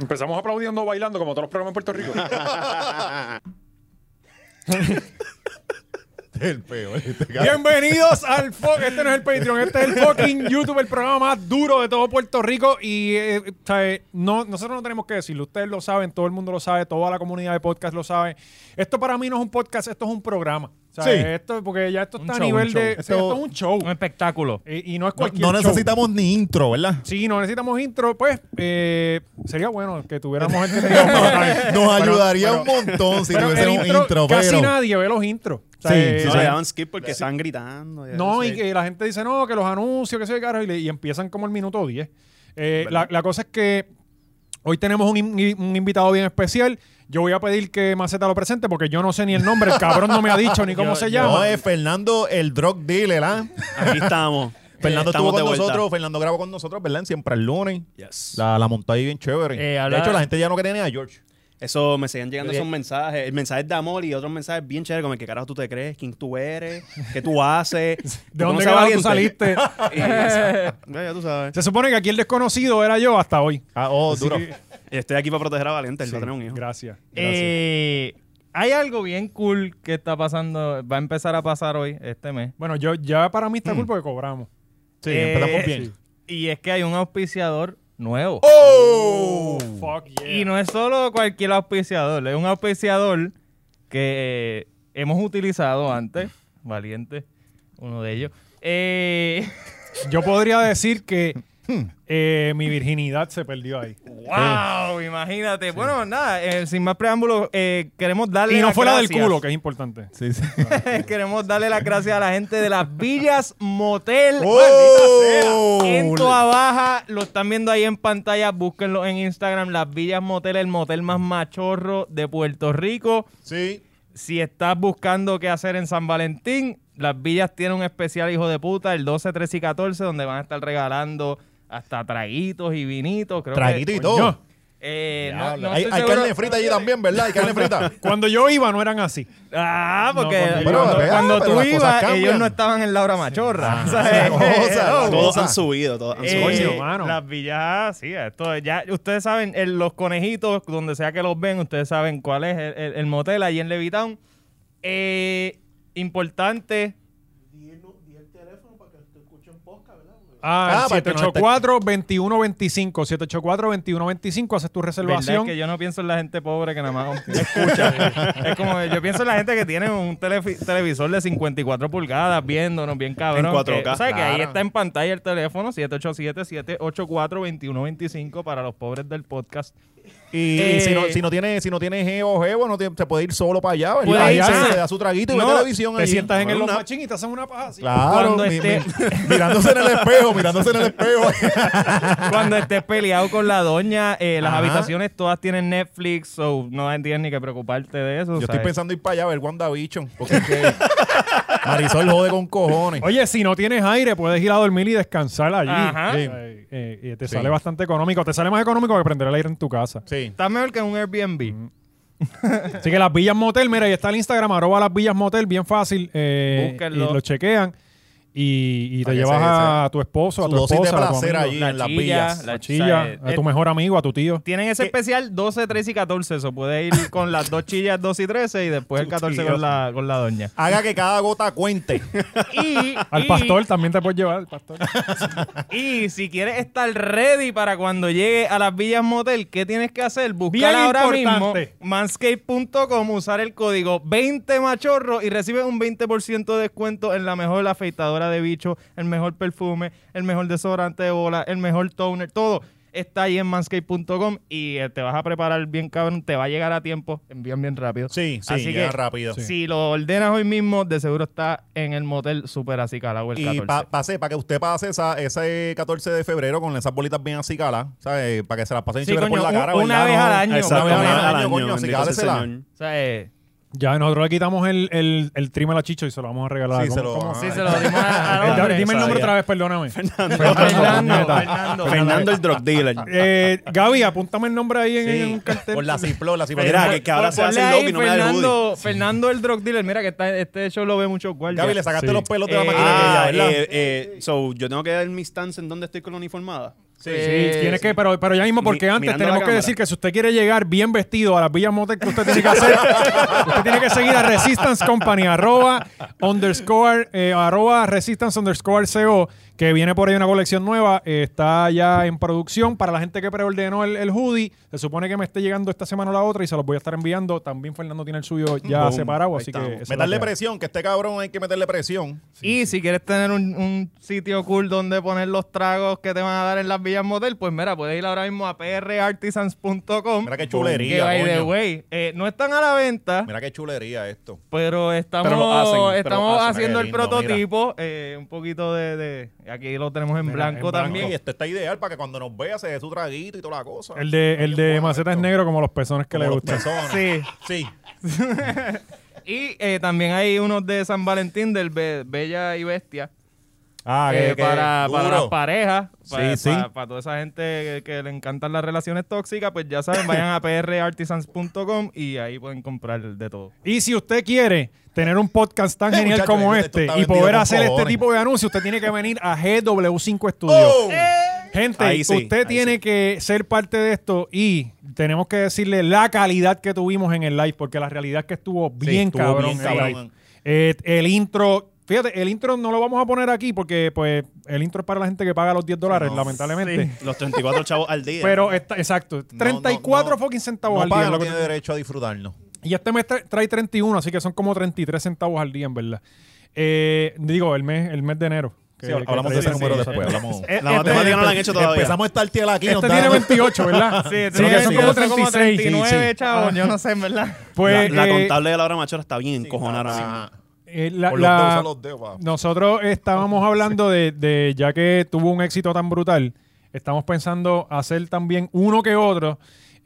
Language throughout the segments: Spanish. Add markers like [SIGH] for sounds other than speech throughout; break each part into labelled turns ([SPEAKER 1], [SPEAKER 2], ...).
[SPEAKER 1] Empezamos aplaudiendo, bailando, como todos los programas en Puerto
[SPEAKER 2] [LAUGHS]
[SPEAKER 1] Rico.
[SPEAKER 2] El peor. este cabrón.
[SPEAKER 1] Bienvenidos al Fo- Este no es el Patreon, este es el fucking YouTube, el programa más duro de todo Puerto Rico. Y eh, o sea, eh, no, nosotros no tenemos que decirlo. Ustedes lo saben, todo el mundo lo sabe, toda la comunidad de podcast lo sabe. Esto para mí no es un podcast, esto es un programa. O sea,
[SPEAKER 2] Sí.
[SPEAKER 1] Esto, porque ya esto
[SPEAKER 3] Un
[SPEAKER 1] está a
[SPEAKER 3] show,
[SPEAKER 1] nivel
[SPEAKER 3] un show.
[SPEAKER 1] de. sí,
[SPEAKER 2] Esto-
[SPEAKER 1] esto es un show.
[SPEAKER 3] Un espectáculo.
[SPEAKER 1] Y, y no es
[SPEAKER 2] No,
[SPEAKER 1] pues, cualquier
[SPEAKER 2] no
[SPEAKER 1] show.
[SPEAKER 2] necesitamos ni intro, ¿verdad?
[SPEAKER 1] Sí, no necesitamos intro, pues eh, sería bueno que tuviéramos gente
[SPEAKER 2] [LAUGHS]
[SPEAKER 1] que nos
[SPEAKER 2] Nos ayudaría un montón si
[SPEAKER 1] Pero el
[SPEAKER 2] tuviésemos un
[SPEAKER 1] intro,
[SPEAKER 2] intro,
[SPEAKER 1] casi
[SPEAKER 2] pero.
[SPEAKER 1] nadie ve los intros. O sea,
[SPEAKER 2] Sí,
[SPEAKER 1] eh,
[SPEAKER 2] sí,
[SPEAKER 4] No
[SPEAKER 2] sí.
[SPEAKER 4] le daban skip porque están gritando.
[SPEAKER 3] Eh,
[SPEAKER 1] No, y que la gente dice, no, que los anuncios, que se caro, y, le- y empiezan como el minuto 10. Eh, la, la cosa es que hoy tenemos un, in- un invitado bien especial. Yo voy a pedir que Maceta lo presente porque yo no sé ni el nombre, el cabrón no me ha dicho ni cómo
[SPEAKER 3] [LAUGHS] Yo-
[SPEAKER 1] se
[SPEAKER 3] yo-
[SPEAKER 1] llama.
[SPEAKER 2] No, es Fernando, el drug dealer, ¿ah?
[SPEAKER 4] Aquí
[SPEAKER 1] [LAUGHS]
[SPEAKER 4] estamos.
[SPEAKER 2] Fernando
[SPEAKER 4] Eh, estamos
[SPEAKER 2] estuvo con
[SPEAKER 4] de vuelta.
[SPEAKER 2] nosotros, Fernando grabó con nosotros, ¿verdad? En Siempre el lunes.
[SPEAKER 4] Yes.
[SPEAKER 2] La, la montó ahí bien chévere.
[SPEAKER 3] Eh,
[SPEAKER 2] de
[SPEAKER 3] habla-
[SPEAKER 2] hecho, la gente ya no quería ni a George.
[SPEAKER 4] Eso me siguen llegando
[SPEAKER 3] Oye.
[SPEAKER 4] esos mensajes. El mensaje de amor y otros mensajes bien chéveres como el que carajo tú te crees, quién tú eres, qué tú haces.
[SPEAKER 1] [LAUGHS] ¿De dónde carajo tú
[SPEAKER 4] [LAUGHS]
[SPEAKER 1] saliste?
[SPEAKER 3] [LAUGHS]
[SPEAKER 4] ya, ya tú sabes.
[SPEAKER 1] se supone que aquí el desconocido era yo hasta hoy.
[SPEAKER 2] Ah, oh,
[SPEAKER 1] Así
[SPEAKER 2] duro.
[SPEAKER 1] que-
[SPEAKER 4] Y Estoy aquí para proteger a Valente, él va a tener un hijo.
[SPEAKER 1] Gracias. gracias.
[SPEAKER 3] Eh, hay algo bien cool que está pasando, va a empezar a pasar hoy, este mes.
[SPEAKER 1] Bueno, yo ya para mí está
[SPEAKER 3] Mm.
[SPEAKER 1] culpa que cobramos.
[SPEAKER 2] Sí,
[SPEAKER 3] Eh,
[SPEAKER 2] empezamos bien.
[SPEAKER 3] Y es que hay un auspiciador nuevo.
[SPEAKER 2] ¡Oh!
[SPEAKER 1] Fuck yeah.
[SPEAKER 3] Y no es solo cualquier auspiciador, es un auspiciador que eh, hemos utilizado antes, valiente, uno de ellos. Eh, [LAUGHS]
[SPEAKER 1] Yo podría decir que
[SPEAKER 3] Mm.
[SPEAKER 1] eh, mi virginidad se perdió ahí.
[SPEAKER 3] ¡Wow! Imagínate. Bueno, nada, eh, sin más preámbulos, eh, queremos darle
[SPEAKER 1] Y no
[SPEAKER 3] las
[SPEAKER 1] fue la del
[SPEAKER 3] gracias.
[SPEAKER 1] culo, que es importante.
[SPEAKER 2] Sí, sí.
[SPEAKER 3] [LAUGHS] Queremos darle las gracias a la gente de las Villas Motel.
[SPEAKER 2] ¡Oh!
[SPEAKER 3] Maldita sea. En Toa Baja, lo están viendo ahí en pantalla, búsquenlo en Instagram, las Villas Motel, el motel más machorro de Puerto Rico.
[SPEAKER 2] Sí.
[SPEAKER 3] Si estás buscando qué hacer en San Valentín, las Villas tiene un especial hijo de puta, el 12, 13 y 14, donde van a estar regalando hasta traguitos y vinitos. Creo que-
[SPEAKER 2] Traguito y todo.
[SPEAKER 1] Coño.
[SPEAKER 3] Eh, no- no
[SPEAKER 2] hay
[SPEAKER 3] estoy
[SPEAKER 2] hay
[SPEAKER 3] seguro.
[SPEAKER 2] carne frita allí también, ¿verdad? Hay carne frita.
[SPEAKER 1] Cuando yo iba no eran así.
[SPEAKER 3] Ah, porque
[SPEAKER 1] No,
[SPEAKER 2] cuando-
[SPEAKER 3] cuando,
[SPEAKER 2] Pero,
[SPEAKER 3] cuando
[SPEAKER 2] pero
[SPEAKER 3] tú
[SPEAKER 2] las cosas
[SPEAKER 3] ibas,
[SPEAKER 2] cambian.
[SPEAKER 3] ellos no estaban en Laura Machorra.
[SPEAKER 2] Esa
[SPEAKER 3] [LAUGHS] ¿sabes?
[SPEAKER 2] cosa, esa
[SPEAKER 4] Todos
[SPEAKER 2] cosa.
[SPEAKER 1] Ah.
[SPEAKER 4] han subido, todos han
[SPEAKER 3] Eh,
[SPEAKER 4] subido.
[SPEAKER 1] Coño, mano.
[SPEAKER 3] las villas, ah, sí, esto ya, ustedes saben, el- los conejitos, donde sea que los ven, ustedes saben cuál es el, el- el motel allí en Levitown. Eh, importante,
[SPEAKER 1] Ah,
[SPEAKER 2] Ah, para que no esté-
[SPEAKER 1] 784-2125. 784-2125. Haces tu
[SPEAKER 3] ¿verdad?
[SPEAKER 1] reservación.
[SPEAKER 3] que yo no pienso en la gente pobre que nada más [LAUGHS] escucha. es como, que yo pienso en la gente que tiene un telefi- televisor de 54 pulgadas viéndonos bien cabrón.
[SPEAKER 4] En 4K,
[SPEAKER 3] que- o sea, que ahí
[SPEAKER 4] claro.
[SPEAKER 3] está en pantalla el teléfono 787-784-2125 para los pobres del podcast.
[SPEAKER 2] Y
[SPEAKER 3] Eh,
[SPEAKER 2] si, no, si no tiene, si no tiene geo, geo, no tiene- se puede ir solo para allá, ¿verdad?
[SPEAKER 3] Puede
[SPEAKER 2] Allá
[SPEAKER 3] irse.
[SPEAKER 2] se le da su traguito y ve
[SPEAKER 3] No,
[SPEAKER 2] televisión
[SPEAKER 1] te
[SPEAKER 2] allí.
[SPEAKER 1] sientas en el
[SPEAKER 4] Bueno,
[SPEAKER 1] los
[SPEAKER 4] una-
[SPEAKER 1] machín y te hacen una paja así.
[SPEAKER 2] Claro,
[SPEAKER 3] Cuando
[SPEAKER 2] mi-
[SPEAKER 3] esté-
[SPEAKER 2] mi- [LAUGHS] mirándose en el espejo, mirándose en el
[SPEAKER 3] [LAUGHS]
[SPEAKER 2] espejo.
[SPEAKER 3] Cuando estés peleado con la doña, eh, las
[SPEAKER 2] Ajá.
[SPEAKER 3] habitaciones todas tienen Netflix, so no tienes ni que preocuparte de eso.
[SPEAKER 2] Yo estoy
[SPEAKER 3] ¿sabes?
[SPEAKER 2] pensando ir para allá a ver WandaVision, porque es que Marisol jode con cojones.
[SPEAKER 1] Oye, si no tienes aire, puedes ir a dormir y descansar allí.
[SPEAKER 3] Ajá.
[SPEAKER 2] Sí.
[SPEAKER 1] Eh, eh, y te
[SPEAKER 2] Sí.
[SPEAKER 1] sale bastante económico. Te sale más económico que prender el aire en tu casa.
[SPEAKER 2] Sí.
[SPEAKER 3] Está mejor que un Airbnb.
[SPEAKER 1] Así que las Villas Motel, mira, ahí está el Instagram, arroba las Villas Motel, bien fácil. eh, y
[SPEAKER 3] Búsquenlo.
[SPEAKER 1] lo chequean. Y, y te
[SPEAKER 2] Para que
[SPEAKER 1] llevas
[SPEAKER 2] se-
[SPEAKER 1] a, tu esposo, a
[SPEAKER 2] Su
[SPEAKER 1] tu
[SPEAKER 2] dosis de
[SPEAKER 1] esposa, a tu
[SPEAKER 2] placer
[SPEAKER 1] amigo,
[SPEAKER 2] allí en las
[SPEAKER 3] chilla,
[SPEAKER 2] villas.
[SPEAKER 3] la
[SPEAKER 1] a chilla, Ah,
[SPEAKER 3] chilla,
[SPEAKER 1] a
[SPEAKER 3] eh,
[SPEAKER 1] tu mejor amigo, a tu tío.
[SPEAKER 3] Tienen ese especial 12, 13 y 14. Eso puede ir con las dos chillas 2 y 13 y después el 14 con la, con la doña.
[SPEAKER 2] Haga que cada gota cuente.
[SPEAKER 3] Y,
[SPEAKER 1] [LAUGHS] Al
[SPEAKER 3] y-
[SPEAKER 1] pastor también te puedes llevar, al pastor.
[SPEAKER 3] Y si quieres estar ready para cuando llegue a las Villas Motel, ¿qué tienes que hacer? Buscar
[SPEAKER 1] Bien
[SPEAKER 3] ahora
[SPEAKER 1] importante.
[SPEAKER 3] mismo manscape.com, usar el código 20machorro y recibes un 20% de descuento en la mejor afeitadora de bicho, el mejor perfume, el mejor desodorante de bola, el mejor toner, todo. Está ahí en manscape.com y eh, te vas a preparar bien cabrón, te va a llegar a tiempo, envían bien rápido.
[SPEAKER 2] Sí, sí,
[SPEAKER 3] Así
[SPEAKER 2] llega
[SPEAKER 3] que,
[SPEAKER 2] rápido.
[SPEAKER 3] Si lo ordenas hoy mismo, de seguro está en el motel Super Acicalao [LAUGHS] el
[SPEAKER 2] Y
[SPEAKER 3] 14.
[SPEAKER 2] para que usted pase esa, ese 14 de febrero con esas bolitas bien acicalas, ¿sabes? Para que se las pasen
[SPEAKER 3] Sí,
[SPEAKER 2] chévere por
[SPEAKER 3] coño,
[SPEAKER 2] la
[SPEAKER 3] un-
[SPEAKER 2] cara. ¿verdad?
[SPEAKER 3] una vez
[SPEAKER 2] No,
[SPEAKER 3] al año,
[SPEAKER 2] Exacto,
[SPEAKER 3] una vez
[SPEAKER 2] al año, coño,
[SPEAKER 4] bendito sea el
[SPEAKER 2] acicálesela.
[SPEAKER 4] Señor.
[SPEAKER 3] O sea, eh,
[SPEAKER 1] Ya, nosotros le quitamos el, el, el trim a la chicho y se lo vamos a regalar.
[SPEAKER 2] Sí,
[SPEAKER 1] ¿Cómo-
[SPEAKER 2] se lo-
[SPEAKER 1] cómo?
[SPEAKER 2] ah,
[SPEAKER 3] Sí, se lo dimos
[SPEAKER 1] [LAUGHS]
[SPEAKER 3] a- al
[SPEAKER 1] Eh, da-
[SPEAKER 3] hombre.
[SPEAKER 1] dime el nombre
[SPEAKER 4] Sabía.
[SPEAKER 1] otra vez, perdóname. Fernando,
[SPEAKER 3] Fernando,
[SPEAKER 1] puñeta.
[SPEAKER 3] Fernando.
[SPEAKER 4] Fernando el
[SPEAKER 1] [LAUGHS]
[SPEAKER 4] drug dealer.
[SPEAKER 1] Eh, Gaby, apúntame el nombre ahí en,
[SPEAKER 2] Sí,
[SPEAKER 1] en un cartel.
[SPEAKER 2] Por la ciplo, la ciplo.
[SPEAKER 4] Mira, que, que ahora
[SPEAKER 3] Pon-
[SPEAKER 4] se hace
[SPEAKER 3] ponle
[SPEAKER 4] el
[SPEAKER 3] ahí
[SPEAKER 4] loco y no me da el hoodie.
[SPEAKER 3] Fernando, Fernando el drug dealer. Mira que está, este show lo ve muchos guardias.
[SPEAKER 2] Gaby, le sacaste
[SPEAKER 1] Sí.
[SPEAKER 2] los pelos de la
[SPEAKER 3] Eh,
[SPEAKER 2] máquina
[SPEAKER 4] Ah,
[SPEAKER 2] aquella, ¿verdad?
[SPEAKER 4] eh, eh, so, yo tengo que dar mi stance en dónde estoy con la uniformada.
[SPEAKER 1] Sí, tiene que, pero, pero ya mismo, porque
[SPEAKER 4] Mi-
[SPEAKER 1] antes
[SPEAKER 4] mirando la
[SPEAKER 1] tenemos que
[SPEAKER 4] cámara.
[SPEAKER 1] decir que si usted quiere llegar bien vestido a las villas motel que usted tiene que
[SPEAKER 4] [LAUGHS]
[SPEAKER 1] hacer, usted tiene que seguir a Resistance Company, arroba underscore, eh, arroba Resistance underscore CO, que viene por ahí una colección nueva, eh, está ya en producción para la gente que preordenó el, el hoodie, se supone que me esté llegando esta semana o la otra y se los voy a estar enviando, también Fernando tiene el suyo ya
[SPEAKER 4] Boom.
[SPEAKER 1] separado,
[SPEAKER 4] Ahí
[SPEAKER 1] así que... esa
[SPEAKER 4] estamos.
[SPEAKER 1] es la
[SPEAKER 2] Meterle
[SPEAKER 1] que hay.
[SPEAKER 2] presión, que este cabrón hay que meterle presión.
[SPEAKER 3] y si quieres tener un, un sitio cool donde poner los tragos que te van a dar en las villas model, pues mira, puedes ir ahora mismo a prartisans.com.
[SPEAKER 2] Mira qué
[SPEAKER 3] Que
[SPEAKER 2] chulería,
[SPEAKER 3] by the
[SPEAKER 2] coño.
[SPEAKER 3] way, eh, no están a la venta,
[SPEAKER 2] Mira qué chulería esto.
[SPEAKER 3] pero estamos,
[SPEAKER 2] Pero lo hacen, pero
[SPEAKER 3] estamos
[SPEAKER 2] hacen,
[SPEAKER 3] haciendo
[SPEAKER 2] qué
[SPEAKER 3] el
[SPEAKER 2] lindo,
[SPEAKER 3] prototipo. eh, un poquito de, de- Aquí lo tenemos en
[SPEAKER 1] Mira,
[SPEAKER 3] blanco
[SPEAKER 1] en blanco.
[SPEAKER 3] también.
[SPEAKER 2] Y esto está ideal para que cuando nos vea se dé su traguito y toda la cosa.
[SPEAKER 1] El de, el de Maceta es negro como los pezones que
[SPEAKER 2] Como
[SPEAKER 1] le
[SPEAKER 2] los
[SPEAKER 1] gustan.
[SPEAKER 2] pezones.
[SPEAKER 3] Sí.
[SPEAKER 2] Sí.
[SPEAKER 3] Y eh, también hay unos de San Valentín del Be- Bella y Bestia.
[SPEAKER 2] Ah,
[SPEAKER 3] eh, para, para las
[SPEAKER 2] duro.
[SPEAKER 3] parejas, para,
[SPEAKER 2] Sí, sí.
[SPEAKER 3] para- para toda esa gente que, que le encantan las relaciones tóxicas, pues ya saben, vayan
[SPEAKER 2] [LAUGHS]
[SPEAKER 3] a prartisans.com y ahí pueden comprar de todo.
[SPEAKER 1] Y si usted quiere tener un podcast tan
[SPEAKER 2] Eh,
[SPEAKER 1] genial
[SPEAKER 2] muchacho,
[SPEAKER 1] como
[SPEAKER 2] esto
[SPEAKER 1] este
[SPEAKER 2] está
[SPEAKER 1] y
[SPEAKER 2] vendido
[SPEAKER 1] poder
[SPEAKER 2] con
[SPEAKER 1] hacer este
[SPEAKER 2] cojones.
[SPEAKER 1] tipo de anuncios, usted tiene que venir a GW5 Studios.
[SPEAKER 2] ¡Oh!
[SPEAKER 1] Gente,
[SPEAKER 4] Ahí sí,
[SPEAKER 1] usted
[SPEAKER 4] ahí
[SPEAKER 1] tiene
[SPEAKER 4] sí.
[SPEAKER 1] que ser parte de esto y tenemos que decirle la calidad que tuvimos en el live, porque la realidad es que estuvo bien
[SPEAKER 2] estuvo
[SPEAKER 1] cabrón.
[SPEAKER 2] bien
[SPEAKER 1] el live.
[SPEAKER 2] cabrón.
[SPEAKER 1] Eh, el intro, fíjate, el intro no lo vamos a poner aquí porque pues el intro es para la gente que paga los 10 dólares,
[SPEAKER 2] No,
[SPEAKER 1] lamentablemente.
[SPEAKER 4] Los 34 chavos al día.
[SPEAKER 1] Pero está, exacto,
[SPEAKER 2] No,
[SPEAKER 1] 34
[SPEAKER 2] no, no.
[SPEAKER 1] fucking centavos
[SPEAKER 2] No
[SPEAKER 1] al día.
[SPEAKER 2] paga,
[SPEAKER 1] es
[SPEAKER 2] no
[SPEAKER 1] lo que
[SPEAKER 2] tiene
[SPEAKER 1] tú-
[SPEAKER 2] derecho a disfrutarnos.
[SPEAKER 1] y este mes tra- trae 31, así que son como 33 centavos al día, en verdad. Eh, digo, el mes, el mes de enero. que-
[SPEAKER 2] Sí,
[SPEAKER 1] que
[SPEAKER 2] hablamos
[SPEAKER 1] trae
[SPEAKER 2] de ese número
[SPEAKER 1] 31,
[SPEAKER 2] después.
[SPEAKER 1] exacto.
[SPEAKER 2] hablamos-
[SPEAKER 3] Eh,
[SPEAKER 4] la matemática no la han hecho todavía.
[SPEAKER 2] Empezamos a estar tiel aquí. nos
[SPEAKER 1] Este
[SPEAKER 2] da-
[SPEAKER 1] tiene 28, ¿verdad? sí,
[SPEAKER 2] tiene
[SPEAKER 1] son
[SPEAKER 2] sí, Ah.
[SPEAKER 1] como
[SPEAKER 2] son
[SPEAKER 1] 36. sí, sí.
[SPEAKER 3] 39, chavos, yo no sé, en verdad.
[SPEAKER 1] Pues,
[SPEAKER 4] la, la
[SPEAKER 1] eh,
[SPEAKER 4] contable de la hora machora está bien encojonada. ahora mismo.
[SPEAKER 2] Ah,
[SPEAKER 1] eh, la-
[SPEAKER 2] Por los
[SPEAKER 1] la-
[SPEAKER 2] dedos a los dedos. va.
[SPEAKER 1] Nosotros estábamos hablando de, de, ya que tuvo un éxito tan brutal, estamos pensando hacer también uno que otro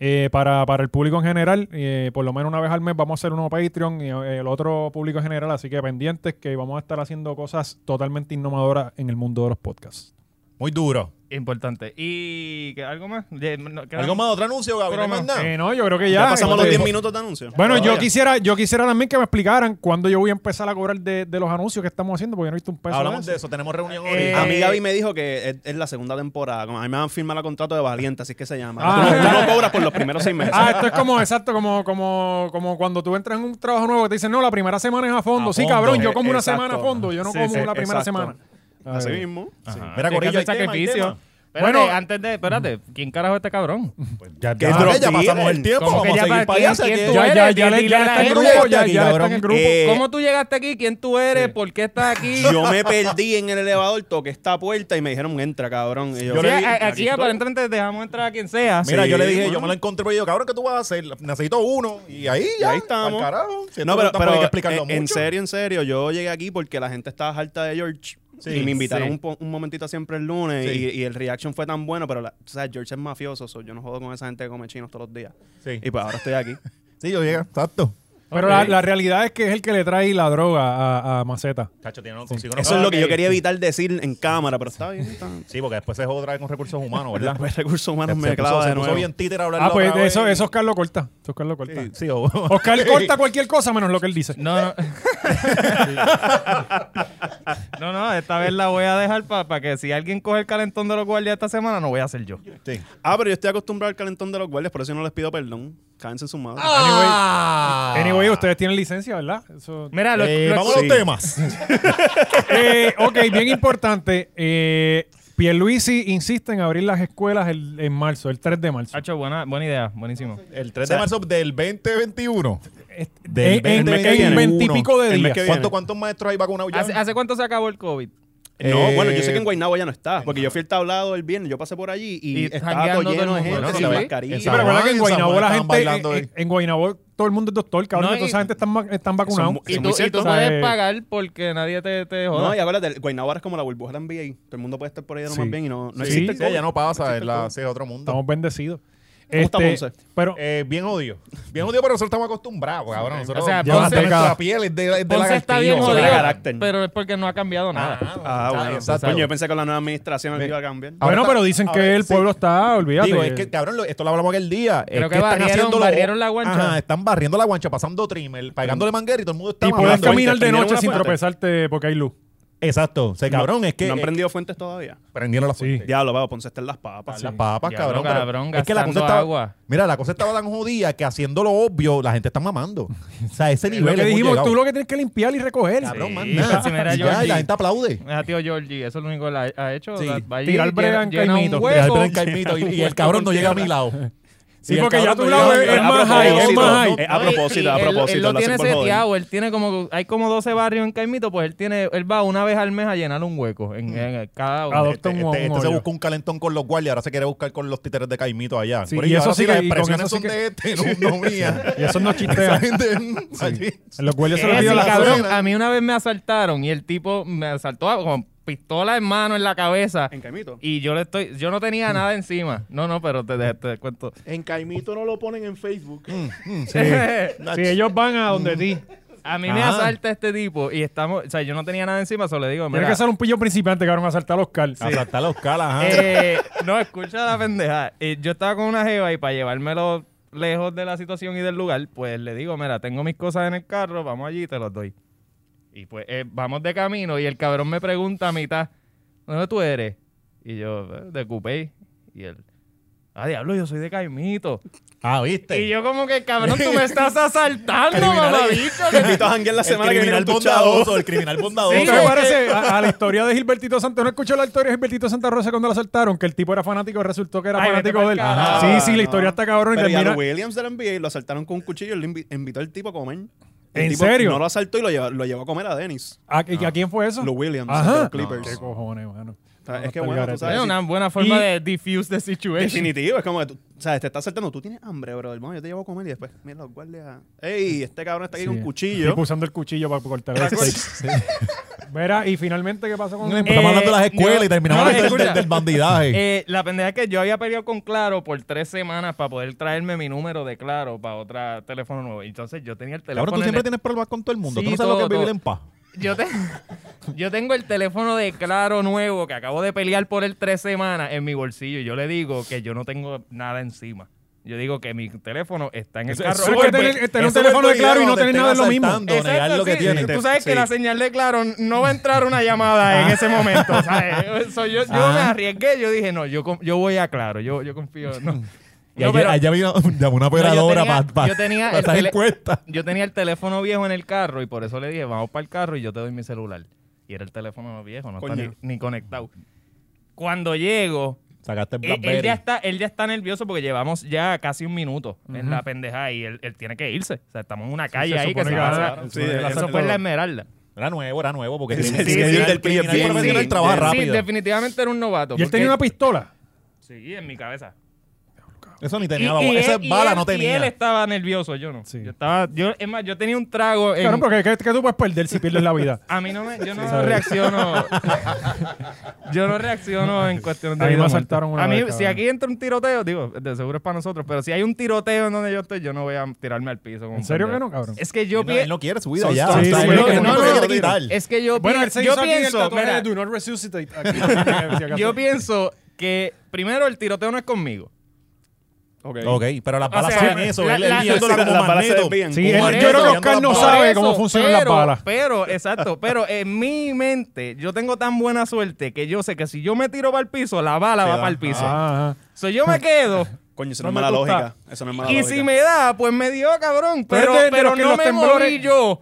[SPEAKER 1] eh, para, para el público en general. Eh, por lo menos una vez al mes vamos a hacer uno Patreon y eh, el otro público en general. Así que pendientes que vamos a estar haciendo cosas totalmente innovadoras en el mundo de los podcasts.
[SPEAKER 2] Muy duro.
[SPEAKER 3] Importante. ¿Y ¿qué- algo más? Ya, no, ¿qué-
[SPEAKER 2] ¿Algo más? ¿Otro anuncio, Gaby? ¿No hay más
[SPEAKER 3] Promo.
[SPEAKER 2] nada?
[SPEAKER 1] Eh, no, yo creo que ya.
[SPEAKER 4] Ya pasamos los
[SPEAKER 1] este,
[SPEAKER 4] 10 minutos de anuncio.
[SPEAKER 1] Bueno, yo
[SPEAKER 3] Todavía.
[SPEAKER 1] quisiera, yo quisiera también que me explicaran cuándo yo voy a empezar a cobrar de, de los anuncios que estamos haciendo, porque yo no he visto un peso.
[SPEAKER 2] Hablamos de
[SPEAKER 1] eso.
[SPEAKER 2] eso. Tenemos reunión
[SPEAKER 3] Eh,
[SPEAKER 4] A
[SPEAKER 2] ahorita.
[SPEAKER 4] mí Gaby me dijo que es, es la segunda temporada. Como a mí me han firmado el contrato de Valiente, así es que se llama.
[SPEAKER 1] Ah.
[SPEAKER 4] tú, no, tú no cobras por los primeros seis meses.
[SPEAKER 1] Ah, esto es como exacto, como, como, como cuando tú entras en un trabajo nuevo que te dicen, no, la primera semana es a fondo.
[SPEAKER 2] A
[SPEAKER 1] sí,
[SPEAKER 2] fondo.
[SPEAKER 1] cabrón, yo como una
[SPEAKER 4] Exacto.
[SPEAKER 1] semana a fondo, yo no
[SPEAKER 4] Sí,
[SPEAKER 1] como
[SPEAKER 4] sí,
[SPEAKER 1] la primera
[SPEAKER 4] exacto.
[SPEAKER 1] semana. A
[SPEAKER 4] Así
[SPEAKER 1] ver.
[SPEAKER 4] mismo.
[SPEAKER 1] Ah.
[SPEAKER 2] Ajá. Mira,
[SPEAKER 3] qué
[SPEAKER 2] Corillo,
[SPEAKER 3] hace
[SPEAKER 2] hay tema, hay tema.
[SPEAKER 3] Espérate,
[SPEAKER 1] Bueno.
[SPEAKER 3] antes de, espérate, ¿quién carajo es este cabrón?
[SPEAKER 2] Ya,
[SPEAKER 4] ¿Qué
[SPEAKER 2] ya,
[SPEAKER 4] drop
[SPEAKER 2] ya pasamos
[SPEAKER 4] dealer?
[SPEAKER 2] el tiempo.
[SPEAKER 3] Como
[SPEAKER 2] Vamos
[SPEAKER 3] que
[SPEAKER 2] a
[SPEAKER 3] ya
[SPEAKER 2] seguir
[SPEAKER 3] para-
[SPEAKER 2] para
[SPEAKER 3] ¿quién-
[SPEAKER 2] allá.
[SPEAKER 3] quién
[SPEAKER 2] que-
[SPEAKER 3] tú
[SPEAKER 1] Ya, ya, ya,
[SPEAKER 3] Dile
[SPEAKER 1] le- ya
[SPEAKER 3] a
[SPEAKER 1] le
[SPEAKER 3] la
[SPEAKER 1] está en
[SPEAKER 3] gente.
[SPEAKER 1] grupo, ya, ya le está en el grupo.
[SPEAKER 4] Eh,
[SPEAKER 3] ¿Cómo tú llegaste aquí? ¿Quién tú eres? ¿Por qué estás aquí?
[SPEAKER 4] Yo me perdí en el elevador, toqué esta puerta y me dijeron, entra, cabrón. Y yo,
[SPEAKER 2] Yo
[SPEAKER 3] Sí,
[SPEAKER 2] le
[SPEAKER 3] a-
[SPEAKER 2] dije,
[SPEAKER 1] eh,
[SPEAKER 3] a-
[SPEAKER 2] aquí
[SPEAKER 3] aquí
[SPEAKER 2] estoy.
[SPEAKER 3] aparentemente dejamos entrar a quien sea.
[SPEAKER 2] Mira,
[SPEAKER 4] Sí,
[SPEAKER 2] yo le dije, yo
[SPEAKER 4] bueno.
[SPEAKER 2] me lo encontré, pero yo, cabrón, ¿qué tú vas a hacer? Necesito uno. Y ahí
[SPEAKER 4] Y
[SPEAKER 2] ya.
[SPEAKER 4] ahí
[SPEAKER 2] pa'l
[SPEAKER 4] estamos.
[SPEAKER 2] carajo. Si
[SPEAKER 4] no,
[SPEAKER 2] esto
[SPEAKER 4] pero,
[SPEAKER 2] tampoco
[SPEAKER 4] pero
[SPEAKER 2] hay que explicarlo
[SPEAKER 4] en, en
[SPEAKER 2] mucho.
[SPEAKER 4] serio, en serio, yo llegué aquí porque la gente estaba harta de George.
[SPEAKER 2] Sí,
[SPEAKER 4] y me invitaron
[SPEAKER 2] sí.
[SPEAKER 4] un, po- un momentito siempre el lunes
[SPEAKER 2] Sí.
[SPEAKER 4] y, y el reaction fue tan bueno, pero la- o sea, George es mafioso, so yo no jodo con esa gente que come chinos todos los días.
[SPEAKER 2] Sí.
[SPEAKER 4] Y pues ahora
[SPEAKER 2] [LAUGHS]
[SPEAKER 4] estoy aquí.
[SPEAKER 2] Sí, yo llegué. Exacto.
[SPEAKER 1] Pero la, la realidad es que es el que le trae la droga a, a Maceta.
[SPEAKER 2] Cacho, tiene, no consigo
[SPEAKER 4] Eso es lo que yo quería evitar decir en cámara, pero está bien. Está...
[SPEAKER 2] Sí, porque después se joda con recursos humanos, ¿verdad?
[SPEAKER 4] Pues recursos humanos
[SPEAKER 2] se
[SPEAKER 4] me
[SPEAKER 2] puso,
[SPEAKER 4] clava
[SPEAKER 2] Este se
[SPEAKER 4] de
[SPEAKER 2] puso
[SPEAKER 4] nuevo.
[SPEAKER 2] bien títer hablar
[SPEAKER 1] Ah, pues eso, eso Oscar lo corta. Eso Oscar lo corta.
[SPEAKER 2] Sí, sí, o-
[SPEAKER 3] [LAUGHS]
[SPEAKER 1] Oscar corta cualquier cosa menos lo que él dice.
[SPEAKER 3] No,
[SPEAKER 2] [LAUGHS]
[SPEAKER 3] no. no, no, esta vez la voy a dejar para que si alguien coge el calentón de los guardias esta semana, no voy a ser yo.
[SPEAKER 2] Sí.
[SPEAKER 4] Ah, pero yo estoy acostumbrado al calentón de los guardias, por eso yo no les pido perdón. Cádense en su madre.
[SPEAKER 2] Ah.
[SPEAKER 1] Anyway, ustedes tienen licencia, ¿verdad? Eso-
[SPEAKER 3] Mira, lo,
[SPEAKER 2] Eh,
[SPEAKER 3] lo-
[SPEAKER 2] vamos a los temas.
[SPEAKER 1] Eh, ok, bien importante. Eh, Pierluisi insiste en abrir las escuelas el- en marzo, el 3 de marzo.
[SPEAKER 3] Hacho, buena, buena idea, buenísimo.
[SPEAKER 2] El 3 de marzo del 2021.
[SPEAKER 1] En- en-
[SPEAKER 2] del
[SPEAKER 1] en
[SPEAKER 2] 2021.
[SPEAKER 1] 20 y pico de
[SPEAKER 4] El mes
[SPEAKER 1] días.
[SPEAKER 4] que viene.
[SPEAKER 2] ¿Cuánto- ¿Cuántos maestros hay vacunados ya?
[SPEAKER 3] ¿Hace, hace cuánto se acabó el COVID?
[SPEAKER 4] No,
[SPEAKER 2] Eh,
[SPEAKER 4] bueno, yo sé que en Guaynabo ya no está, porque yo fui al tablado el viernes, yo pasé por allí y,
[SPEAKER 3] Y
[SPEAKER 4] estaba todo
[SPEAKER 3] jangueando todo el
[SPEAKER 4] lleno de
[SPEAKER 3] mundo,
[SPEAKER 4] gente
[SPEAKER 3] ¿no?
[SPEAKER 4] sin
[SPEAKER 3] Sí, sí.
[SPEAKER 4] mascarilla.
[SPEAKER 1] Sí, pero verdad que en
[SPEAKER 2] Samuel,
[SPEAKER 1] Guaynabo la
[SPEAKER 2] estaban
[SPEAKER 1] gente.
[SPEAKER 2] bailando
[SPEAKER 1] En,
[SPEAKER 2] ahí.
[SPEAKER 1] en Guaynabo todo el mundo es doctor, cabrón.
[SPEAKER 3] No,
[SPEAKER 1] toda
[SPEAKER 3] y-
[SPEAKER 1] esa gente están, va- están vacunados.
[SPEAKER 4] Son- Eso
[SPEAKER 3] Y
[SPEAKER 4] es
[SPEAKER 3] tú,
[SPEAKER 4] muy
[SPEAKER 3] y
[SPEAKER 4] cierto,
[SPEAKER 3] tú
[SPEAKER 2] Pues,
[SPEAKER 1] o sea, eh,
[SPEAKER 3] puedes pagar porque nadie te, te joda.
[SPEAKER 4] No, y ahora del Guaynabo ahora es como la burbuja de la NBA. Todo el mundo puede estar por ahí de lo más
[SPEAKER 1] Sí.
[SPEAKER 4] bien y no, no
[SPEAKER 1] Sí.
[SPEAKER 4] existe el
[SPEAKER 2] Sí,
[SPEAKER 4] COVID.
[SPEAKER 2] ya no pasa, es
[SPEAKER 4] existe el
[SPEAKER 2] la,
[SPEAKER 4] COVID.
[SPEAKER 2] sí, es otro mundo.
[SPEAKER 1] Estamos bendecidos.
[SPEAKER 4] ¿Cómo está
[SPEAKER 1] Este,
[SPEAKER 4] Ponce?
[SPEAKER 1] pero
[SPEAKER 2] Eh, bien odio. Bien odio, pero nosotros estamos acostumbrados, cabrón. Nosotros,
[SPEAKER 3] O sea,
[SPEAKER 2] ya
[SPEAKER 3] Ponce-
[SPEAKER 2] nuestra piel es de, es de
[SPEAKER 3] Ponce está
[SPEAKER 2] lagartijo.
[SPEAKER 3] bien
[SPEAKER 4] o sea,
[SPEAKER 3] jodido, Ah,
[SPEAKER 4] carácter.
[SPEAKER 3] pero es porque no ha cambiado nada.
[SPEAKER 4] Ah, bueno.
[SPEAKER 2] exacto.
[SPEAKER 4] Coño, yo pensé que la nueva administración iba a cambiar.
[SPEAKER 2] ahora
[SPEAKER 1] bueno,
[SPEAKER 2] está-
[SPEAKER 1] pero dicen que
[SPEAKER 2] ahora-
[SPEAKER 1] el
[SPEAKER 2] sí.
[SPEAKER 1] pueblo está, olvídate.
[SPEAKER 2] Digo, es que, cabrón, lo- esto lo hablamos aquel día.
[SPEAKER 3] Creo
[SPEAKER 2] es
[SPEAKER 3] que
[SPEAKER 2] están
[SPEAKER 3] barrieron-
[SPEAKER 2] haciéndolo-
[SPEAKER 3] barrieron la guancha.
[SPEAKER 2] Ajá, están barriendo la guancha, pasando trimmer, pagándole manguera y todo el mundo está
[SPEAKER 1] y puedes
[SPEAKER 2] mamando.
[SPEAKER 1] caminar de
[SPEAKER 4] ¿Prendieron
[SPEAKER 1] noche
[SPEAKER 4] una
[SPEAKER 1] sin
[SPEAKER 4] fuente?
[SPEAKER 1] tropezarte porque hay luz.
[SPEAKER 2] Exacto. Se cabrón, es que. eh,
[SPEAKER 4] ¿No han prendido fuentes todavía?
[SPEAKER 2] Prendieron las fuentes.
[SPEAKER 4] Diablo, vago, ponse en las papas.
[SPEAKER 2] Las papas,
[SPEAKER 3] Diablo,
[SPEAKER 2] cabrón. pero
[SPEAKER 3] cabrón,
[SPEAKER 2] es que la cosa
[SPEAKER 3] gastando
[SPEAKER 2] estaba.
[SPEAKER 3] agua.
[SPEAKER 2] Mira, la cosa estaba tan jodida que haciendo lo obvio, la gente está mamando. O sea, ese nivel.
[SPEAKER 1] Lo que
[SPEAKER 2] hemos
[SPEAKER 1] dijimos,
[SPEAKER 2] llegado.
[SPEAKER 1] tú lo que tienes que limpiar y recoger.
[SPEAKER 2] Cabrón, más
[SPEAKER 3] Sí,
[SPEAKER 2] nada.
[SPEAKER 3] si mira,
[SPEAKER 2] Y ya, y
[SPEAKER 3] Georgie.
[SPEAKER 2] la gente aplaude.
[SPEAKER 3] Es a Ah, tío Georgie, eso es lo único que la- ha hecho.
[SPEAKER 2] Sí.
[SPEAKER 3] La- va allí,
[SPEAKER 1] Tirar brea
[SPEAKER 3] llena-
[SPEAKER 1] en
[SPEAKER 3] llena un
[SPEAKER 1] caimito.
[SPEAKER 3] hueco.
[SPEAKER 2] Tirar brea en caimito y, y el cabrón no llega a mi lado.
[SPEAKER 1] Sí,
[SPEAKER 2] Y el
[SPEAKER 1] porque ya
[SPEAKER 2] cabrón
[SPEAKER 1] tu
[SPEAKER 2] no
[SPEAKER 1] lado
[SPEAKER 2] llega a mi
[SPEAKER 1] es
[SPEAKER 2] lado.
[SPEAKER 1] más high, es más high.
[SPEAKER 4] Eh, a
[SPEAKER 3] No, y-
[SPEAKER 4] propósito,
[SPEAKER 3] y
[SPEAKER 4] a
[SPEAKER 3] él-
[SPEAKER 4] propósito.
[SPEAKER 3] Él, lo
[SPEAKER 4] hacen
[SPEAKER 3] tiene
[SPEAKER 4] por joder.
[SPEAKER 3] seteado, él tiene como, hay como 12 barrios en Caimito, pues él tiene, él va una vez al mes a llenar un hueco
[SPEAKER 4] Mm.
[SPEAKER 3] en, en cada uno.
[SPEAKER 1] Adop-
[SPEAKER 2] Este,
[SPEAKER 1] un-
[SPEAKER 2] este-
[SPEAKER 1] un
[SPEAKER 2] este se
[SPEAKER 1] hoyo.
[SPEAKER 2] buscó un calentón con los guardias, ahora se quiere buscar con los títeres de Caimito allá.
[SPEAKER 1] Sí,
[SPEAKER 2] Por
[SPEAKER 1] y
[SPEAKER 2] ello,
[SPEAKER 1] eso
[SPEAKER 2] ahora
[SPEAKER 1] sí que-
[SPEAKER 2] las
[SPEAKER 1] y con
[SPEAKER 2] expresiones
[SPEAKER 1] eso [LAUGHS] sí
[SPEAKER 2] son
[SPEAKER 1] que-
[SPEAKER 2] de este, no, no mía.
[SPEAKER 1] Y eso no
[SPEAKER 2] Esa
[SPEAKER 1] chistea.
[SPEAKER 2] gente, allí.
[SPEAKER 1] En los cuellos se
[SPEAKER 3] Es
[SPEAKER 1] le
[SPEAKER 3] decir,
[SPEAKER 1] dio la
[SPEAKER 3] eh, cabrón,
[SPEAKER 2] suegra.
[SPEAKER 3] a mí una vez me asaltaron y el tipo me asaltó a- con pistola en mano en la cabeza
[SPEAKER 4] En Caimito.
[SPEAKER 3] y yo le estoy, yo no tenía nada encima. No, no, pero te, te- te cuento.
[SPEAKER 5] En Caimito no lo ponen
[SPEAKER 4] [LAUGHS]
[SPEAKER 5] en Facebook.
[SPEAKER 1] Si ellos van a donde ti.
[SPEAKER 3] [LAUGHS] a mí me
[SPEAKER 2] Ah.
[SPEAKER 3] asalta este tipo y estamos, o sea, yo no tenía nada encima, solo le digo,
[SPEAKER 1] Tiene que
[SPEAKER 3] mira,
[SPEAKER 1] ser un pillo principiante, cabrón, a saltar a Oscar.
[SPEAKER 2] Asaltar los calas, ajá.
[SPEAKER 3] Eh, no, escucha la pendeja. Eh, yo estaba con una jeva y para llevármelo lejos de la situación y del lugar, pues le digo, mira, tengo mis cosas en el carro, vamos allí y te los doy. Y pues eh, vamos de camino y el cabrón me pregunta a mitad, ¿dónde tú eres? Y yo, "Eh, de Coupé. Y él, ah, diablo, yo soy de Caimito.
[SPEAKER 2] Ah, ¿viste?
[SPEAKER 3] Y yo como que, cabrón, tú me estás asaltando,
[SPEAKER 2] Criminal-
[SPEAKER 3] mamabicho.
[SPEAKER 4] Te invito a janguear la
[SPEAKER 2] el
[SPEAKER 4] semana que viene
[SPEAKER 2] criminal
[SPEAKER 4] con tus chavos.
[SPEAKER 2] bondadoso,
[SPEAKER 1] [LAUGHS]
[SPEAKER 2] el criminal bondadoso.
[SPEAKER 1] Esto me parece a, a la historia de Gilbertito Santa. ¿No escuchó la historia de Gilbertito Santa Rosa cuando la asaltaron? Que el tipo era fanático y resultó que era
[SPEAKER 3] Ay, vete
[SPEAKER 1] fanático
[SPEAKER 3] pa'l
[SPEAKER 1] de él.
[SPEAKER 3] carajo.
[SPEAKER 1] Sí, sí, la
[SPEAKER 4] No.
[SPEAKER 1] historia está cabrón. Y
[SPEAKER 4] Ah. Pero y a
[SPEAKER 1] termina,
[SPEAKER 4] los Williams de la NBA lo asaltaron con un cuchillo y le invi- invitó al tipo a comer. El
[SPEAKER 1] ¿En
[SPEAKER 4] tipo
[SPEAKER 1] serio?
[SPEAKER 4] No lo asaltó y lo llevó, lo llevó a comer a Dennis.
[SPEAKER 1] ¿A, y a quién fue eso?
[SPEAKER 4] Los Williams, de
[SPEAKER 1] Ajá.
[SPEAKER 4] los Clippers.
[SPEAKER 1] Qué cojones, mano.
[SPEAKER 4] O
[SPEAKER 1] No,
[SPEAKER 4] sea, es que
[SPEAKER 1] está el
[SPEAKER 4] bueno,
[SPEAKER 1] garete.
[SPEAKER 4] tú sabes.
[SPEAKER 3] Es
[SPEAKER 4] si-
[SPEAKER 3] una buena forma
[SPEAKER 1] Y-
[SPEAKER 3] de diffuse the situation.
[SPEAKER 4] Definitivo, es como que tú, o sea, te está asaltando, tú tienes hambre, bro, hermano, yo te llevo a comer y después, mira los guardias, ey, este cabrón está aquí con
[SPEAKER 1] Sí.
[SPEAKER 4] un
[SPEAKER 1] [LAUGHS]
[SPEAKER 4] cuchillo.
[SPEAKER 1] Tipo usando el cuchillo para cortar el steak. Verá, y finalmente, ¿qué pasó con
[SPEAKER 2] Pero Estamos hablando de las escuelas
[SPEAKER 3] yo-
[SPEAKER 2] y terminamos
[SPEAKER 3] no,
[SPEAKER 2] hablando del-
[SPEAKER 3] escucha.
[SPEAKER 2] del, del bandidaje.
[SPEAKER 3] Eh, la pendeja es que yo había peleado con Claro por tres semanas para poder traerme mi número de Claro para otro teléfono nuevo. Entonces yo tenía el teléfono.
[SPEAKER 2] Cabrón, tú
[SPEAKER 3] en
[SPEAKER 2] siempre
[SPEAKER 3] el-
[SPEAKER 2] tienes problemas con todo el mundo.
[SPEAKER 3] Sí,
[SPEAKER 2] tú no sabes lo
[SPEAKER 3] todo,
[SPEAKER 2] que es vivir
[SPEAKER 3] todo.
[SPEAKER 2] en paz.
[SPEAKER 3] yo, te- [LAUGHS] yo tengo el teléfono de Claro nuevo que acabo de pelear por él tres semanas en mi bolsillo. Y yo le digo que yo no tengo nada encima. Yo digo que mi teléfono está en el
[SPEAKER 1] Eso-
[SPEAKER 3] carro.
[SPEAKER 1] eso es
[SPEAKER 3] Oye,
[SPEAKER 1] que tener-
[SPEAKER 3] pues,
[SPEAKER 1] tener un
[SPEAKER 2] Eso
[SPEAKER 1] teléfono de
[SPEAKER 2] este es
[SPEAKER 1] claro y no
[SPEAKER 2] cuando
[SPEAKER 1] tener
[SPEAKER 2] te
[SPEAKER 1] nada es lo
[SPEAKER 2] estén
[SPEAKER 1] mismo.
[SPEAKER 2] asaltando, negar
[SPEAKER 3] exacto,
[SPEAKER 2] lo que
[SPEAKER 3] sí.
[SPEAKER 2] tienes.
[SPEAKER 3] Tú sabes que
[SPEAKER 4] Sí.
[SPEAKER 3] la señal de Claro no va a entrar una llamada en
[SPEAKER 2] Ah.
[SPEAKER 3] ese momento.
[SPEAKER 2] [LAUGHS]
[SPEAKER 3] ¿sabes? So, yo yo me arriesgué, yo dije, no, yo, con- yo voy a Claro, yo, yo confío. No.
[SPEAKER 2] [LAUGHS] Y
[SPEAKER 3] No,
[SPEAKER 2] ayer,
[SPEAKER 3] pero-
[SPEAKER 2] ayer vino, llamó una operadora
[SPEAKER 3] tenía-
[SPEAKER 2] para pa,
[SPEAKER 3] yo tenía
[SPEAKER 2] pa
[SPEAKER 3] el
[SPEAKER 2] esas
[SPEAKER 3] tele-
[SPEAKER 2] encuestas.
[SPEAKER 3] Yo tenía el teléfono viejo en el carro y por eso le dije, vamos para el carro y yo te doy mi celular. Y era el teléfono viejo, no está ni,
[SPEAKER 4] Coño.
[SPEAKER 3] ni conectado. Cuando llego, e,
[SPEAKER 2] Sacaste el
[SPEAKER 3] él, él ya
[SPEAKER 2] Blackberry.
[SPEAKER 3] está, él ya está nervioso porque llevamos ya casi un minuto en la pendeja y él, él tiene que irse. O sea, estamos en una calle
[SPEAKER 1] se
[SPEAKER 3] ahí que
[SPEAKER 1] supone
[SPEAKER 3] se
[SPEAKER 1] que
[SPEAKER 3] pasa.
[SPEAKER 1] ahora-
[SPEAKER 4] sí,
[SPEAKER 3] eso fue en la Esmeralda.
[SPEAKER 2] Era nuevo, era nuevo. Porque
[SPEAKER 4] Sí,
[SPEAKER 2] el
[SPEAKER 4] sí,
[SPEAKER 2] criminal-
[SPEAKER 4] sí,
[SPEAKER 2] el
[SPEAKER 4] sí,
[SPEAKER 2] criminal
[SPEAKER 4] del PFD,
[SPEAKER 2] profesional
[SPEAKER 4] sí,
[SPEAKER 2] trabaja
[SPEAKER 4] sí,
[SPEAKER 3] Sí,
[SPEAKER 2] rápido.
[SPEAKER 3] definitivamente era un novato.
[SPEAKER 1] Y él
[SPEAKER 3] porque-
[SPEAKER 1] tenía una pistola.
[SPEAKER 3] Sí, en mi cabeza.
[SPEAKER 2] Eso ni tenía
[SPEAKER 3] Y-
[SPEAKER 2] la
[SPEAKER 3] y
[SPEAKER 2] bola. Esa
[SPEAKER 3] él- y
[SPEAKER 2] bala
[SPEAKER 3] él-
[SPEAKER 2] no
[SPEAKER 3] Y él
[SPEAKER 2] tenía.
[SPEAKER 3] estaba nervioso, yo no.
[SPEAKER 1] Sí.
[SPEAKER 3] Yo estaba, yo, es más, yo tenía un trago en,
[SPEAKER 1] Claro, porque ¿qué, qué tú puedes perder si pierdes la vida?
[SPEAKER 3] A mí no me, yo no
[SPEAKER 1] ¿sabes? [LAUGHS]
[SPEAKER 3] reacciono. yo no reacciono en cuestión de.
[SPEAKER 1] A mí me
[SPEAKER 3] vida o muerte.
[SPEAKER 1] asaltaron una
[SPEAKER 3] A mí,
[SPEAKER 1] vez, cabrón.
[SPEAKER 3] si aquí entra un tiroteo, digo, de seguro es para nosotros, pero si hay un tiroteo en donde yo estoy, yo no voy a tirarme al piso. como
[SPEAKER 1] ¿En
[SPEAKER 3] un
[SPEAKER 1] serio que
[SPEAKER 3] pendejo.
[SPEAKER 1] no, cabrón?
[SPEAKER 3] Es que yo
[SPEAKER 2] Él no- Él
[SPEAKER 3] pienso.
[SPEAKER 2] no quiere su vida ya.
[SPEAKER 1] Sí,
[SPEAKER 2] o sea,
[SPEAKER 1] sí,
[SPEAKER 2] él
[SPEAKER 1] sí,
[SPEAKER 2] lo que-
[SPEAKER 1] sí,
[SPEAKER 2] no,
[SPEAKER 1] sí,
[SPEAKER 2] no,
[SPEAKER 1] sí,
[SPEAKER 2] no quiere
[SPEAKER 1] sí,
[SPEAKER 2] quitar.
[SPEAKER 3] Es que yo,
[SPEAKER 1] Bueno, él
[SPEAKER 3] pienso,
[SPEAKER 1] se
[SPEAKER 3] yo
[SPEAKER 1] hizo aquí el
[SPEAKER 3] pienso,
[SPEAKER 1] tatuaje
[SPEAKER 3] mira,
[SPEAKER 1] de Do not resuscitate. aquí, si acaso.
[SPEAKER 3] yo pienso que primero el tiroteo no es conmigo.
[SPEAKER 4] Ok.
[SPEAKER 2] Ok, pero las balas
[SPEAKER 3] sea,
[SPEAKER 2] saben eso.
[SPEAKER 3] la-
[SPEAKER 2] Él él
[SPEAKER 3] la-
[SPEAKER 2] guiándola
[SPEAKER 4] Las
[SPEAKER 2] como
[SPEAKER 4] balas se
[SPEAKER 2] magneto.
[SPEAKER 4] desvían.
[SPEAKER 1] Sí,
[SPEAKER 4] Como
[SPEAKER 1] él-
[SPEAKER 3] Por
[SPEAKER 1] yo
[SPEAKER 3] eso-
[SPEAKER 2] Magneto
[SPEAKER 1] creo que
[SPEAKER 2] guiando
[SPEAKER 1] Oscar
[SPEAKER 2] las
[SPEAKER 1] no
[SPEAKER 2] balas.
[SPEAKER 1] sabe
[SPEAKER 3] por
[SPEAKER 1] cómo funcionan las
[SPEAKER 3] pero,
[SPEAKER 1] balas.
[SPEAKER 3] Pero, exacto, pero en mi mente yo tengo tan buena suerte que yo sé que si yo me tiro para el piso, la bala
[SPEAKER 2] Te
[SPEAKER 3] va
[SPEAKER 2] da.
[SPEAKER 3] para el piso.
[SPEAKER 1] Ah, ah.
[SPEAKER 3] So, yo me quedo
[SPEAKER 4] Coño, eso
[SPEAKER 1] No
[SPEAKER 4] no,
[SPEAKER 1] me
[SPEAKER 4] es mala
[SPEAKER 1] gusta.
[SPEAKER 4] lógica. Eso no es mala
[SPEAKER 3] y
[SPEAKER 4] lógica.
[SPEAKER 3] si me da, pues me dio, cabrón.
[SPEAKER 1] Pero
[SPEAKER 3] Pero,
[SPEAKER 1] es de- de
[SPEAKER 3] pero
[SPEAKER 1] los que
[SPEAKER 3] no
[SPEAKER 1] los
[SPEAKER 3] me
[SPEAKER 1] temblores-
[SPEAKER 3] moví yo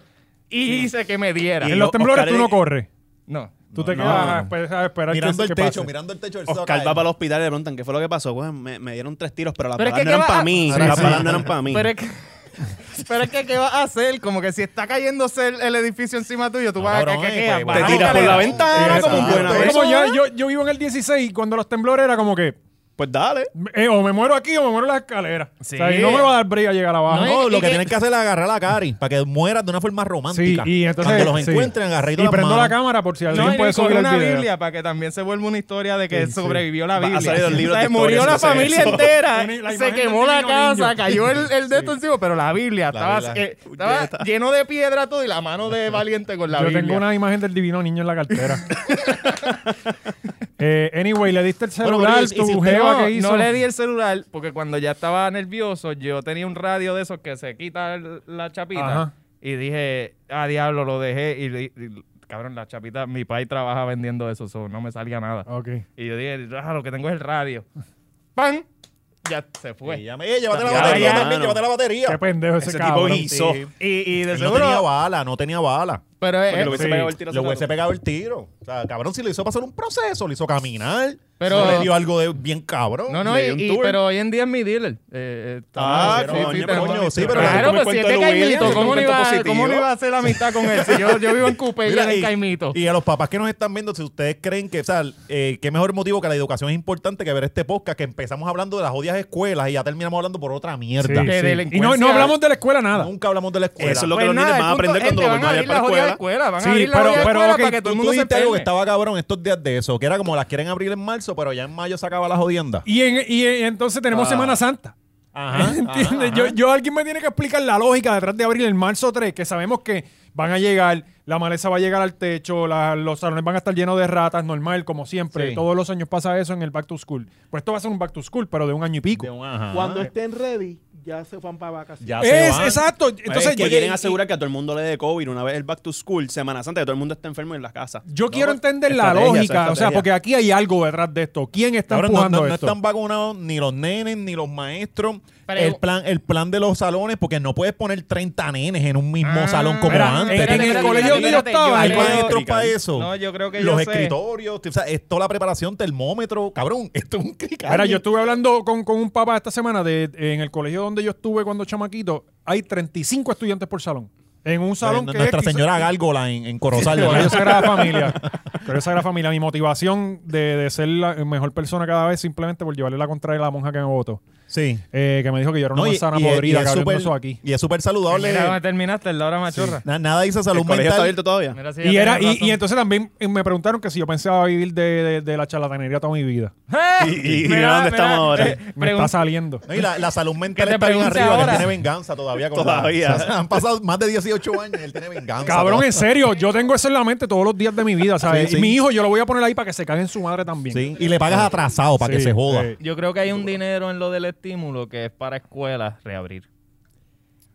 [SPEAKER 3] y hice que me diera.
[SPEAKER 4] Y
[SPEAKER 1] En los
[SPEAKER 4] Oscar
[SPEAKER 1] temblores tú
[SPEAKER 4] es-
[SPEAKER 1] no corres.
[SPEAKER 3] No.
[SPEAKER 1] Tú te
[SPEAKER 2] no,
[SPEAKER 1] quedas
[SPEAKER 2] no.
[SPEAKER 1] a esper- a esperar
[SPEAKER 2] Mirando
[SPEAKER 1] que-
[SPEAKER 2] el
[SPEAKER 1] que
[SPEAKER 2] techo,
[SPEAKER 1] pase.
[SPEAKER 2] mirando el techo. él se va a
[SPEAKER 4] Oscar
[SPEAKER 2] caer.
[SPEAKER 4] va para el hospital y le preguntan qué fue lo que pasó. Güey, me, me dieron tres tiros, pero las
[SPEAKER 3] Pero es
[SPEAKER 4] balas
[SPEAKER 3] que
[SPEAKER 4] no
[SPEAKER 3] ¿qué
[SPEAKER 4] eran
[SPEAKER 3] va-
[SPEAKER 4] para mí.
[SPEAKER 2] Sí,
[SPEAKER 4] las
[SPEAKER 2] sí.
[SPEAKER 4] balas no eran para mí.
[SPEAKER 3] Pero es que... [LAUGHS] Pero es que, ¿qué vas a hacer? Como que si está cayéndose el, el edificio encima tuyo, tú
[SPEAKER 2] No,
[SPEAKER 3] vas a
[SPEAKER 2] cabrón,
[SPEAKER 3] que,
[SPEAKER 2] eh,
[SPEAKER 3] que-
[SPEAKER 2] pues,
[SPEAKER 3] que-
[SPEAKER 2] bueno.
[SPEAKER 3] baja
[SPEAKER 4] Te tiras por la
[SPEAKER 3] escalera.
[SPEAKER 4] ventana
[SPEAKER 2] Sí,
[SPEAKER 4] como un
[SPEAKER 2] exacto.
[SPEAKER 4] buen
[SPEAKER 2] Pero
[SPEAKER 1] Es
[SPEAKER 4] abuelo.
[SPEAKER 1] como ya, yo, yo vivo en el 16 y cuando los temblores era como que
[SPEAKER 4] Pues dale.
[SPEAKER 1] eh, o me muero aquí o me muero en la escalera.
[SPEAKER 3] Sí.
[SPEAKER 1] O sea, y no me va a dar briga llegar abajo.
[SPEAKER 3] No,
[SPEAKER 2] No,
[SPEAKER 3] y
[SPEAKER 2] lo que
[SPEAKER 3] que-
[SPEAKER 2] tienes que hacer es agarrar a la Cari para que mueras de una forma
[SPEAKER 1] Sí,
[SPEAKER 2] romántica.
[SPEAKER 1] y entonces
[SPEAKER 2] Cuando los
[SPEAKER 1] sí.
[SPEAKER 2] encuentren, agarré
[SPEAKER 1] Y
[SPEAKER 2] todas las
[SPEAKER 1] prendo la
[SPEAKER 2] manos.
[SPEAKER 1] cámara por si alguien
[SPEAKER 3] No, y
[SPEAKER 1] puede
[SPEAKER 3] le
[SPEAKER 1] subir el
[SPEAKER 3] coge una
[SPEAKER 1] video.
[SPEAKER 3] Biblia para que también se vuelva una historia de que
[SPEAKER 1] Sí, sí.
[SPEAKER 3] sobrevivió
[SPEAKER 4] Va
[SPEAKER 3] la
[SPEAKER 4] a
[SPEAKER 3] Biblia.
[SPEAKER 4] salir el libro
[SPEAKER 3] [LAUGHS] O sea,
[SPEAKER 4] de
[SPEAKER 3] murió la
[SPEAKER 4] historias, entonces,
[SPEAKER 3] familia
[SPEAKER 4] eso.
[SPEAKER 3] entera,
[SPEAKER 1] Una- la
[SPEAKER 3] se
[SPEAKER 1] imagen
[SPEAKER 3] quemó
[SPEAKER 1] del
[SPEAKER 3] la
[SPEAKER 1] niño
[SPEAKER 3] casa,
[SPEAKER 1] niño.
[SPEAKER 3] cayó el, el de esto encima, pero la Biblia
[SPEAKER 2] La
[SPEAKER 3] estaba,
[SPEAKER 2] Biblia.
[SPEAKER 3] eh, estaba lleno de piedra todo y la mano de valiente con la
[SPEAKER 1] Yo
[SPEAKER 3] Biblia.
[SPEAKER 1] tengo una imagen del divino niño en la
[SPEAKER 3] [LAUGHS]
[SPEAKER 1] cartera. Eh, anyway, le diste el
[SPEAKER 2] Bueno,
[SPEAKER 1] celular,
[SPEAKER 2] pero y- y si
[SPEAKER 1] tu
[SPEAKER 2] usted
[SPEAKER 1] jeva
[SPEAKER 3] no,
[SPEAKER 1] que hizo.
[SPEAKER 3] no le di el celular porque cuando ya estaba nervioso, yo tenía un radio de esos que se quita el- la chapita.
[SPEAKER 1] Ajá.
[SPEAKER 3] Y dije, ah, diablo, lo dejé. Y, le- y- cabrón, la chapita, mi país trabaja vendiendo eso, so, no me salía nada.
[SPEAKER 1] Ok.
[SPEAKER 3] Y yo dije, ah, lo que tengo es el radio. ¡Pam! Ya se fue.
[SPEAKER 2] Y ella me- eh, llévate la
[SPEAKER 4] Ya,
[SPEAKER 2] batería
[SPEAKER 4] ya,
[SPEAKER 2] también,
[SPEAKER 4] mano.
[SPEAKER 2] llévate la batería.
[SPEAKER 1] Qué pendejo ese,
[SPEAKER 4] Ese tipo
[SPEAKER 1] cabrón.
[SPEAKER 4] hizo.
[SPEAKER 2] Sí.
[SPEAKER 3] Y, y de
[SPEAKER 2] Él no tenía
[SPEAKER 3] seguro.
[SPEAKER 2] bala, no tenía bala.
[SPEAKER 3] Pero eh,
[SPEAKER 4] Porque
[SPEAKER 3] es,
[SPEAKER 4] le hubiese
[SPEAKER 1] sí.
[SPEAKER 4] pegado el tiro. hace
[SPEAKER 2] Lo hubiese
[SPEAKER 4] rato.
[SPEAKER 2] pegado el tiro. O sea, cabrón, si lo hizo pasar un proceso, lo hizo caminar.
[SPEAKER 3] Pero-
[SPEAKER 2] Pero le dio algo de bien cabrón.
[SPEAKER 3] No, no,
[SPEAKER 4] Le
[SPEAKER 3] y,
[SPEAKER 4] dio un
[SPEAKER 3] y-
[SPEAKER 4] tour.
[SPEAKER 3] pero hoy en día es mi dealer. Eh, eh,
[SPEAKER 4] Ah,
[SPEAKER 3] está-
[SPEAKER 2] coño,
[SPEAKER 3] te-
[SPEAKER 2] coño, sí, pero-
[SPEAKER 3] Claro,
[SPEAKER 2] tú me
[SPEAKER 3] pues si
[SPEAKER 4] cuentas
[SPEAKER 3] es de
[SPEAKER 4] de William,
[SPEAKER 3] Caimito,
[SPEAKER 4] tú
[SPEAKER 3] ¿cómo
[SPEAKER 4] me
[SPEAKER 3] no, iba,
[SPEAKER 4] cuentas
[SPEAKER 3] a- ¿cómo no
[SPEAKER 4] positivo.
[SPEAKER 3] iba a hacer amistad con él? Si yo, yo vivo en Coupé y él
[SPEAKER 2] Mira,
[SPEAKER 3] pues, en
[SPEAKER 2] y-
[SPEAKER 3] Caimito.
[SPEAKER 2] Y a los papás que nos están viendo, si ustedes creen que, o sea, eh, qué mejor motivo que la educación es importante que ver este podcast, que empezamos hablando de las odias escuelas y ya terminamos hablando por otra mierda.
[SPEAKER 3] De
[SPEAKER 1] Y no, no
[SPEAKER 3] delincuencia.
[SPEAKER 1] hablamos de la escuela nada.
[SPEAKER 2] Nunca hablamos de la escuela.
[SPEAKER 4] Eso es lo que los niños
[SPEAKER 3] nada,
[SPEAKER 4] van a
[SPEAKER 3] el punto-
[SPEAKER 4] aprender cuando
[SPEAKER 3] gente,
[SPEAKER 4] volvieran
[SPEAKER 3] van a abrir
[SPEAKER 4] para la
[SPEAKER 3] las
[SPEAKER 4] escuela.
[SPEAKER 3] jodidas escuela. Van
[SPEAKER 1] Sí,
[SPEAKER 3] a abrir
[SPEAKER 1] pero-
[SPEAKER 3] las jodidas
[SPEAKER 1] pero,
[SPEAKER 3] escuelas
[SPEAKER 1] ok,
[SPEAKER 3] para que todo el
[SPEAKER 2] Tú,
[SPEAKER 3] mundo
[SPEAKER 2] tú
[SPEAKER 3] se
[SPEAKER 2] dijiste algo que
[SPEAKER 3] entere.
[SPEAKER 2] estaba cabrón estos días de eso, que era como las quieren abrir en marzo, pero ya en mayo se acaba la jodienda.
[SPEAKER 1] Y, en- y en- entonces tenemos
[SPEAKER 2] Ah.
[SPEAKER 1] Semana Santa.
[SPEAKER 2] Ajá.
[SPEAKER 1] [LAUGHS] ¿Entiendes? Yo, yo alguien me tiene que explicar la lógica detrás de abrir el marzo 3, que sabemos que van a llegar, la maleza va a llegar al techo, la- los salones van a estar llenos de ratas, normal, como siempre.
[SPEAKER 2] Sí.
[SPEAKER 1] Todos los años pasa eso en el back to school. Pues esto va a ser un back to school, pero de un año y pico.
[SPEAKER 2] De un ajá.
[SPEAKER 5] Cuando estén ready, ya se van para vacaciones.
[SPEAKER 2] Ya se
[SPEAKER 1] Es,
[SPEAKER 2] van.
[SPEAKER 1] exacto.
[SPEAKER 4] Entonces,
[SPEAKER 1] Entonces, yo,
[SPEAKER 4] quieren asegurar que a todo el mundo le dé COVID una vez el back to school, Semana Santa, que todo el mundo está enfermo en la casa.
[SPEAKER 1] yo quiero
[SPEAKER 4] pues,
[SPEAKER 1] entender la
[SPEAKER 4] estrategia,
[SPEAKER 1] lógica, o sea,
[SPEAKER 4] estrategia.
[SPEAKER 1] porque aquí hay algo detrás de esto. ¿Quién está
[SPEAKER 2] Cabrón, no,
[SPEAKER 1] empujando
[SPEAKER 2] no- no
[SPEAKER 1] esto?
[SPEAKER 2] están vacunados ni los nenes, ni los maestros.
[SPEAKER 3] Pero-
[SPEAKER 2] el, plan, el plan de los salones, porque no puedes poner 30 nenes en un mismo
[SPEAKER 3] Ah,
[SPEAKER 2] salón como
[SPEAKER 1] Mira,
[SPEAKER 2] antes.
[SPEAKER 1] en- en
[SPEAKER 2] Tienes-
[SPEAKER 1] el colegio donde yo
[SPEAKER 3] espérate, yo
[SPEAKER 1] estaba,
[SPEAKER 2] hay
[SPEAKER 3] creo-
[SPEAKER 2] maestros para
[SPEAKER 4] Explicar.
[SPEAKER 2] eso.
[SPEAKER 3] No, yo creo que
[SPEAKER 2] los
[SPEAKER 3] yo sé.
[SPEAKER 2] escritorios, o sea, es toda la preparación, termómetro, cabrón, [LAUGHS] esto es un crical.
[SPEAKER 1] Mira, yo estuve hablando con, con un papá esta semana de, en el colegio donde yo estuve cuando chamaquito. Hay 35 estudiantes por salón. En un salón que
[SPEAKER 2] Nuestra
[SPEAKER 1] es quizá-
[SPEAKER 2] señora Gárgola en, en Corozal.
[SPEAKER 1] Yo
[SPEAKER 2] ¿verdad?
[SPEAKER 1] Colegio Sagrada Familia. Colegio Sagrada Familia. Mi motivación de, de ser la mejor persona cada vez simplemente por llevarle la contraria a la monja que me votó.
[SPEAKER 2] sí.
[SPEAKER 1] Eh, que me dijo que yo era una
[SPEAKER 2] No, y-
[SPEAKER 1] manzana
[SPEAKER 2] y- y
[SPEAKER 1] podrida
[SPEAKER 2] es
[SPEAKER 1] que
[SPEAKER 2] súper-
[SPEAKER 1] eso aquí.
[SPEAKER 2] Y es súper saludable.
[SPEAKER 3] Mira, me terminaste la hora machorra.
[SPEAKER 2] Na- nada dice
[SPEAKER 4] ¿El
[SPEAKER 2] salud
[SPEAKER 4] colegio
[SPEAKER 2] mental.
[SPEAKER 4] está abierto todavía?
[SPEAKER 3] Mira, sí,
[SPEAKER 1] Y,
[SPEAKER 3] ya
[SPEAKER 1] era,
[SPEAKER 3] tienes
[SPEAKER 1] y,
[SPEAKER 3] razón.
[SPEAKER 1] y entonces también eh, me preguntaron que si yo pensaba vivir de, de- de la charlatanería toda mi vida.
[SPEAKER 3] [LAUGHS]
[SPEAKER 4] Y- y mira dónde estamos ahora.
[SPEAKER 1] Me
[SPEAKER 3] eh, pregun-
[SPEAKER 1] está saliendo.
[SPEAKER 2] No, y la, la salud mental
[SPEAKER 3] Que te
[SPEAKER 2] está bien
[SPEAKER 3] pregunte
[SPEAKER 2] arriba,
[SPEAKER 3] ahora.
[SPEAKER 2] que tiene venganza todavía. Con la-
[SPEAKER 4] Todavía.
[SPEAKER 2] o sea, [LAUGHS] han pasado más de 18 años y él tiene venganza.
[SPEAKER 1] Cabrón,
[SPEAKER 2] todavía.
[SPEAKER 1] en serio, yo tengo eso en la mente todos los días de mi vida, ¿sabes?
[SPEAKER 2] Sí, sí.
[SPEAKER 1] Y mi hijo yo lo voy a poner ahí para que se cague en su madre también.
[SPEAKER 2] Sí, y le pagas atrasado para que
[SPEAKER 1] Sí, eh,
[SPEAKER 2] se joda.
[SPEAKER 1] sí.
[SPEAKER 3] Yo creo que hay un dinero en lo del estímulo que es para escuelas reabrir.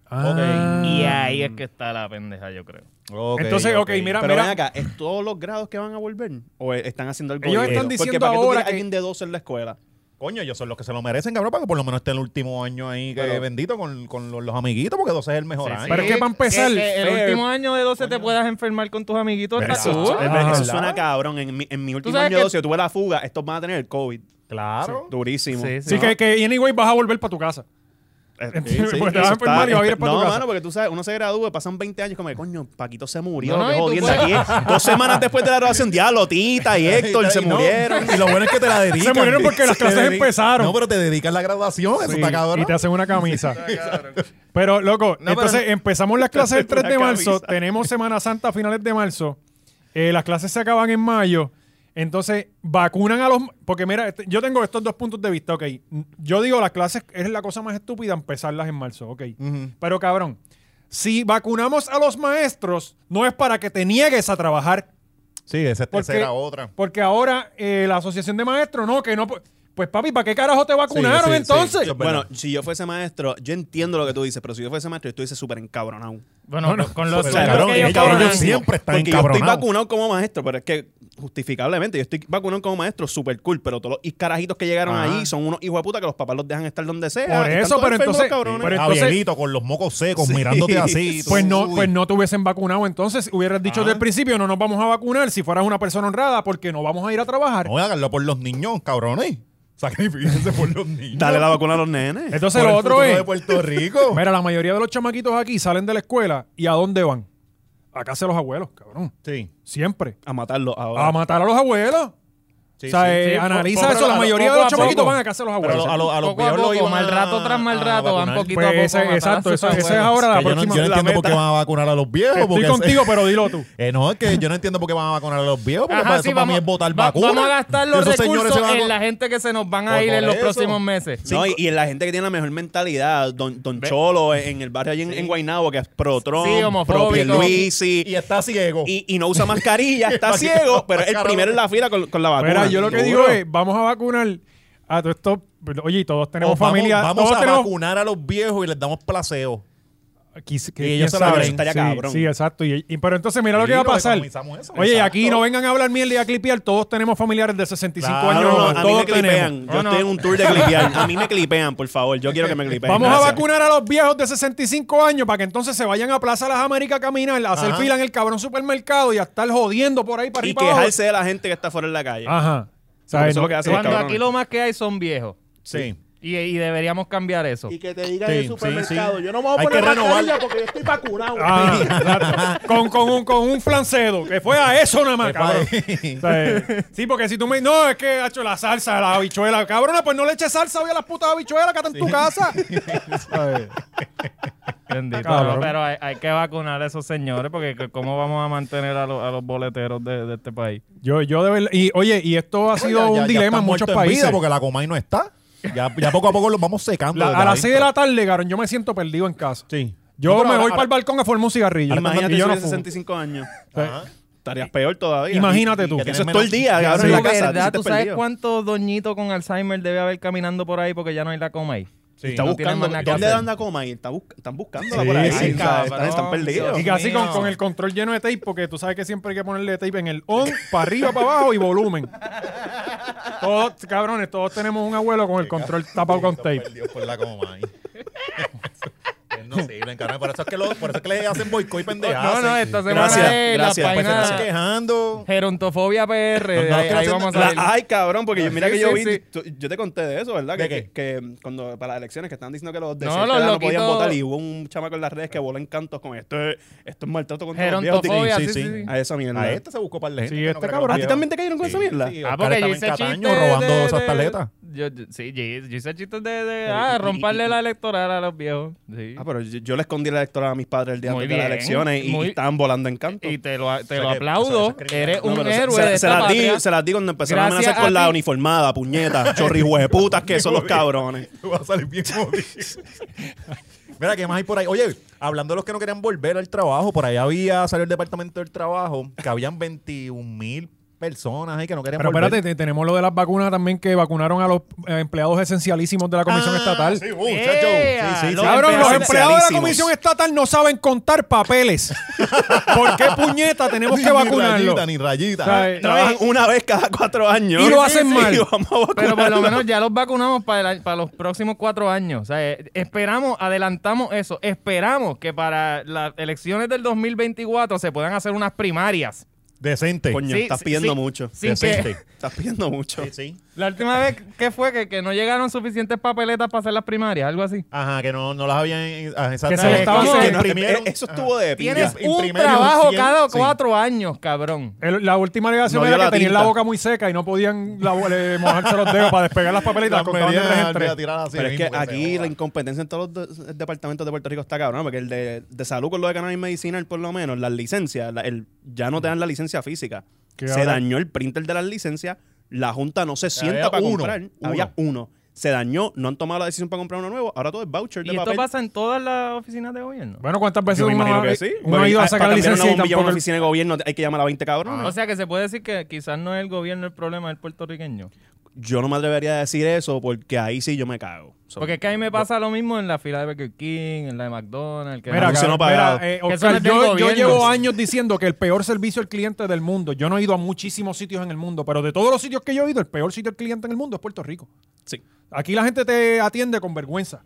[SPEAKER 1] Ah.
[SPEAKER 3] Y ahí es que está la pendeja, yo creo.
[SPEAKER 2] Ok,
[SPEAKER 1] Entonces, ok, mira,
[SPEAKER 4] Pero ven
[SPEAKER 1] mira.
[SPEAKER 4] acá, ¿es todos los grados que van a volver? ¿O eh, están haciendo algo
[SPEAKER 1] Ellos
[SPEAKER 4] ligero?
[SPEAKER 1] están diciendo
[SPEAKER 4] Porque ¿para qué tú
[SPEAKER 1] ahora
[SPEAKER 4] tienes
[SPEAKER 1] que-
[SPEAKER 4] a alguien de 12 en la escuela?
[SPEAKER 2] Coño, ellos son los que se lo merecen, cabrón, para que por lo menos esté el último año ahí, que
[SPEAKER 4] Pero-
[SPEAKER 2] bendito, con, con los, los amiguitos, porque 12 es el mejor
[SPEAKER 3] Sí, sí.
[SPEAKER 2] año.
[SPEAKER 1] Pero es que para empezar,
[SPEAKER 3] que el
[SPEAKER 1] fair.
[SPEAKER 3] último año de 12 te puedas enfermar con tus amiguitos.
[SPEAKER 2] ¿Verdad?
[SPEAKER 3] está cool.
[SPEAKER 2] Ah,
[SPEAKER 4] Es verdad, eso
[SPEAKER 2] ¿verdad?
[SPEAKER 4] suena cabrón. En mi, en mi último
[SPEAKER 3] sabes
[SPEAKER 4] año de
[SPEAKER 3] que-
[SPEAKER 4] 12 yo tuve la fuga. Estos van a tener el COVID.
[SPEAKER 2] Claro.
[SPEAKER 4] Durísimo.
[SPEAKER 3] Sí, sí.
[SPEAKER 1] Sí, que, que anyway vas a volver para tu casa.
[SPEAKER 4] Eh,
[SPEAKER 1] Sí, sí, porque te vas a
[SPEAKER 4] eso
[SPEAKER 1] enfermar y
[SPEAKER 4] está-
[SPEAKER 1] vas a ir para tu
[SPEAKER 4] No,
[SPEAKER 1] casa.
[SPEAKER 4] mano, porque tú sabes, uno se gradúa, pasan 20 años como que, coño, Paquito se murió,
[SPEAKER 3] No, no,
[SPEAKER 4] qué
[SPEAKER 3] y tú
[SPEAKER 4] jodienda
[SPEAKER 3] puedes-
[SPEAKER 4] aquí es. Dos semanas después de la graduación, diablo, Tita y Héctor se
[SPEAKER 2] Y no,
[SPEAKER 4] murieron.
[SPEAKER 2] Y lo bueno es que te la
[SPEAKER 1] Se
[SPEAKER 2] dedican.
[SPEAKER 1] murieron
[SPEAKER 2] [LAUGHS]
[SPEAKER 1] porque las
[SPEAKER 2] Te
[SPEAKER 1] clases
[SPEAKER 2] dedican-
[SPEAKER 1] empezaron.
[SPEAKER 2] No, pero te dedican la graduación, eso
[SPEAKER 1] Sí,
[SPEAKER 2] está
[SPEAKER 1] Y
[SPEAKER 2] cabrón.
[SPEAKER 1] te hacen una camisa. Pero, loco,
[SPEAKER 2] No, pero
[SPEAKER 1] entonces
[SPEAKER 2] no-
[SPEAKER 1] empezamos las clases el 3 de
[SPEAKER 4] Una
[SPEAKER 1] marzo,
[SPEAKER 4] camisa.
[SPEAKER 1] tenemos Semana Santa a finales de marzo, eh, las clases se acaban en mayo, entonces vacunan a los... Porque mira, este- yo tengo estos dos puntos de vista, ok. Yo digo, las clases es la cosa más estúpida empezarlas en marzo, ok. Pero cabrón, si vacunamos a los maestros, no es para que te niegues a trabajar.
[SPEAKER 2] Sí, esa
[SPEAKER 1] Porque-
[SPEAKER 2] tercera otra.
[SPEAKER 1] Porque ahora eh, la asociación de maestros, no, que no... pu- Pues papi, ¿para qué carajo te vacunaron
[SPEAKER 2] [LAUGHS] sí, sí.
[SPEAKER 1] entonces?
[SPEAKER 2] Yo-
[SPEAKER 4] Bueno,
[SPEAKER 2] verdad.
[SPEAKER 4] si yo fuese maestro, yo entiendo lo que tú dices, pero si yo fuese maestro, yo estuviese súper encabronado.
[SPEAKER 3] Bueno, con- con los
[SPEAKER 2] Pero,
[SPEAKER 1] Pues
[SPEAKER 4] sea,
[SPEAKER 2] cabrón,
[SPEAKER 4] porque
[SPEAKER 3] ellos
[SPEAKER 2] ellos,
[SPEAKER 3] cabronan.
[SPEAKER 2] ellos siempre están
[SPEAKER 4] Porque yo estoy
[SPEAKER 2] encabronados.
[SPEAKER 4] vacunado como maestro, pero es que justificablemente, yo estoy vacunado como maestro, súper cool, pero todos los carajitos que llegaron
[SPEAKER 2] Ajá.
[SPEAKER 4] ahí son unos hijos de puta que los papás los dejan estar donde sea.
[SPEAKER 1] Ah. Por
[SPEAKER 4] están
[SPEAKER 1] eso,
[SPEAKER 4] todos
[SPEAKER 1] pero
[SPEAKER 4] enfermos,
[SPEAKER 1] entonces-
[SPEAKER 4] cabrones.
[SPEAKER 1] pero entonces-
[SPEAKER 2] Javierito, Ah, con los mocos secos, mirándote así. tú-
[SPEAKER 1] Pues no,
[SPEAKER 2] uy.
[SPEAKER 1] pues no te hubiesen vacunado entonces. Hubieras dicho
[SPEAKER 2] Ah.
[SPEAKER 1] desde el principio, no nos vamos a vacunar si fueras una persona honrada porque no vamos a ir a trabajar.
[SPEAKER 2] No, háganlo por los niños, cabrones. Sacrifíquense por los niños.
[SPEAKER 4] Dale la vacuna a los nenes.
[SPEAKER 1] Entonces
[SPEAKER 2] Por
[SPEAKER 1] lo
[SPEAKER 2] el
[SPEAKER 1] otro eh.
[SPEAKER 2] futuro
[SPEAKER 1] es,
[SPEAKER 2] de
[SPEAKER 1] [LAUGHS]
[SPEAKER 2] Puerto Rico.
[SPEAKER 1] mira, la mayoría de los chamaquitos aquí salen de la escuela y ¿a dónde van? A casa de los abuelos, cabrón.
[SPEAKER 2] sí.
[SPEAKER 1] Siempre.
[SPEAKER 4] A matarlos ahora.
[SPEAKER 1] A matar a los abuelos.
[SPEAKER 2] Sí,
[SPEAKER 1] o sea,
[SPEAKER 2] sí.
[SPEAKER 1] eh,
[SPEAKER 3] sí.
[SPEAKER 1] analiza
[SPEAKER 2] Pero-
[SPEAKER 1] eso.
[SPEAKER 2] pero
[SPEAKER 1] La
[SPEAKER 2] a lo-
[SPEAKER 1] mayoría de
[SPEAKER 3] poco
[SPEAKER 1] los
[SPEAKER 3] a
[SPEAKER 1] chamaquitos
[SPEAKER 3] poco.
[SPEAKER 1] van a casa de los
[SPEAKER 2] Pero a
[SPEAKER 1] abuelos.
[SPEAKER 2] lo- a, lo- a los
[SPEAKER 3] Poco a
[SPEAKER 2] viejos los
[SPEAKER 3] poco,
[SPEAKER 2] iban
[SPEAKER 3] mal
[SPEAKER 2] a-
[SPEAKER 3] rato tras mal
[SPEAKER 2] a
[SPEAKER 3] rato, van
[SPEAKER 2] vacunar.
[SPEAKER 3] poquito a
[SPEAKER 1] Pues
[SPEAKER 3] poco.
[SPEAKER 1] ese-
[SPEAKER 3] a matar a
[SPEAKER 1] exacto,
[SPEAKER 3] sus
[SPEAKER 1] eso- ese es
[SPEAKER 3] abuelos.
[SPEAKER 1] ahora Pues, la
[SPEAKER 2] Que yo no, yo
[SPEAKER 1] próxima.
[SPEAKER 2] no entiendo
[SPEAKER 1] La
[SPEAKER 2] por qué van a vacunar a los viejos.
[SPEAKER 1] Estoy
[SPEAKER 2] porque
[SPEAKER 1] contigo, pero dilo
[SPEAKER 2] [LAUGHS]
[SPEAKER 1] tú.
[SPEAKER 2] ese- eh, no, es que yo no entiendo por qué van a vacunar a los viejos. Porque
[SPEAKER 3] Ajá,
[SPEAKER 2] para eso
[SPEAKER 3] sí,
[SPEAKER 2] para mí es votar
[SPEAKER 3] va-
[SPEAKER 2] vacuna.
[SPEAKER 3] Vamos a gastar los
[SPEAKER 2] Esos señores
[SPEAKER 3] recursos
[SPEAKER 2] se van a-
[SPEAKER 3] en la gente que se nos van a
[SPEAKER 2] Por-
[SPEAKER 3] ir en
[SPEAKER 2] por
[SPEAKER 3] los
[SPEAKER 2] eso.
[SPEAKER 3] próximos meses.
[SPEAKER 4] No, y, y la gente que tiene la mejor mentalidad, Don, don Cholo en, en el barrio allí en, en Guaynabo, que es pro Trump,
[SPEAKER 3] Sí,
[SPEAKER 4] pro
[SPEAKER 3] homofóbico.
[SPEAKER 4] Pierluisi,
[SPEAKER 2] Y está ciego.
[SPEAKER 4] y, y no usa mascarilla,
[SPEAKER 1] [LAUGHS]
[SPEAKER 4] está ciego, pero es el primero en la fila con, con la vacuna.
[SPEAKER 1] Mira, yo lo que
[SPEAKER 4] Duro.
[SPEAKER 1] digo es, vamos a vacunar a todos estos... Oye, y todos tenemos
[SPEAKER 2] vamos,
[SPEAKER 1] familia.
[SPEAKER 2] vamos
[SPEAKER 1] todos
[SPEAKER 2] a
[SPEAKER 1] tenemos-
[SPEAKER 2] vacunar a los viejos y les damos placeo.
[SPEAKER 1] quis- que
[SPEAKER 2] Y
[SPEAKER 1] quién
[SPEAKER 2] ellos se
[SPEAKER 1] sabe.
[SPEAKER 2] la abren.
[SPEAKER 1] Sí,
[SPEAKER 4] Eso estaría cabrón.
[SPEAKER 1] Sí, exacto. Y, y- pero entonces mira lo que va a
[SPEAKER 2] Mira,
[SPEAKER 1] pasar.
[SPEAKER 2] economizamos eso.
[SPEAKER 1] Oye, y aquí
[SPEAKER 2] Exacto.
[SPEAKER 1] no vengan a hablar mierda y a clipear. Todos tenemos familiares de 65
[SPEAKER 2] Claro,
[SPEAKER 1] años.
[SPEAKER 2] no,
[SPEAKER 1] o
[SPEAKER 2] no,
[SPEAKER 1] más,
[SPEAKER 4] Ah, a mí
[SPEAKER 1] todos
[SPEAKER 4] me
[SPEAKER 1] tenemos.
[SPEAKER 4] clipean. Yo estoy en un tour de clipear. A mí me clipean, por favor. Yo quiero que me clipeen.
[SPEAKER 1] Vamos a
[SPEAKER 4] Gracias.
[SPEAKER 1] vacunar a los viejos de 65 años para que entonces se vayan a Plaza Las Américas a caminar, a hacer
[SPEAKER 2] Ajá.
[SPEAKER 1] fila en el cabrón supermercado y a estar jodiendo por ahí para
[SPEAKER 4] Y
[SPEAKER 1] arriba. Ah, y para abajo.
[SPEAKER 4] quejarse de la gente que está fuera en la calle.
[SPEAKER 1] Ajá.
[SPEAKER 4] Porque
[SPEAKER 1] ¿Sabes?
[SPEAKER 4] eso es lo que hacen los
[SPEAKER 3] Cuando
[SPEAKER 4] cabrones.
[SPEAKER 3] aquí lo más que hay son viejos.
[SPEAKER 2] Sí.
[SPEAKER 3] Y, y deberíamos cambiar eso.
[SPEAKER 5] Y que te diga
[SPEAKER 2] Sí,
[SPEAKER 5] en el
[SPEAKER 2] sí,
[SPEAKER 5] supermercado,
[SPEAKER 2] sí.
[SPEAKER 5] yo no me voy a
[SPEAKER 2] Hay que
[SPEAKER 5] poner
[SPEAKER 2] renovar.
[SPEAKER 5] mascarilla porque yo estoy vacunado.
[SPEAKER 1] Ah, exacto. [LAUGHS] con, con un, con un flancedo, que fue a eso nada más,
[SPEAKER 2] Que
[SPEAKER 1] cabrón.
[SPEAKER 2] fue-
[SPEAKER 1] O sea, Sí, porque si tú me no, es que ha hecho la salsa, la habichuela. Cabrona, pues no le eches salsa hoy a las putas habichuelas que están en tu casa.
[SPEAKER 3] Bendito,
[SPEAKER 1] Cabrón.
[SPEAKER 3] no, pero hay, hay que vacunar a esos señores porque c- cómo vamos a mantener a, los- a los boleteros de, de este país.
[SPEAKER 1] Yo, yo de verdad. Y oye, y esto ha sido
[SPEAKER 2] Ya-
[SPEAKER 1] un
[SPEAKER 2] ya- ya
[SPEAKER 1] dilema
[SPEAKER 2] está
[SPEAKER 1] en muchos
[SPEAKER 2] muerto
[SPEAKER 1] países.
[SPEAKER 2] vida porque la Comay no está. Ya, ya poco a poco los vamos secando.
[SPEAKER 1] La-
[SPEAKER 2] desde
[SPEAKER 1] a las 6 de la
[SPEAKER 2] adentro.
[SPEAKER 1] tarde, cabrón, yo me siento perdido en casa.
[SPEAKER 2] Sí.
[SPEAKER 1] Yo me
[SPEAKER 4] No, pero ahora-
[SPEAKER 1] voy
[SPEAKER 4] ahora-
[SPEAKER 1] para el balcón a formar un cigarrillo.
[SPEAKER 4] Imagínate
[SPEAKER 1] Y yo
[SPEAKER 4] yo
[SPEAKER 1] no
[SPEAKER 4] de
[SPEAKER 1] fumo.
[SPEAKER 4] 65 años.
[SPEAKER 2] Ajá.
[SPEAKER 4] Estarías peor todavía.
[SPEAKER 1] Imagínate tú.
[SPEAKER 4] Que
[SPEAKER 1] Que
[SPEAKER 4] eso es
[SPEAKER 2] tienes
[SPEAKER 4] todo
[SPEAKER 2] menos-
[SPEAKER 4] el día.
[SPEAKER 2] Sí,
[SPEAKER 4] cabrón,
[SPEAKER 3] Pero
[SPEAKER 4] Ah, en
[SPEAKER 3] de
[SPEAKER 4] la casa.
[SPEAKER 3] verdad,
[SPEAKER 4] tú
[SPEAKER 3] ¿tú
[SPEAKER 4] te
[SPEAKER 3] sabes
[SPEAKER 4] perdido.
[SPEAKER 3] cuántos doñitos con Alzheimer debe haber caminando por ahí porque ya no hay la coma ahí?
[SPEAKER 2] Sí.
[SPEAKER 4] Está
[SPEAKER 3] No tiene
[SPEAKER 4] buscando.
[SPEAKER 3] más nada que
[SPEAKER 4] ¿Dónde
[SPEAKER 3] hacer.
[SPEAKER 4] anda la coma? Y está bus- están buscándola
[SPEAKER 1] Sí,
[SPEAKER 4] por ahí.
[SPEAKER 1] sí,
[SPEAKER 4] ¿sabes?
[SPEAKER 3] cabrón.
[SPEAKER 4] Están, están perdidos.
[SPEAKER 1] Y que así con,
[SPEAKER 3] Mío.
[SPEAKER 1] con el control lleno de tape, porque tú sabes que siempre hay que ponerle tape en el on, para arriba, para abajo y volumen. Todos, cabrones, todos tenemos un abuelo con el control tapado con tape.
[SPEAKER 2] Perdidos por la Comay. Es no sirven, carnal. Por eso es que, lo- por eso es que le hacen boicot y pendejadas.
[SPEAKER 3] No, no, esta semana
[SPEAKER 4] Gracias, gracias,
[SPEAKER 3] es la
[SPEAKER 2] Pues se
[SPEAKER 3] página
[SPEAKER 2] están quejando.
[SPEAKER 3] Gerontofobia PR. de
[SPEAKER 2] no,
[SPEAKER 3] ahí,
[SPEAKER 2] que no
[SPEAKER 3] Eh, ahí
[SPEAKER 2] se-
[SPEAKER 3] vamos a
[SPEAKER 4] La-
[SPEAKER 3] salir.
[SPEAKER 4] ay, cabrón, porque yo- mira
[SPEAKER 3] Sí,
[SPEAKER 4] que yo
[SPEAKER 3] sí,
[SPEAKER 4] vi.
[SPEAKER 3] sí.
[SPEAKER 4] tú- yo te conté de eso, ¿verdad?
[SPEAKER 2] ¿De
[SPEAKER 4] que,
[SPEAKER 2] qué?
[SPEAKER 4] que cuando para las elecciones que están diciendo que los de
[SPEAKER 3] No,
[SPEAKER 4] cierta
[SPEAKER 3] los
[SPEAKER 4] edad no podían
[SPEAKER 3] loquitos-
[SPEAKER 4] votar y hubo un chamaco en las redes que voló en cantos con esto. es- Esto es maltrato contra los viejos.
[SPEAKER 3] Gerontofobia,
[SPEAKER 2] Sí,
[SPEAKER 3] sí,
[SPEAKER 2] sí,
[SPEAKER 3] sí.
[SPEAKER 2] sí.
[SPEAKER 3] sí.
[SPEAKER 4] A esa mierda.
[SPEAKER 2] A este se buscó para la gente.
[SPEAKER 1] Sí,
[SPEAKER 2] que
[SPEAKER 1] este
[SPEAKER 2] cree
[SPEAKER 1] cabrón.
[SPEAKER 2] los
[SPEAKER 4] ¿A ti
[SPEAKER 2] viejos.
[SPEAKER 4] también te cayeron con esa mierda?
[SPEAKER 2] Sí,
[SPEAKER 3] Ah,
[SPEAKER 2] Oscar
[SPEAKER 3] porque yo
[SPEAKER 2] estaba en
[SPEAKER 3] hice
[SPEAKER 2] Cataño
[SPEAKER 3] chistes
[SPEAKER 2] robando
[SPEAKER 3] de-
[SPEAKER 2] esas
[SPEAKER 3] de-
[SPEAKER 2] tarjetas.
[SPEAKER 3] Yo, yo- sí, yo, yo hice chistes de, de-
[SPEAKER 4] Sí,
[SPEAKER 3] ah,
[SPEAKER 4] Eh, y-
[SPEAKER 3] romperle
[SPEAKER 4] y-
[SPEAKER 3] la electoral a los viejos. Sí.
[SPEAKER 4] Ah, pero yo, yo le escondí la electoral a mis padres el día
[SPEAKER 3] Muy
[SPEAKER 4] antes de las
[SPEAKER 3] bien,
[SPEAKER 4] elecciones y,
[SPEAKER 3] muy-
[SPEAKER 4] y estaban volando en canto.
[SPEAKER 3] y te lo, te
[SPEAKER 2] sea
[SPEAKER 3] lo
[SPEAKER 2] que-
[SPEAKER 3] aplaudo.
[SPEAKER 2] eso- eso es criminal.
[SPEAKER 3] Eres
[SPEAKER 2] No,
[SPEAKER 3] un
[SPEAKER 4] pero se-
[SPEAKER 3] héroe
[SPEAKER 4] se,
[SPEAKER 3] de
[SPEAKER 4] se
[SPEAKER 3] esta
[SPEAKER 4] las di,
[SPEAKER 3] patria.
[SPEAKER 4] se las di cuando empezaron a
[SPEAKER 3] Gracias
[SPEAKER 4] amenazar con
[SPEAKER 3] a
[SPEAKER 4] la
[SPEAKER 3] ti.
[SPEAKER 4] uniformada, puñeta, chorrihueputas que
[SPEAKER 3] [LAUGHS]
[SPEAKER 4] son los cabrones.
[SPEAKER 2] [LAUGHS] Tú vas a salir bien
[SPEAKER 4] [LAUGHS]
[SPEAKER 2] jodido. Mira, ¿qué más hay por ahí? Oye, hablando de los que no querían volver al trabajo, por ahí había salió el departamento del trabajo que habían 21 mil personas ahí que no querían
[SPEAKER 1] Pero
[SPEAKER 2] volver.
[SPEAKER 1] espérate, te- tenemos lo de las vacunas también que vacunaron a los eh, empleados esencialísimos de la Comisión
[SPEAKER 2] Ah,
[SPEAKER 1] Estatal.
[SPEAKER 2] Sí, uh, chacho.
[SPEAKER 4] Eh,
[SPEAKER 2] Sí,
[SPEAKER 3] ¡Ea!
[SPEAKER 2] Ah, sí, sí.
[SPEAKER 3] Los
[SPEAKER 1] Cabrón, los
[SPEAKER 4] empleados
[SPEAKER 1] empleados de la
[SPEAKER 4] esencialísimos.
[SPEAKER 1] Comisión Estatal no saben contar papeles. ¿Por qué puñeta tenemos [LAUGHS]
[SPEAKER 2] Ni-
[SPEAKER 1] que
[SPEAKER 2] ni
[SPEAKER 1] vacunarlos?
[SPEAKER 2] rayita, Ni rayita,
[SPEAKER 1] O sea,
[SPEAKER 4] Trabajan una vez cada cuatro años.
[SPEAKER 1] Y lo hacen
[SPEAKER 4] Sí,
[SPEAKER 1] mal.
[SPEAKER 4] y vamos a
[SPEAKER 3] Pero por lo
[SPEAKER 4] vacunarlos.
[SPEAKER 3] menos ya los vacunamos para, el año- para los próximos cuatro años. O sea, eh, esperamos, adelantamos eso. Esperamos que para las elecciones del 2024 se puedan hacer unas primarias.
[SPEAKER 2] Decente.
[SPEAKER 4] Coño,
[SPEAKER 3] Sí,
[SPEAKER 4] estás
[SPEAKER 3] sí,
[SPEAKER 4] pidiendo
[SPEAKER 3] sí.
[SPEAKER 4] mucho.
[SPEAKER 3] Sin
[SPEAKER 2] Decente.
[SPEAKER 3] que-
[SPEAKER 4] Estás pidiendo mucho.
[SPEAKER 2] Sí, sí.
[SPEAKER 3] la última vez que fue que, que no llegaron suficientes papeletas para hacer las primarias, algo así.
[SPEAKER 2] Ajá, que no, no las habían. ah, Exacto.
[SPEAKER 1] Que se les estaba-
[SPEAKER 2] Que
[SPEAKER 1] que
[SPEAKER 4] no,
[SPEAKER 2] imprimieron.
[SPEAKER 4] eh, eso estuvo de
[SPEAKER 3] Tienes
[SPEAKER 4] pinga.
[SPEAKER 3] un
[SPEAKER 2] imprimieron
[SPEAKER 3] trabajo
[SPEAKER 2] 100,
[SPEAKER 3] cada
[SPEAKER 2] sí.
[SPEAKER 3] cuatro años, cabrón.
[SPEAKER 1] El- la última alegación
[SPEAKER 4] No
[SPEAKER 1] era
[SPEAKER 4] dio
[SPEAKER 1] que
[SPEAKER 4] la
[SPEAKER 1] tenían la
[SPEAKER 4] tinta.
[SPEAKER 1] boca muy seca y no podían la- le- mojarse los dedos para despegar las papelitas.
[SPEAKER 2] Las
[SPEAKER 1] contaban de
[SPEAKER 2] medidas,
[SPEAKER 1] tres en
[SPEAKER 2] voy
[SPEAKER 1] tres.
[SPEAKER 2] a tirar así
[SPEAKER 4] Pero es que
[SPEAKER 2] mismo, se
[SPEAKER 4] aquí la
[SPEAKER 2] joda.
[SPEAKER 4] incompetencia en todos los de- departamentos de Puerto Rico está cabrón, porque el de, de salud con lo de cannabis medicinal, por lo menos, las licencias, la- el, ya no te dan la licencia física.
[SPEAKER 1] Qué
[SPEAKER 4] se
[SPEAKER 1] cabrón.
[SPEAKER 4] dañó el printer de las licencias, la Junta no se
[SPEAKER 2] había
[SPEAKER 4] sienta para
[SPEAKER 2] uno,
[SPEAKER 4] comprar,
[SPEAKER 2] uno.
[SPEAKER 4] había uno. Se dañó, no han tomado la decisión para comprar uno nuevo, ahora todo es voucher de
[SPEAKER 3] Y esto
[SPEAKER 4] papel.
[SPEAKER 3] pasa en todas las oficinas de gobierno.
[SPEAKER 1] Bueno, ¿cuántas veces
[SPEAKER 4] Yo me
[SPEAKER 1] uno,
[SPEAKER 4] imagino
[SPEAKER 1] ha-
[SPEAKER 4] que sí.
[SPEAKER 1] uno ha ido a
[SPEAKER 4] Porque
[SPEAKER 1] sacar Ah, la
[SPEAKER 4] para cambiar una
[SPEAKER 1] licencia y
[SPEAKER 4] bombilla a
[SPEAKER 1] tampoco...
[SPEAKER 4] una oficina de gobierno hay que llamar a 20 cabrones?
[SPEAKER 3] O sea que se puede decir que quizás no es el gobierno el problema, es el puertorriqueño.
[SPEAKER 4] Yo no me atrevería a decir eso porque ahí sí yo me cago. So-
[SPEAKER 3] Porque es que a mí me pasa lo mismo en la fila de Burger King, en la de McDonald's. Que
[SPEAKER 1] Mira,
[SPEAKER 4] anuncio
[SPEAKER 1] cabrón,
[SPEAKER 4] no pagado.
[SPEAKER 1] mira, eh,
[SPEAKER 3] Que eso
[SPEAKER 1] Oscar,
[SPEAKER 3] no es del
[SPEAKER 1] yo, yo
[SPEAKER 3] gobierno.
[SPEAKER 1] llevo años diciendo que el peor servicio al cliente del mundo, yo no he ido a muchísimos sitios en el mundo, pero de todos los sitios que yo he ido, el peor sitio al cliente en el mundo es Puerto Rico.
[SPEAKER 4] Sí.
[SPEAKER 1] Aquí la gente te atiende con vergüenza.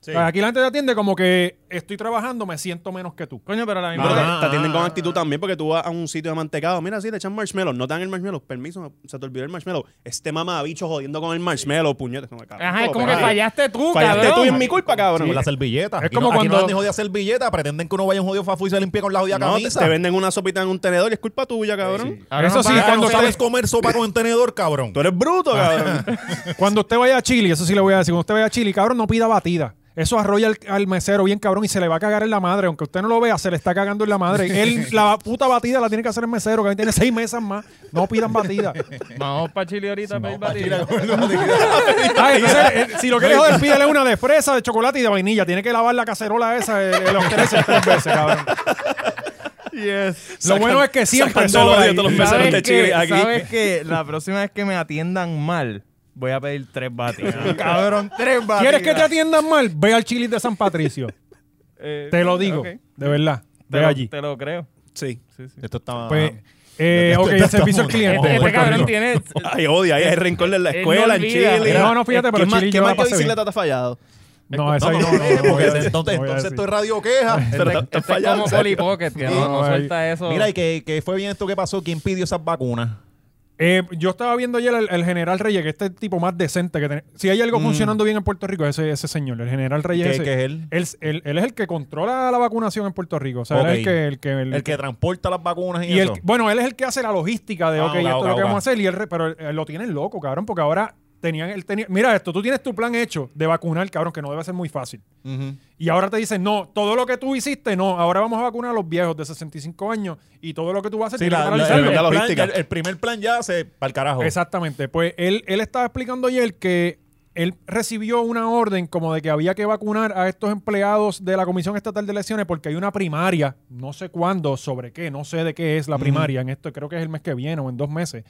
[SPEAKER 2] Sí.
[SPEAKER 1] O sea, Aquí la gente te atiende como que estoy trabajando, me siento menos que tú.
[SPEAKER 3] Coño, pero la
[SPEAKER 4] Pero
[SPEAKER 3] misma.
[SPEAKER 4] te,
[SPEAKER 2] Ajá,
[SPEAKER 4] te atienden con
[SPEAKER 2] ajá,
[SPEAKER 4] actitud también porque tú vas a un sitio de mantecado. Mira, sí, te echan marshmallow. No te dan el marshmallow. Permiso, se te olvidó el marshmallow. Este mamá bicho jodiendo con el marshmallow, puñetes. No me cago.
[SPEAKER 3] Ajá, es como que
[SPEAKER 2] Pero-
[SPEAKER 3] fallaste tú,
[SPEAKER 4] Fallaste
[SPEAKER 3] cabrón.
[SPEAKER 4] tú y es mi culpa, cabrón.
[SPEAKER 2] Con la servilleta.
[SPEAKER 1] Es
[SPEAKER 2] Aquí no-
[SPEAKER 1] como
[SPEAKER 2] aquí
[SPEAKER 1] cuando-
[SPEAKER 2] no dan ni jodida servilleta, pretenden que uno vaya a un jodido fafu y se limpie con la jodida
[SPEAKER 4] No, te,
[SPEAKER 2] camisa.
[SPEAKER 4] te venden una sopita en un tenedor y es culpa tuya, cabrón.
[SPEAKER 3] Ahora
[SPEAKER 1] Eso
[SPEAKER 3] nos
[SPEAKER 1] sí,
[SPEAKER 3] van a
[SPEAKER 2] Ah,
[SPEAKER 1] cuando
[SPEAKER 2] no
[SPEAKER 1] usted-
[SPEAKER 3] contar-
[SPEAKER 2] sabes comer sopa con tenedor, cabrón.
[SPEAKER 4] Tú eres bruto, cabrón. [LAUGHS]
[SPEAKER 1] Cuando usted vaya a Chile, eso sí le voy a decir, cuando usted vaya a Chile, cabrón, no pida batida. Eso arrolla al, al mesero bien cabrón y se le va a cagar en la madre. Aunque usted no lo vea, se le está cagando en la madre. Él, la puta batida la tiene que hacer el mesero, que ahí tiene seis mesas más. No pidan batida.
[SPEAKER 3] Vamos para Chile ahorita a pedir batida. [LAUGHS]
[SPEAKER 1] Ah, entonces, eh, si lo quieres joder, pídele una de fresa, de chocolate y de vainilla. Tiene que lavar la cacerola esa eh, eh, los 13 tres veces, cabrón.
[SPEAKER 3] Yes.
[SPEAKER 1] Lo bueno es que siempre
[SPEAKER 4] sacando el
[SPEAKER 1] sobra
[SPEAKER 4] odio
[SPEAKER 1] ahí.
[SPEAKER 4] a todos los meseros
[SPEAKER 3] ¿Sabes
[SPEAKER 4] de
[SPEAKER 3] que,
[SPEAKER 4] Chile aquí.
[SPEAKER 3] ¿Sabes que La próxima vez que me atiendan mal, voy a pedir tres batidas. [LAUGHS] cabrón, tres batidas.
[SPEAKER 1] ¿Quieres que te atiendan mal? Ve al Chile de San Patricio.
[SPEAKER 3] Eh,
[SPEAKER 1] Te lo digo,
[SPEAKER 3] ok.
[SPEAKER 1] de verdad.
[SPEAKER 3] Te,
[SPEAKER 1] Ve
[SPEAKER 3] lo,
[SPEAKER 1] allí.
[SPEAKER 3] te lo creo.
[SPEAKER 4] Sí.
[SPEAKER 3] Sí, sí.
[SPEAKER 2] Esto está...
[SPEAKER 1] Pues, eh,
[SPEAKER 2] Esto
[SPEAKER 1] ok,
[SPEAKER 2] está
[SPEAKER 1] el servicio al
[SPEAKER 2] muy-
[SPEAKER 1] cliente.
[SPEAKER 2] Este-
[SPEAKER 1] de
[SPEAKER 2] este
[SPEAKER 1] Puerto Rico.
[SPEAKER 3] [LAUGHS] tiene.
[SPEAKER 4] Ay, odia, ahí es el rencor de la
[SPEAKER 3] Él no
[SPEAKER 4] escuela, en
[SPEAKER 3] olvida.
[SPEAKER 4] Chile.
[SPEAKER 1] No, no, fíjate, pero
[SPEAKER 4] ¿Qué más,
[SPEAKER 1] Chile
[SPEAKER 4] ¿qué
[SPEAKER 1] yo la
[SPEAKER 4] más que
[SPEAKER 1] pasé bien.
[SPEAKER 4] bicicleta te ha fallado?
[SPEAKER 1] No, esa
[SPEAKER 2] No,
[SPEAKER 1] yo
[SPEAKER 2] no,
[SPEAKER 1] no.
[SPEAKER 2] no, no,
[SPEAKER 1] no voy a decir,
[SPEAKER 2] entonces,
[SPEAKER 1] no voy a
[SPEAKER 2] entonces
[SPEAKER 1] decir.
[SPEAKER 2] esto es radio queja.
[SPEAKER 4] Pero está- está
[SPEAKER 3] Este es
[SPEAKER 4] fallado,
[SPEAKER 3] como
[SPEAKER 4] en serio.
[SPEAKER 3] Polly Pocket, que no, no
[SPEAKER 1] No, ahí-
[SPEAKER 3] suelta eso.
[SPEAKER 2] Mira, y que, que fue bien esto que pasó. ¿Quién pidió esas vacunas?
[SPEAKER 1] Eh, yo estaba viendo ayer el, el general Reyes, que este es el tipo más decente que tiene. Si hay algo funcionando bien en Puerto Rico, ese, ese señor, el general Reyes.
[SPEAKER 2] ¿Qué-
[SPEAKER 1] ese.
[SPEAKER 2] qué es él?
[SPEAKER 1] él? él es el que controla la vacunación en Puerto Rico. O sea, él es el
[SPEAKER 2] Ok.
[SPEAKER 1] que. El que, el-
[SPEAKER 2] El que transporta las vacunas y,
[SPEAKER 1] y el-
[SPEAKER 2] eso.
[SPEAKER 1] bueno, él es el que hace la logística de,
[SPEAKER 2] Ah,
[SPEAKER 1] ok,
[SPEAKER 2] ok,
[SPEAKER 1] esto
[SPEAKER 2] ok,
[SPEAKER 1] es lo que
[SPEAKER 2] ok.
[SPEAKER 1] vamos a hacer. Y él, re- pero eh, lo tienen loco, cabrón, porque ahora tenían. Él tenía, mira esto, tú tienes tu plan hecho de vacunar, cabrón, que no debe ser muy fácil.
[SPEAKER 2] Ujú.
[SPEAKER 1] Y ahora te dicen, no, todo lo que tú hiciste, no. Ahora vamos a vacunar a los viejos de 65 años y todo lo que tú vas a hacer,
[SPEAKER 2] Sí,
[SPEAKER 1] tienes
[SPEAKER 2] la-
[SPEAKER 1] que
[SPEAKER 2] la-
[SPEAKER 1] paralizarlo.
[SPEAKER 2] el,
[SPEAKER 4] La
[SPEAKER 2] plan-
[SPEAKER 4] logística.
[SPEAKER 2] el- el primer plan ya se... Para el carajo.
[SPEAKER 1] Exactamente. Pues él, él estaba explicando ayer que él recibió una orden como de que había que vacunar a estos empleados de la Comisión Estatal de Elecciones porque hay una primaria, no sé cuándo, sobre qué, no sé de qué es la primaria, en esto creo que es el mes que viene o en dos meses.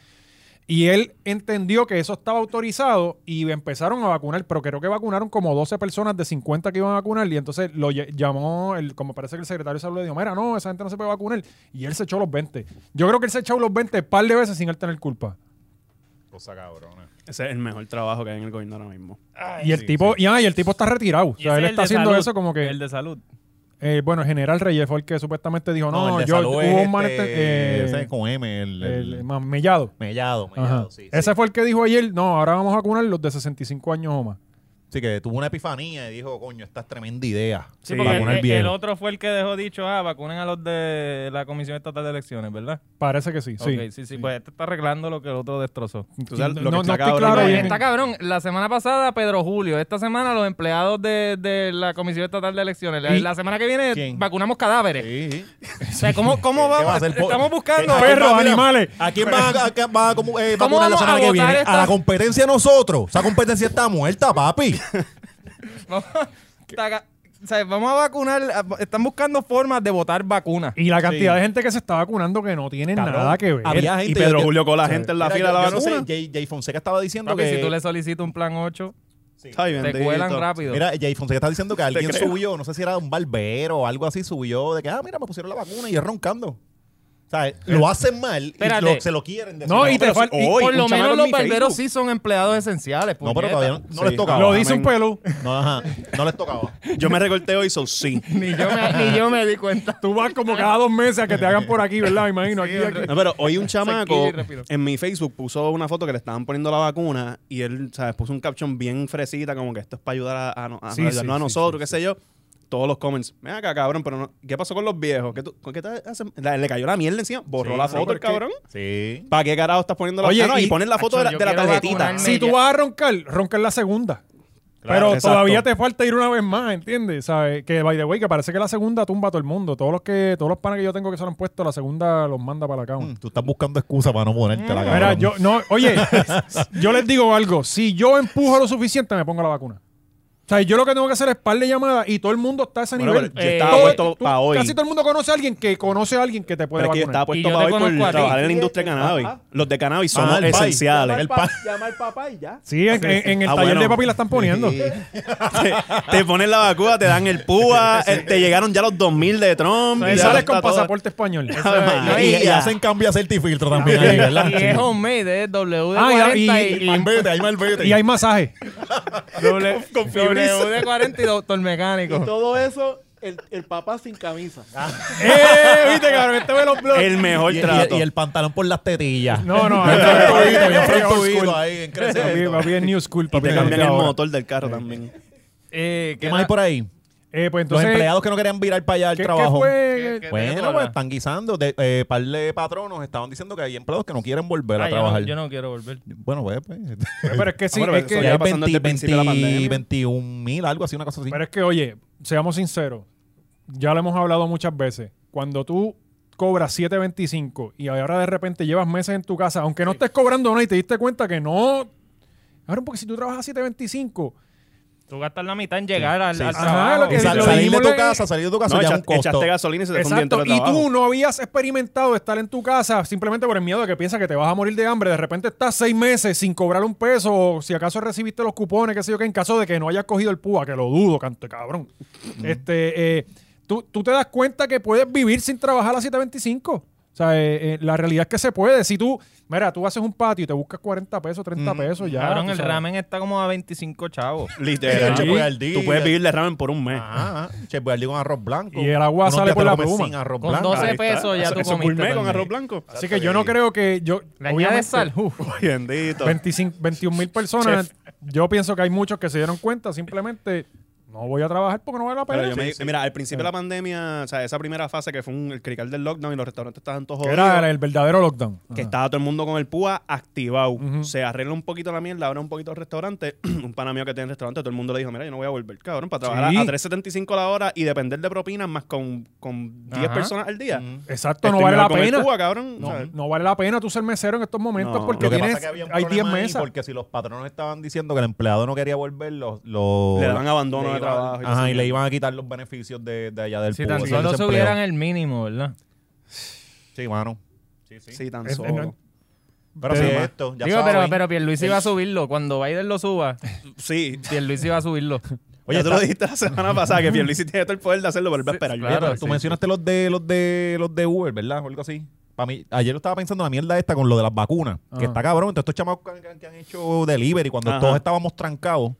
[SPEAKER 1] Y él entendió que eso estaba autorizado y empezaron a vacunar, pero creo que vacunaron como 12 personas de 50 que iban a vacunar y entonces lo lle- llamó, el, como parece que el secretario de salud le dijo, mira, no, esa gente no se puede vacunar y él se echó los 20. Yo creo que él se echó los 20 un par de veces sin él tener culpa.
[SPEAKER 2] Cosa cabrona.
[SPEAKER 4] Ese es el mejor trabajo que hay en el gobierno ahora mismo.
[SPEAKER 1] Y el
[SPEAKER 2] Sí,
[SPEAKER 1] tipo, y, ah, y el tipo está retirado. O
[SPEAKER 3] Y
[SPEAKER 1] sea,
[SPEAKER 3] ese
[SPEAKER 1] él
[SPEAKER 3] es el
[SPEAKER 1] está
[SPEAKER 3] de
[SPEAKER 1] haciendo
[SPEAKER 3] salud,
[SPEAKER 1] eso como que.
[SPEAKER 3] El de salud.
[SPEAKER 1] eh, bueno, el general Reyes fue el que supuestamente dijo: No,
[SPEAKER 2] el de
[SPEAKER 1] yo
[SPEAKER 2] salud
[SPEAKER 1] hubo
[SPEAKER 2] es
[SPEAKER 1] un mal.
[SPEAKER 2] este,
[SPEAKER 1] este- eh,
[SPEAKER 2] ese con M, el, el-
[SPEAKER 1] el- ma- Mellado.
[SPEAKER 2] Mellado,
[SPEAKER 1] Ajá.
[SPEAKER 2] Mellado, sí, sí.
[SPEAKER 1] Ese fue el que dijo ayer: No, ahora vamos a vacunar los de 65 años o más.
[SPEAKER 2] Sí, que tuvo una epifanía y dijo, coño, esta es tremenda idea.
[SPEAKER 4] Sí,
[SPEAKER 3] porque
[SPEAKER 2] vacunar
[SPEAKER 3] el,
[SPEAKER 2] viejo.
[SPEAKER 3] el otro fue el que dejó dicho, ah, vacunen a los de la Comisión Estatal de Elecciones, ¿verdad?
[SPEAKER 1] Parece que sí. Sí.
[SPEAKER 3] Ok, sí, sí, pues este está arreglando lo que el otro destrozó.
[SPEAKER 4] Tú sabes
[SPEAKER 1] No-
[SPEAKER 4] lo que
[SPEAKER 1] no
[SPEAKER 4] está
[SPEAKER 1] estoy
[SPEAKER 4] cabrón.
[SPEAKER 1] claro
[SPEAKER 4] Oye,
[SPEAKER 1] bien.
[SPEAKER 3] está cabrón. La semana pasada, Pedro Julio. Esta semana, los empleados de, de la Comisión Estatal de Elecciones. La,
[SPEAKER 1] ¿Y?
[SPEAKER 3] la semana que viene,
[SPEAKER 2] ¿Quién?
[SPEAKER 3] vacunamos cadáveres.
[SPEAKER 2] Sí. [LAUGHS]
[SPEAKER 3] O sea, ¿cómo, cómo
[SPEAKER 2] ¿Qué va a
[SPEAKER 3] vamos?
[SPEAKER 2] hacer?
[SPEAKER 3] Estamos buscando.
[SPEAKER 2] ¿A quién
[SPEAKER 1] perros,
[SPEAKER 2] va- mira, [LAUGHS]
[SPEAKER 1] animales.
[SPEAKER 2] ¿A quién va
[SPEAKER 3] [LAUGHS]
[SPEAKER 2] a, a- va a como, eh,
[SPEAKER 3] ¿Cómo
[SPEAKER 2] vacunar la
[SPEAKER 3] vamos
[SPEAKER 2] semana
[SPEAKER 3] a
[SPEAKER 2] que
[SPEAKER 3] votar
[SPEAKER 2] viene?
[SPEAKER 3] esta-
[SPEAKER 2] A la competencia de nosotros. Esa competencia está muerta, papi.
[SPEAKER 3] Vamos, taca- o sea, vamos a vacunar. a- Están buscando formas de votar vacunas.
[SPEAKER 1] Y la cantidad de gente que se está vacunando que no tiene
[SPEAKER 2] Cabrón,
[SPEAKER 1] nada que ver.
[SPEAKER 2] había
[SPEAKER 4] Y
[SPEAKER 2] gente-
[SPEAKER 4] Pedro
[SPEAKER 2] yo-
[SPEAKER 4] Julio con la gente [LAUGHS] en la
[SPEAKER 2] Mira,
[SPEAKER 4] fila de
[SPEAKER 2] yo-
[SPEAKER 4] la
[SPEAKER 2] yo no sé,
[SPEAKER 4] vacuna.
[SPEAKER 2] Jay, Jay Fonseca estaba diciendo
[SPEAKER 3] Papi,
[SPEAKER 2] que...
[SPEAKER 3] si tú le solicitas un plan 8,
[SPEAKER 4] Ay,
[SPEAKER 3] te
[SPEAKER 4] bendito.
[SPEAKER 3] cuelan rápido.
[SPEAKER 2] Mira, Jay Fonseca está diciendo que alguien
[SPEAKER 4] creo.
[SPEAKER 2] subió, no sé si era un barbero o algo así, subió de que, ah, mira, me pusieron la vacuna y es roncando. O sea, lo hacen mal y
[SPEAKER 3] Eh, Espérate.
[SPEAKER 2] lo- se lo quieren decir.
[SPEAKER 1] No, y te
[SPEAKER 2] pero-
[SPEAKER 1] falta.
[SPEAKER 4] hoy-
[SPEAKER 3] por
[SPEAKER 4] un
[SPEAKER 3] lo
[SPEAKER 4] chamaco
[SPEAKER 3] menos
[SPEAKER 4] en
[SPEAKER 3] los
[SPEAKER 4] mi
[SPEAKER 3] barberos
[SPEAKER 4] Facebook.
[SPEAKER 3] sí son empleados esenciales.
[SPEAKER 2] No, pero
[SPEAKER 3] puñeta.
[SPEAKER 2] todavía no, no
[SPEAKER 4] Sí.
[SPEAKER 2] les tocaba.
[SPEAKER 1] Lo dice un
[SPEAKER 4] amén.
[SPEAKER 1] pelo. [LAUGHS]
[SPEAKER 2] No, ajá, no les tocaba.
[SPEAKER 4] Yo me recorté hoy, so sí.
[SPEAKER 3] [LAUGHS] [LAUGHS] Ni yo, me, ni yo me di cuenta.
[SPEAKER 1] Tú vas como cada dos meses a que te hagan por aquí, ¿verdad? Me imagino. aquí, aquí.
[SPEAKER 4] No, pero hoy un
[SPEAKER 3] Sequillo
[SPEAKER 4] chamaco
[SPEAKER 3] y respiro.
[SPEAKER 4] en mi Facebook puso una foto que le estaban poniendo la vacuna y él, ¿sabes? Puso un caption bien fresita, como que esto es para ayudar a, a no- a-
[SPEAKER 1] Sí,
[SPEAKER 4] a
[SPEAKER 1] sí,
[SPEAKER 4] ayudarnos a
[SPEAKER 1] sí,
[SPEAKER 4] nosotros, qué sé yo. Todos los comments. Ven acá, cabrón, pero no- ¿qué pasó con los viejos? ¿Qué, tú- con qué te hacen? La- Le cayó la mierda encima, borró
[SPEAKER 2] Sí,
[SPEAKER 4] la
[SPEAKER 2] sí,
[SPEAKER 4] foto el
[SPEAKER 1] porque-
[SPEAKER 4] cabrón.
[SPEAKER 2] Sí.
[SPEAKER 4] ¿Para qué carajo estás poniendo la
[SPEAKER 1] Oye,
[SPEAKER 4] Ah, no, y,
[SPEAKER 1] y-
[SPEAKER 4] ponen la foto de la,
[SPEAKER 3] Acho,
[SPEAKER 4] de la
[SPEAKER 3] yo quiero
[SPEAKER 4] tarjetita.
[SPEAKER 3] vacunarme.
[SPEAKER 1] Si tú vas a roncar, ronca en la segunda.
[SPEAKER 4] Claro,
[SPEAKER 1] pero
[SPEAKER 4] exacto.
[SPEAKER 1] todavía te falta ir una vez más, ¿entiendes? ¿Sabes? Que, by the way, que parece que la segunda tumba a todo el mundo. Todos los que todos los panas que yo tengo que se lo han puesto, la segunda los manda para la
[SPEAKER 2] Mm,
[SPEAKER 4] Hmm.
[SPEAKER 1] cama.
[SPEAKER 2] Tú estás buscando excusa para no ponerte la cara.
[SPEAKER 1] Mira, yo, no, oye, [LAUGHS] yo les digo algo. Si yo empujo lo suficiente, me pongo la vacuna. O sea, yo lo que tengo que hacer es par de llamadas y todo el mundo está a ese
[SPEAKER 4] Bueno,
[SPEAKER 1] nivel.
[SPEAKER 4] pero yo
[SPEAKER 3] Eh,
[SPEAKER 4] estaba
[SPEAKER 1] Todo-
[SPEAKER 4] puesto
[SPEAKER 1] tú-
[SPEAKER 4] para hoy.
[SPEAKER 1] Casi todo el mundo conoce a alguien que conoce a alguien que te puede
[SPEAKER 4] Pero es que yo estaba
[SPEAKER 1] vacunar.
[SPEAKER 4] puesto
[SPEAKER 3] yo
[SPEAKER 4] para
[SPEAKER 3] te
[SPEAKER 4] hoy por
[SPEAKER 3] conozco a ti. Ah,
[SPEAKER 4] trabajar en la industria de cannabis.
[SPEAKER 1] Ah,
[SPEAKER 5] Ajá.
[SPEAKER 4] Los de cannabis somos
[SPEAKER 2] el país.
[SPEAKER 4] esenciales.
[SPEAKER 5] Llama al
[SPEAKER 4] El
[SPEAKER 5] pa-
[SPEAKER 4] pa-
[SPEAKER 5] llama al papá y ya.
[SPEAKER 1] [LAUGHS] Sí, en, en- en el
[SPEAKER 4] Ah,
[SPEAKER 1] taller
[SPEAKER 4] bueno.
[SPEAKER 1] de papi la están poniendo.
[SPEAKER 4] te ponen la vacuna, te dan el púa, eh, te llegaron ya los 2000 de Trump.
[SPEAKER 1] Y
[SPEAKER 4] ya
[SPEAKER 1] sales
[SPEAKER 4] está
[SPEAKER 1] con
[SPEAKER 4] todo-
[SPEAKER 1] pasaporte
[SPEAKER 4] [LAUGHS]
[SPEAKER 1] español.
[SPEAKER 3] No,
[SPEAKER 2] y,
[SPEAKER 3] y-
[SPEAKER 2] y hacen cambio a y filtro también,
[SPEAKER 1] También.
[SPEAKER 2] ahí, ¿verdad?
[SPEAKER 3] [LAUGHS] Y es homemade, es W de
[SPEAKER 1] Ah,
[SPEAKER 3] 40
[SPEAKER 1] y-
[SPEAKER 3] y,
[SPEAKER 2] Y
[SPEAKER 3] [LAUGHS]
[SPEAKER 2] malvete, hay malvete.
[SPEAKER 1] Y hay masaje.
[SPEAKER 3] doble- W de 40 y doctor
[SPEAKER 5] Y
[SPEAKER 3] mecánico.
[SPEAKER 5] todo eso, el, el papá sin camisa.
[SPEAKER 1] Ah, ¡Eh! ¿Viste, cabrón? Este ve los blogs.
[SPEAKER 4] El mejor
[SPEAKER 2] Y- y-
[SPEAKER 4] trato.
[SPEAKER 2] y el pantalón por las tetillas. [LAUGHS]
[SPEAKER 1] No, no.
[SPEAKER 2] Bien fresco, bien
[SPEAKER 1] Papi,
[SPEAKER 2] fresco oscuro ahí,
[SPEAKER 1] [LAUGHS]
[SPEAKER 2] en
[SPEAKER 1] Papi,
[SPEAKER 2] crecimiento.
[SPEAKER 1] papi es New School.
[SPEAKER 4] Y
[SPEAKER 1] Papi,
[SPEAKER 4] te cambian el
[SPEAKER 1] ahora.
[SPEAKER 4] motor del carro también.
[SPEAKER 3] Eh,
[SPEAKER 2] ¿Qué más hay por ahí?
[SPEAKER 1] Eh, pues
[SPEAKER 2] Los
[SPEAKER 1] entonces,
[SPEAKER 2] empleados que no querían virar para allá al
[SPEAKER 1] ¿qué,
[SPEAKER 2] trabajo.
[SPEAKER 1] ¿qué fue?
[SPEAKER 3] ¿Qué- qué-
[SPEAKER 2] Bueno,
[SPEAKER 3] Ahora.
[SPEAKER 2] pues están guisando. De, eh, par de patronos estaban diciendo que hay empleados que no quieren volver a
[SPEAKER 3] Ah, yo no-
[SPEAKER 2] trabajar.
[SPEAKER 3] Yo no quiero volver.
[SPEAKER 2] Bueno, pues. [LAUGHS] pues.
[SPEAKER 1] Pero es que sí,
[SPEAKER 4] Ah, bueno,
[SPEAKER 1] es que-
[SPEAKER 4] eso
[SPEAKER 2] Ya
[SPEAKER 4] ya
[SPEAKER 2] hay
[SPEAKER 4] pasando desde
[SPEAKER 2] 20,
[SPEAKER 4] el principio de la pandemia.
[SPEAKER 2] 21 mil, algo así, una cosa así.
[SPEAKER 1] pero es que, oye, seamos sinceros. Ya lo hemos hablado muchas veces. Cuando tú cobras 7.25 y ahora de repente llevas meses en tu casa, aunque no estés cobrando nada y te diste cuenta que no... Ahora, porque si tú trabajas a 7.25...
[SPEAKER 3] tú gastas la mitad en llegar al,
[SPEAKER 2] Sí,
[SPEAKER 3] al
[SPEAKER 2] sí.
[SPEAKER 1] Ajá,
[SPEAKER 3] trabajo.
[SPEAKER 1] lo que-
[SPEAKER 2] Sal-
[SPEAKER 1] lo
[SPEAKER 2] salir de
[SPEAKER 1] dijimos
[SPEAKER 2] tu
[SPEAKER 1] en-
[SPEAKER 2] casa, salir de tu casa
[SPEAKER 4] No,
[SPEAKER 2] ya es
[SPEAKER 4] echa-
[SPEAKER 2] un costo.
[SPEAKER 4] echaste gasolina y se te fue un
[SPEAKER 1] Exacto.
[SPEAKER 4] diente de
[SPEAKER 1] Y
[SPEAKER 4] trabajo.
[SPEAKER 1] tú no habías experimentado estar en tu casa simplemente por el miedo de que piensas que te vas a morir de hambre. De repente estás seis meses sin cobrar un peso o si acaso recibiste los cupones, qué sé yo, que en caso de que no hayas cogido el púa, que lo dudo, canto de cabrón. Este, eh, tú, tú te das cuenta que puedes vivir sin trabajar a las 725. O sea, eh, eh, la realidad es que se puede. Si tú, mira, tú haces un patio y te buscas 40 pesos, 30 pesos, ya.
[SPEAKER 3] Cabrón,
[SPEAKER 1] tú
[SPEAKER 3] el
[SPEAKER 1] sabes.
[SPEAKER 3] ramen está como a 25 chavos.
[SPEAKER 4] Literal.
[SPEAKER 2] Sí. Chepe al día. Ah.
[SPEAKER 4] Tú puedes vivir de ramen por un mes.
[SPEAKER 2] Ajá, che, voy a ir con arroz blanco.
[SPEAKER 1] Y el agua
[SPEAKER 2] Unos
[SPEAKER 1] sale
[SPEAKER 2] días
[SPEAKER 1] por
[SPEAKER 2] te lo
[SPEAKER 1] la
[SPEAKER 2] comes
[SPEAKER 1] pluma.
[SPEAKER 2] Sin arroz
[SPEAKER 3] Con
[SPEAKER 2] blanco.
[SPEAKER 3] 12
[SPEAKER 2] Ahí está.
[SPEAKER 3] pesos ya
[SPEAKER 4] Eso- eso
[SPEAKER 3] tú
[SPEAKER 4] es
[SPEAKER 3] comiste
[SPEAKER 4] gourmet con
[SPEAKER 3] también.
[SPEAKER 4] arroz blanco.
[SPEAKER 1] Así que yo no creo que yo.
[SPEAKER 3] Le
[SPEAKER 1] obviamente-
[SPEAKER 3] añades sal. Uf.
[SPEAKER 4] Bendito.
[SPEAKER 1] 25 21 mil personas. Yo pienso que hay muchos que se dieron cuenta simplemente no voy a trabajar porque no vale la
[SPEAKER 4] Pero
[SPEAKER 1] pena.
[SPEAKER 4] yo me- mira, al principio de la pandemia, o sea, esa primera fase que fue un- el crical del lockdown y los restaurantes estaban todos
[SPEAKER 1] Que
[SPEAKER 4] jodidos.
[SPEAKER 1] era el, el verdadero lockdown.
[SPEAKER 4] que
[SPEAKER 1] Ajá.
[SPEAKER 4] estaba todo el mundo con el púa activado.
[SPEAKER 1] Ujú.
[SPEAKER 4] Se arregla un poquito la mierda, ahora un poquito el restaurante. [CLEARS THROAT] un pana mío que tiene el restaurante, todo el mundo le dijo, mira, yo no voy a volver, cabrón, para trabajar
[SPEAKER 1] Sí.
[SPEAKER 4] a, a 3.75 la hora y depender de propinas más con, con 10
[SPEAKER 3] Ajá.
[SPEAKER 4] personas al día.
[SPEAKER 2] Mm.
[SPEAKER 1] Exacto,
[SPEAKER 4] Estoy
[SPEAKER 1] no vale
[SPEAKER 4] mejor
[SPEAKER 1] la
[SPEAKER 4] con el
[SPEAKER 1] pena.
[SPEAKER 4] púa, cabrón.
[SPEAKER 1] No,
[SPEAKER 4] ¿sabes?
[SPEAKER 1] no vale la pena tú ser mesero en estos momentos
[SPEAKER 4] No.
[SPEAKER 1] porque
[SPEAKER 2] Lo que
[SPEAKER 1] tienes
[SPEAKER 2] pasa es que había un
[SPEAKER 1] hay 10
[SPEAKER 2] problema ahí
[SPEAKER 1] mesas.
[SPEAKER 2] Porque si los patronos estaban diciendo que el empleado no quería volver, los, los-
[SPEAKER 4] Le dan abandono
[SPEAKER 2] le
[SPEAKER 4] de
[SPEAKER 2] iban-
[SPEAKER 4] trabajo y
[SPEAKER 2] Ajá,
[SPEAKER 4] eso.
[SPEAKER 2] y le iban a quitar los beneficios de, de allá del
[SPEAKER 3] Si
[SPEAKER 2] público,
[SPEAKER 3] tan
[SPEAKER 2] del
[SPEAKER 3] solo
[SPEAKER 2] desempleo.
[SPEAKER 3] subieran el mínimo, ¿verdad?
[SPEAKER 2] Sí, mano.
[SPEAKER 4] Sí, tan
[SPEAKER 1] Es- es-
[SPEAKER 4] solo.
[SPEAKER 1] no-
[SPEAKER 2] Pero sí,
[SPEAKER 1] Pero-
[SPEAKER 2] esto, ya
[SPEAKER 3] Digo,
[SPEAKER 2] saben.
[SPEAKER 3] pero, pero Pierluisi va a subirlo. Cuando Biden lo suba,
[SPEAKER 4] Sí.
[SPEAKER 3] Pierluisi va a subirlo.
[SPEAKER 2] Oye,
[SPEAKER 4] Oye, tú lo
[SPEAKER 2] está-
[SPEAKER 4] dijiste la semana pasada que Pierluisi tiene todo el poder de hacerlo, pero él va a
[SPEAKER 3] Sí,
[SPEAKER 4] esperar.
[SPEAKER 3] claro.
[SPEAKER 2] Tú mencionaste los de los de los de Uber, ¿verdad? O algo así. Para mí, ayer lo estaba pensando la mierda esta con lo de las vacunas, que
[SPEAKER 1] Ajá.
[SPEAKER 2] está cabrón. Entonces, estos chamacos que, han- que han hecho delivery, cuando
[SPEAKER 4] Ajá.
[SPEAKER 2] todos estábamos trancados,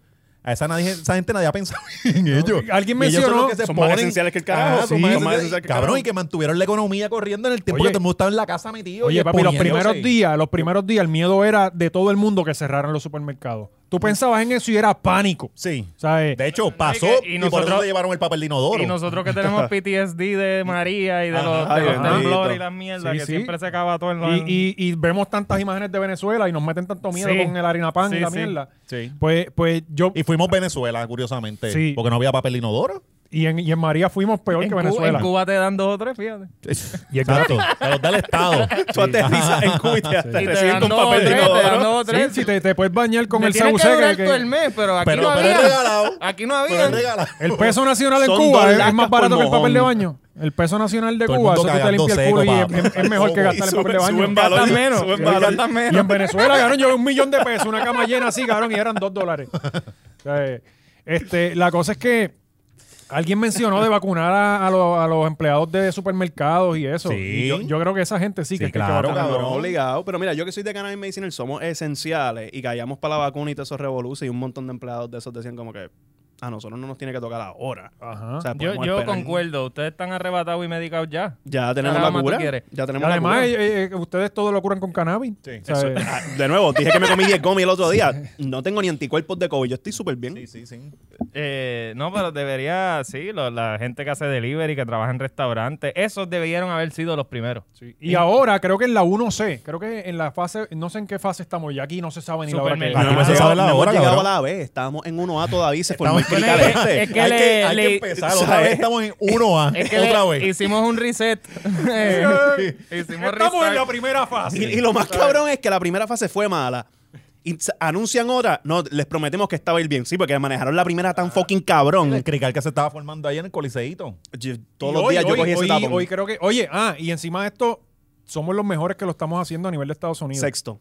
[SPEAKER 2] a esa, nadie- esa gente nadie ha pensado [LAUGHS] en ellos.
[SPEAKER 1] Alguien
[SPEAKER 2] Y ellos son los
[SPEAKER 1] mencionó-
[SPEAKER 2] que se
[SPEAKER 4] Son más
[SPEAKER 2] ponen-
[SPEAKER 4] esenciales que el carajo,
[SPEAKER 2] Ajá, son
[SPEAKER 4] sí.
[SPEAKER 2] más
[SPEAKER 4] Son más
[SPEAKER 2] esenciales-
[SPEAKER 4] esenciales que el
[SPEAKER 2] cabrón,
[SPEAKER 4] carajo.
[SPEAKER 2] y que mantuvieron la economía corriendo en el tiempo
[SPEAKER 1] Oye.
[SPEAKER 2] que todo el mundo estaba en la casa metido. y
[SPEAKER 1] Oye, papi, los
[SPEAKER 2] exponiéndose.
[SPEAKER 1] primeros días, los primeros días, el miedo era de todo el mundo que cerraran los supermercados. Tú pensabas en eso y era pánico.
[SPEAKER 2] Sí.
[SPEAKER 1] O sea, eh,
[SPEAKER 2] De hecho, pasó
[SPEAKER 3] que- y
[SPEAKER 2] y, por eso
[SPEAKER 3] nosotros-
[SPEAKER 2] le llevaron el papel de inodoro.
[SPEAKER 3] Y nosotros que tenemos PTSD de María y de los,
[SPEAKER 4] Ajá,
[SPEAKER 3] de los
[SPEAKER 4] bendito.
[SPEAKER 3] temblores y las mierdas,
[SPEAKER 1] Sí,
[SPEAKER 3] que
[SPEAKER 1] sí.
[SPEAKER 3] siempre se acaba todo en los...
[SPEAKER 1] Y, y- y vemos tantas imágenes de Venezuela y nos meten tanto miedo
[SPEAKER 3] Sí.
[SPEAKER 1] con el harina pan y
[SPEAKER 3] Sí,
[SPEAKER 1] la
[SPEAKER 3] sí.
[SPEAKER 1] mierda.
[SPEAKER 2] Sí.
[SPEAKER 1] Pues, pues yo.
[SPEAKER 2] Y fuimos a Venezuela, curiosamente,
[SPEAKER 1] Sí.
[SPEAKER 2] porque no había papel de inodoro.
[SPEAKER 1] Y en, y en María fuimos peor
[SPEAKER 3] en,
[SPEAKER 1] que
[SPEAKER 3] Cu-
[SPEAKER 1] Venezuela.
[SPEAKER 3] en Cuba te dan dos o tres, fíjate.
[SPEAKER 1] Y el [LAUGHS]
[SPEAKER 2] Exacto. Te los da el Estado.
[SPEAKER 4] [LAUGHS] Tú aterrizas en Cuba y te, te
[SPEAKER 3] Y te
[SPEAKER 4] reciben
[SPEAKER 3] dan
[SPEAKER 4] con
[SPEAKER 3] dos o
[SPEAKER 4] papel de
[SPEAKER 3] tres, te dan
[SPEAKER 4] inodoro.
[SPEAKER 3] dos o
[SPEAKER 1] Sí,
[SPEAKER 3] tres.
[SPEAKER 1] si te, te puedes bañar con
[SPEAKER 3] Te
[SPEAKER 1] el
[SPEAKER 3] tienes que
[SPEAKER 1] sauce que-
[SPEAKER 3] durar
[SPEAKER 1] que-
[SPEAKER 3] todo el mes, pero aquí
[SPEAKER 2] Pero-
[SPEAKER 3] no
[SPEAKER 2] pero es
[SPEAKER 3] había.
[SPEAKER 2] regalado.
[SPEAKER 3] Aquí no
[SPEAKER 2] Pero
[SPEAKER 3] había.
[SPEAKER 2] es regalado.
[SPEAKER 1] el peso nacional en
[SPEAKER 4] Son
[SPEAKER 1] Cuba
[SPEAKER 4] dos
[SPEAKER 1] es, es
[SPEAKER 4] latas
[SPEAKER 1] más
[SPEAKER 4] por
[SPEAKER 1] barato que el
[SPEAKER 4] mojón.
[SPEAKER 1] papel de baño. El peso nacional de
[SPEAKER 2] Todo el
[SPEAKER 1] Cuba, eso
[SPEAKER 2] mundo
[SPEAKER 1] tú te
[SPEAKER 2] cagando
[SPEAKER 1] limpias el
[SPEAKER 2] seco,
[SPEAKER 1] culo y es,
[SPEAKER 2] papi.
[SPEAKER 1] es- es mejor que
[SPEAKER 2] Y
[SPEAKER 1] gastar el papel de baño.
[SPEAKER 4] suben valor,
[SPEAKER 1] Gastan
[SPEAKER 4] menos,
[SPEAKER 1] menos.
[SPEAKER 4] suben valor.
[SPEAKER 1] Gastan menos. Y en Venezuela ganaron yo un millón de pesos, una cama llena así, ganaron y eran dos dólares. O sea, eh, este, la cosa es que alguien mencionó de vacunar a, a los- a los empleados de supermercados y eso.
[SPEAKER 2] Sí.
[SPEAKER 1] Y yo, yo creo que esa gente sí,
[SPEAKER 2] Sí,
[SPEAKER 1] que hay que
[SPEAKER 2] claro,
[SPEAKER 1] vacunar.
[SPEAKER 2] cabrón.
[SPEAKER 4] No, obligado. Pero mira, yo que soy de Cannabis Medicinal, somos esenciales y callamos para la vacuna y todo eso revoluce. Y un montón de empleados de esos decían como que a nosotros no nos tiene que tocar ahora.
[SPEAKER 1] Ajá.
[SPEAKER 4] O sea,
[SPEAKER 3] Yo,
[SPEAKER 4] podemos
[SPEAKER 3] yo
[SPEAKER 4] esperar.
[SPEAKER 3] concuerdo. Ustedes están arrebatados y medicados ya.
[SPEAKER 4] Ya tenemos
[SPEAKER 3] Nada
[SPEAKER 4] la
[SPEAKER 3] más tú
[SPEAKER 4] cura.
[SPEAKER 3] quieres.
[SPEAKER 4] Ya tenemos la
[SPEAKER 1] Además,
[SPEAKER 4] cura.
[SPEAKER 1] eh, eh, ustedes todo lo curan con cannabis.
[SPEAKER 2] Sí.
[SPEAKER 1] O sea, eh,
[SPEAKER 4] Ah, de nuevo, dije que me comí 10 gomis el otro
[SPEAKER 3] [LAUGHS]
[SPEAKER 4] día. No tengo ni anticuerpos de COVID. Yo estoy súper bien.
[SPEAKER 2] Sí, sí, sí.
[SPEAKER 3] Eh, no, pero debería, sí, lo- la gente que hace delivery, que trabaja en restaurantes, esos debieron haber sido los primeros.
[SPEAKER 1] eh, Y ahora creo que en la 1C, creo que en la fase, no sé en qué fase estamos ya, aquí no se sabe ni la hora que
[SPEAKER 3] Supermercado.
[SPEAKER 2] Aquí Ah, no se sabe la
[SPEAKER 4] no hemos
[SPEAKER 2] hora,
[SPEAKER 4] llegado
[SPEAKER 2] cabrón.
[SPEAKER 4] a la B. Estábamos en 1A todavía. Se formó el
[SPEAKER 2] Estamos-
[SPEAKER 4] crical
[SPEAKER 3] Es-
[SPEAKER 4] este.
[SPEAKER 3] es que
[SPEAKER 2] hay
[SPEAKER 3] le-
[SPEAKER 2] que, hay que
[SPEAKER 3] le-
[SPEAKER 2] empezar otra
[SPEAKER 4] ¿sabes?
[SPEAKER 2] vez. Estamos en 1A.
[SPEAKER 1] [LAUGHS]
[SPEAKER 3] Es que
[SPEAKER 2] otra
[SPEAKER 3] le-
[SPEAKER 2] vez.
[SPEAKER 3] hicimos un reset.
[SPEAKER 1] Eh,
[SPEAKER 3] hicimos
[SPEAKER 1] Estamos en la [LAUGHS]
[SPEAKER 3] restart.
[SPEAKER 1] primera fase.
[SPEAKER 4] Y, y lo más cabrón es que la primera fase fue mala. Y s- anuncian otra. No, les prometemos que estaba a ir bien. Sí, porque manejaron la primera tan fucking
[SPEAKER 2] El
[SPEAKER 4] cabrón.
[SPEAKER 2] crical que se estaba formando ahí en el coliseíto.
[SPEAKER 4] Yo-
[SPEAKER 1] Y
[SPEAKER 4] todos los
[SPEAKER 1] hoy-
[SPEAKER 4] días yo
[SPEAKER 1] hoy-
[SPEAKER 4] cogí
[SPEAKER 1] hoy,
[SPEAKER 4] ese tapón.
[SPEAKER 1] hoy creo que, oye, ah, y encima de esto, somos los mejores que lo estamos haciendo a nivel de Estados Unidos.
[SPEAKER 4] Sexto.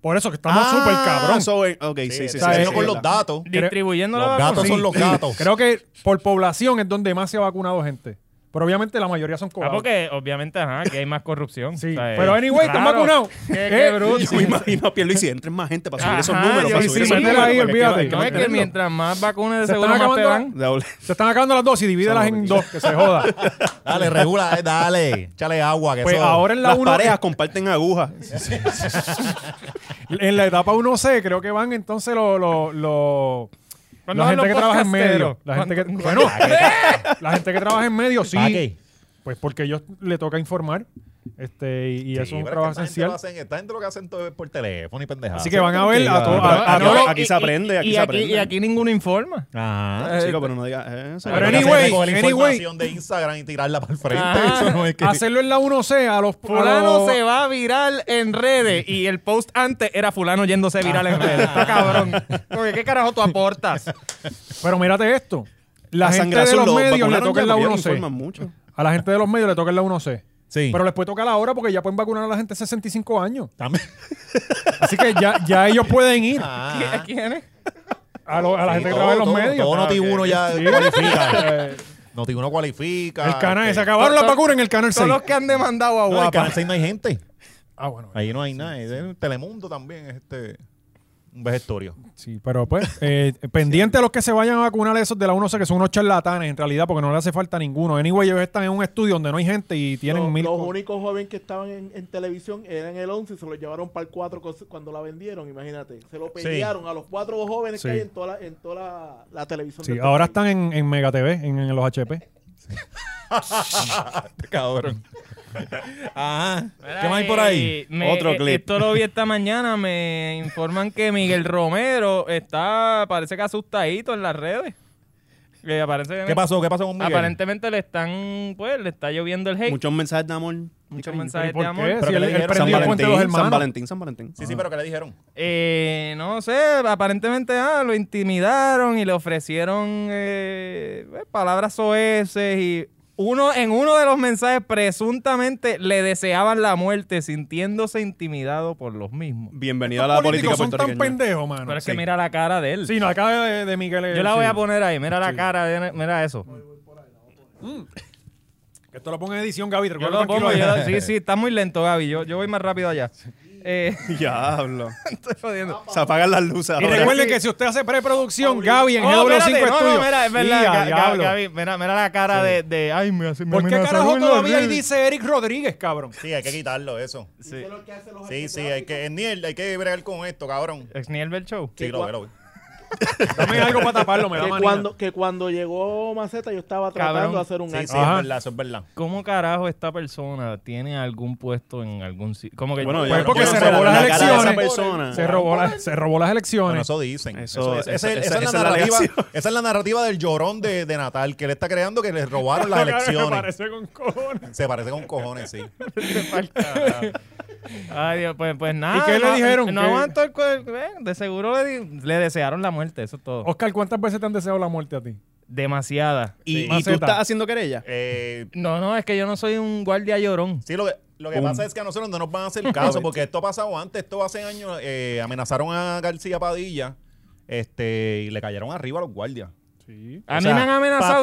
[SPEAKER 1] Por eso que estamos
[SPEAKER 4] Ah,
[SPEAKER 1] súper cabrón.
[SPEAKER 4] so, eh, ok, sí, sí, sí.
[SPEAKER 2] Sí,
[SPEAKER 1] sea,
[SPEAKER 4] sí,
[SPEAKER 1] eso
[SPEAKER 4] sí,
[SPEAKER 2] con
[SPEAKER 4] sí,
[SPEAKER 2] los
[SPEAKER 4] verdad.
[SPEAKER 2] datos.
[SPEAKER 3] Distribuyendo la
[SPEAKER 2] Los
[SPEAKER 3] vacuna. Ah,
[SPEAKER 2] gatos son los gatos.
[SPEAKER 1] Creo que por población es donde más se ha vacunado gente. Pero obviamente la mayoría son
[SPEAKER 3] Ah,
[SPEAKER 1] cobrados.
[SPEAKER 3] porque obviamente, ajá, que hay más corrupción.
[SPEAKER 1] Sí,
[SPEAKER 3] O sea,
[SPEAKER 1] pero anyway, están
[SPEAKER 3] claro.
[SPEAKER 1] vacunados.
[SPEAKER 3] [LAUGHS] Qué-
[SPEAKER 1] Eh,
[SPEAKER 3] qué bruto.
[SPEAKER 4] Yo me imagino a Pierluisi, entren más gente para subir esos
[SPEAKER 3] Ajá,
[SPEAKER 4] números.
[SPEAKER 3] yo
[SPEAKER 4] Para
[SPEAKER 3] sí,
[SPEAKER 4] subir
[SPEAKER 1] sí,
[SPEAKER 4] esos
[SPEAKER 1] métela
[SPEAKER 4] números.
[SPEAKER 1] ahí,
[SPEAKER 4] porque hay que-
[SPEAKER 1] olvídate.
[SPEAKER 4] hay que
[SPEAKER 3] No es que
[SPEAKER 4] mantenerlo.
[SPEAKER 3] mientras más vacunas
[SPEAKER 1] Se
[SPEAKER 3] de
[SPEAKER 1] están
[SPEAKER 3] seguro más te
[SPEAKER 1] acabando
[SPEAKER 3] dan.
[SPEAKER 4] Doble.
[SPEAKER 1] Se están acabando las dosis, divídelas en dos, que se joda.
[SPEAKER 2] Dale, regula, eh, dale. Échale agua. Que
[SPEAKER 1] Pues
[SPEAKER 2] eso-
[SPEAKER 1] ahora en la
[SPEAKER 4] Las
[SPEAKER 1] 1
[SPEAKER 4] parejas comparten agujas.
[SPEAKER 1] En la etapa 1C creo que van entonces los... los- los-
[SPEAKER 3] ¿Cuándo
[SPEAKER 1] la gente
[SPEAKER 3] van los
[SPEAKER 1] que trabaja en medio.
[SPEAKER 3] podcasteros?
[SPEAKER 1] La gente que,
[SPEAKER 3] ¿Cuándo- [LAUGHS]
[SPEAKER 1] bueno, la gente que trabaja en medio, sí.
[SPEAKER 2] ¿Para qué?
[SPEAKER 1] Pues porque ellos le toca informar. Este, y, y
[SPEAKER 2] Sí,
[SPEAKER 1] eso es un
[SPEAKER 2] pero
[SPEAKER 1] trabajo
[SPEAKER 2] que esta gente lo
[SPEAKER 1] esencial.
[SPEAKER 2] hacen- esta gente lo que hacen todo es por teléfono y pendejadas.
[SPEAKER 1] Así que van a ver a
[SPEAKER 4] Tranquila,
[SPEAKER 1] todos.
[SPEAKER 4] pero
[SPEAKER 1] a- a
[SPEAKER 4] aquí-
[SPEAKER 1] todos-
[SPEAKER 4] aquí se aprende, aquí
[SPEAKER 3] y
[SPEAKER 4] se aprende.
[SPEAKER 3] Y aquí ninguno informa.
[SPEAKER 2] Ajá.
[SPEAKER 4] Ah, chico, pero no digas eso.
[SPEAKER 1] Pero
[SPEAKER 2] Lo que hacen
[SPEAKER 1] anyway,
[SPEAKER 2] es coger la
[SPEAKER 1] anyway. Ah,
[SPEAKER 2] información de Instagram y tirarla para el frente.
[SPEAKER 3] Ajá.
[SPEAKER 2] Eso no es que...
[SPEAKER 1] Hacerlo en la 1C a los a
[SPEAKER 3] Fulano
[SPEAKER 1] los-
[SPEAKER 3] se va viral en redes. Y el post antes era fulano yéndose viral en redes. Está cabrón. Porque qué carajo tú aportas.
[SPEAKER 1] Pero mírate esto. La,
[SPEAKER 4] A
[SPEAKER 1] gente
[SPEAKER 4] Sangra
[SPEAKER 1] de
[SPEAKER 4] Azul
[SPEAKER 1] los
[SPEAKER 4] lo
[SPEAKER 1] medios le
[SPEAKER 4] vacunaron
[SPEAKER 1] toca
[SPEAKER 4] ya,
[SPEAKER 1] en la
[SPEAKER 4] porque ya
[SPEAKER 1] 1C.
[SPEAKER 4] informan mucho.
[SPEAKER 1] A la gente de los medios le toca en la 1C.
[SPEAKER 2] Sí.
[SPEAKER 1] Pero les puede tocar ahora porque ya pueden vacunar a la gente de 65 años.
[SPEAKER 2] También.
[SPEAKER 1] Así que ya, ya [LAUGHS] ellos pueden ir
[SPEAKER 3] [LAUGHS]
[SPEAKER 2] Ah.
[SPEAKER 3] ¿Quién es?
[SPEAKER 1] a, lo- a la
[SPEAKER 2] Sí,
[SPEAKER 1] gente que
[SPEAKER 2] todo,
[SPEAKER 1] trabaja en los
[SPEAKER 2] todo,
[SPEAKER 1] medios.
[SPEAKER 2] Todo Noti1 ya
[SPEAKER 1] Sí. [LAUGHS]
[SPEAKER 2] cualifica.
[SPEAKER 1] Eh,
[SPEAKER 2] Noti1 cualifica.
[SPEAKER 1] el canal,
[SPEAKER 2] este,
[SPEAKER 1] se acabaron las
[SPEAKER 3] Todo-
[SPEAKER 1] vacunas en el canal
[SPEAKER 3] Son
[SPEAKER 1] 6.
[SPEAKER 3] los que han demandado a
[SPEAKER 2] No, en el
[SPEAKER 3] Guapa.
[SPEAKER 2] canal 6 no hay gente.
[SPEAKER 1] Ah, bueno.
[SPEAKER 2] Ahí no hay nada. Es el Telemundo también es este, un vejestorio.
[SPEAKER 1] Sí, pero pues, eh, [LAUGHS] pendiente a los que se vayan a vacunar esos de la 1C, que son unos charlatanes en realidad, porque no le hace falta ninguno. Anyway, ellos están en un estudio donde no hay gente y tienen
[SPEAKER 5] Los,
[SPEAKER 1] mil...
[SPEAKER 5] los
[SPEAKER 1] co-
[SPEAKER 5] únicos jóvenes que estaban en, en televisión eran el 11 y se lo llevaron para el 4 cos- cuando la vendieron, imagínate. Se lo pelearon a los cuatro jóvenes
[SPEAKER 1] Sí.
[SPEAKER 5] que hay en toda la, en toda la, la televisión.
[SPEAKER 1] Sí,
[SPEAKER 5] del
[SPEAKER 1] ahora
[SPEAKER 5] país.
[SPEAKER 1] están en, en Mega TV, en, en los
[SPEAKER 3] Eh,
[SPEAKER 1] HP.
[SPEAKER 2] Cabrón. Ajá. ¿Qué más hay por ahí?
[SPEAKER 3] Eh, me-
[SPEAKER 4] Otro
[SPEAKER 3] eh,
[SPEAKER 4] clip.
[SPEAKER 3] Esto lo vi esta mañana. Me informan que Miguel Romero está, parece que asustadito en las redes. Que aparece-
[SPEAKER 2] ¿Qué pasó? ¿Qué pasó con Miguel?
[SPEAKER 3] Aparentemente le están, pues, le está lloviendo el hate.
[SPEAKER 4] Muchos mensajes de amor.
[SPEAKER 3] muchos
[SPEAKER 4] cariño.
[SPEAKER 3] mensajes
[SPEAKER 1] ¿Por
[SPEAKER 3] de
[SPEAKER 1] qué?
[SPEAKER 3] amor.
[SPEAKER 1] Si
[SPEAKER 2] ¿qué
[SPEAKER 1] él-
[SPEAKER 2] le
[SPEAKER 1] él
[SPEAKER 2] dijeron?
[SPEAKER 1] prendió
[SPEAKER 4] San
[SPEAKER 2] San
[SPEAKER 1] el puente de
[SPEAKER 4] Valentín,
[SPEAKER 1] los
[SPEAKER 4] San
[SPEAKER 1] hermanos.
[SPEAKER 4] Valentín, San Valentín.
[SPEAKER 2] Sí, sí, pero ¿qué le dijeron?
[SPEAKER 3] Eh, no sé, aparentemente ah, lo intimidaron y le ofrecieron eh, eh, palabras soeces y uno en uno de los mensajes presuntamente le deseaban la muerte sintiéndose intimidado por los mismos.
[SPEAKER 4] Bienvenido a
[SPEAKER 1] Los
[SPEAKER 4] la política
[SPEAKER 1] políticos son tan
[SPEAKER 4] puertorriqueña.
[SPEAKER 1] pendejos, mano.
[SPEAKER 3] Pero es
[SPEAKER 1] Sí.
[SPEAKER 3] que mira la cara de él.
[SPEAKER 1] Sí, no, acá de, de Miguel. eh,
[SPEAKER 3] Yo la
[SPEAKER 1] sí.
[SPEAKER 3] voy a poner ahí, mira la cara, de- mira eso.
[SPEAKER 1] Que esto lo ponga en edición, Gaby. te
[SPEAKER 3] Yo
[SPEAKER 1] recuerdo
[SPEAKER 3] lo
[SPEAKER 1] tranquilo
[SPEAKER 3] pongo,
[SPEAKER 1] ahí.
[SPEAKER 3] yo- sí, sí, está muy lento Gaby, yo, yo voy más rápido allá. Eh,
[SPEAKER 4] Diablo.
[SPEAKER 3] estoy jodiendo.
[SPEAKER 4] Se apagan las luces.
[SPEAKER 1] [LAUGHS] Y
[SPEAKER 4] ahora.
[SPEAKER 1] recuerden que si usted hace preproducción, Gaby en
[SPEAKER 3] Oh,
[SPEAKER 1] GW5
[SPEAKER 3] espérate,
[SPEAKER 1] Studios.
[SPEAKER 3] no, no, mira, es verdad,
[SPEAKER 1] Ya,
[SPEAKER 3] Ga- Ga-
[SPEAKER 1] diablo.
[SPEAKER 3] Gaby, mira, mira la cara de, de- ay, me hace me
[SPEAKER 1] ¿Por qué
[SPEAKER 3] amenazaron
[SPEAKER 1] carajo
[SPEAKER 3] en la
[SPEAKER 1] todavía ahí
[SPEAKER 3] red.
[SPEAKER 1] dice Eric Rodríguez, cabrón?
[SPEAKER 2] Sí, hay que quitarlo eso.
[SPEAKER 5] ¿Viste lo que hacen los
[SPEAKER 2] Sí, sí,
[SPEAKER 5] arqueólogos?
[SPEAKER 2] hay que, Niel, hay que bregar con esto, cabrón.
[SPEAKER 3] Exniel ve el show.
[SPEAKER 2] Sí, lo veo, lo veo.
[SPEAKER 1] Dame algo para taparlo, me da
[SPEAKER 5] Que
[SPEAKER 1] manía.
[SPEAKER 5] cuando, que cuando llegó Maceta yo estaba tratando
[SPEAKER 3] Cabrón.
[SPEAKER 5] de hacer un
[SPEAKER 2] Sí,
[SPEAKER 5] acto.
[SPEAKER 2] sí,
[SPEAKER 1] Ajá.
[SPEAKER 2] es verdad, eso es verdad.
[SPEAKER 3] ¿Cómo carajo esta persona tiene algún puesto en algún sitio? Como que
[SPEAKER 4] Bueno,
[SPEAKER 1] Pues
[SPEAKER 4] yo-
[SPEAKER 1] porque
[SPEAKER 4] yo no
[SPEAKER 1] se
[SPEAKER 4] sé,
[SPEAKER 1] robó
[SPEAKER 4] la-
[SPEAKER 1] las
[SPEAKER 4] la cara de esa
[SPEAKER 1] elecciones.
[SPEAKER 4] persona.
[SPEAKER 1] Se robó, la- se robó las
[SPEAKER 2] Bueno,
[SPEAKER 1] elecciones.
[SPEAKER 2] eso dicen.
[SPEAKER 4] Eso-
[SPEAKER 2] Eso- esa,
[SPEAKER 4] eso-
[SPEAKER 2] esa es la narrativa, esa es la narrativa del llorón de, de Natal, que le está creando que le
[SPEAKER 1] [LAUGHS]
[SPEAKER 2] robaron [LAUGHS] las
[SPEAKER 1] Me
[SPEAKER 2] elecciones.
[SPEAKER 1] parece con cojones.
[SPEAKER 2] Se parece con cojones, sí.
[SPEAKER 3] Ay, Dios, pues, pues nada.
[SPEAKER 1] qué le
[SPEAKER 3] no-
[SPEAKER 1] dijeron?
[SPEAKER 3] No
[SPEAKER 1] ¿Qué?
[SPEAKER 3] aguanto el cuerpo. eh, de seguro le, di- le desearon la muerte, eso es todo.
[SPEAKER 1] Oscar, ¿cuántas veces te han deseado la muerte a ti?
[SPEAKER 3] Demasiada.
[SPEAKER 4] ¿Y, y tú
[SPEAKER 1] Maceta.
[SPEAKER 4] estás haciendo querella?
[SPEAKER 2] Eh,
[SPEAKER 3] No, no, es que yo no soy un guardia llorón.
[SPEAKER 2] sí, lo que, lo que pasa es que a nosotros no nos van a hacer caso, porque esto ha pasado antes, esto hace años, eh, amenazaron a García Padilla este, y le cayeron arriba a los guardias.
[SPEAKER 1] Sí.
[SPEAKER 3] A
[SPEAKER 2] O
[SPEAKER 3] mí
[SPEAKER 2] sea,
[SPEAKER 3] me han amenazado,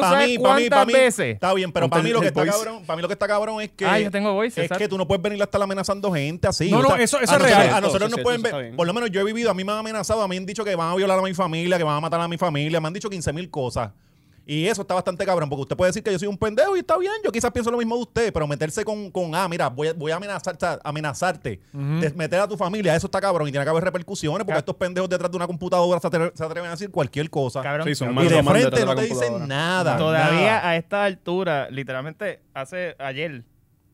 [SPEAKER 2] pa- pa
[SPEAKER 3] ¿sabes
[SPEAKER 2] mí, pa mí,
[SPEAKER 3] cuántas
[SPEAKER 2] pa mí,
[SPEAKER 3] veces?
[SPEAKER 2] Está bien, pero
[SPEAKER 4] Ponte
[SPEAKER 2] para mí,
[SPEAKER 4] el-
[SPEAKER 2] lo que
[SPEAKER 4] el
[SPEAKER 2] está
[SPEAKER 4] voice.
[SPEAKER 2] cabrón, para mí lo que está cabrón es que.
[SPEAKER 3] Ah, yo tengo voice,
[SPEAKER 2] Es
[SPEAKER 3] exacto.
[SPEAKER 2] que tú no puedes venir a estar amenazando gente así.
[SPEAKER 1] No,
[SPEAKER 2] O
[SPEAKER 1] no,
[SPEAKER 2] sea,
[SPEAKER 1] eso- eso
[SPEAKER 2] a
[SPEAKER 1] es
[SPEAKER 2] nosotros-
[SPEAKER 1] real.
[SPEAKER 2] A nosotros
[SPEAKER 4] Eso,
[SPEAKER 2] nos
[SPEAKER 4] eso,
[SPEAKER 2] pueden
[SPEAKER 4] eso está
[SPEAKER 2] ver.
[SPEAKER 4] bien.
[SPEAKER 2] Por lo menos yo he vivido, a mí me han amenazado, a mí me han dicho que van a violar a mi familia, que van a matar a mi familia, me han dicho 15 mil cosas. Y eso está bastante cabrón, porque usted puede decir que yo soy un pendejo y está bien, yo quizás pienso lo mismo de usted, pero meterse con, con ah, mira, voy a, voy a amenazar, o sea, amenazarte, de meter a tu familia, eso está cabrón y tiene que haber repercusiones, porque
[SPEAKER 3] Ca-
[SPEAKER 2] estos pendejos detrás de una computadora se atre- se atreven a decir cualquier cosa.
[SPEAKER 3] Cabrón.
[SPEAKER 4] Sí, son
[SPEAKER 2] Y
[SPEAKER 4] más
[SPEAKER 2] de
[SPEAKER 4] romances detrás
[SPEAKER 2] frente
[SPEAKER 4] de
[SPEAKER 2] no
[SPEAKER 4] la
[SPEAKER 2] te dicen
[SPEAKER 4] computadora.
[SPEAKER 2] nada.
[SPEAKER 3] Todavía
[SPEAKER 2] nada.
[SPEAKER 3] a esta altura, literalmente hace ayer,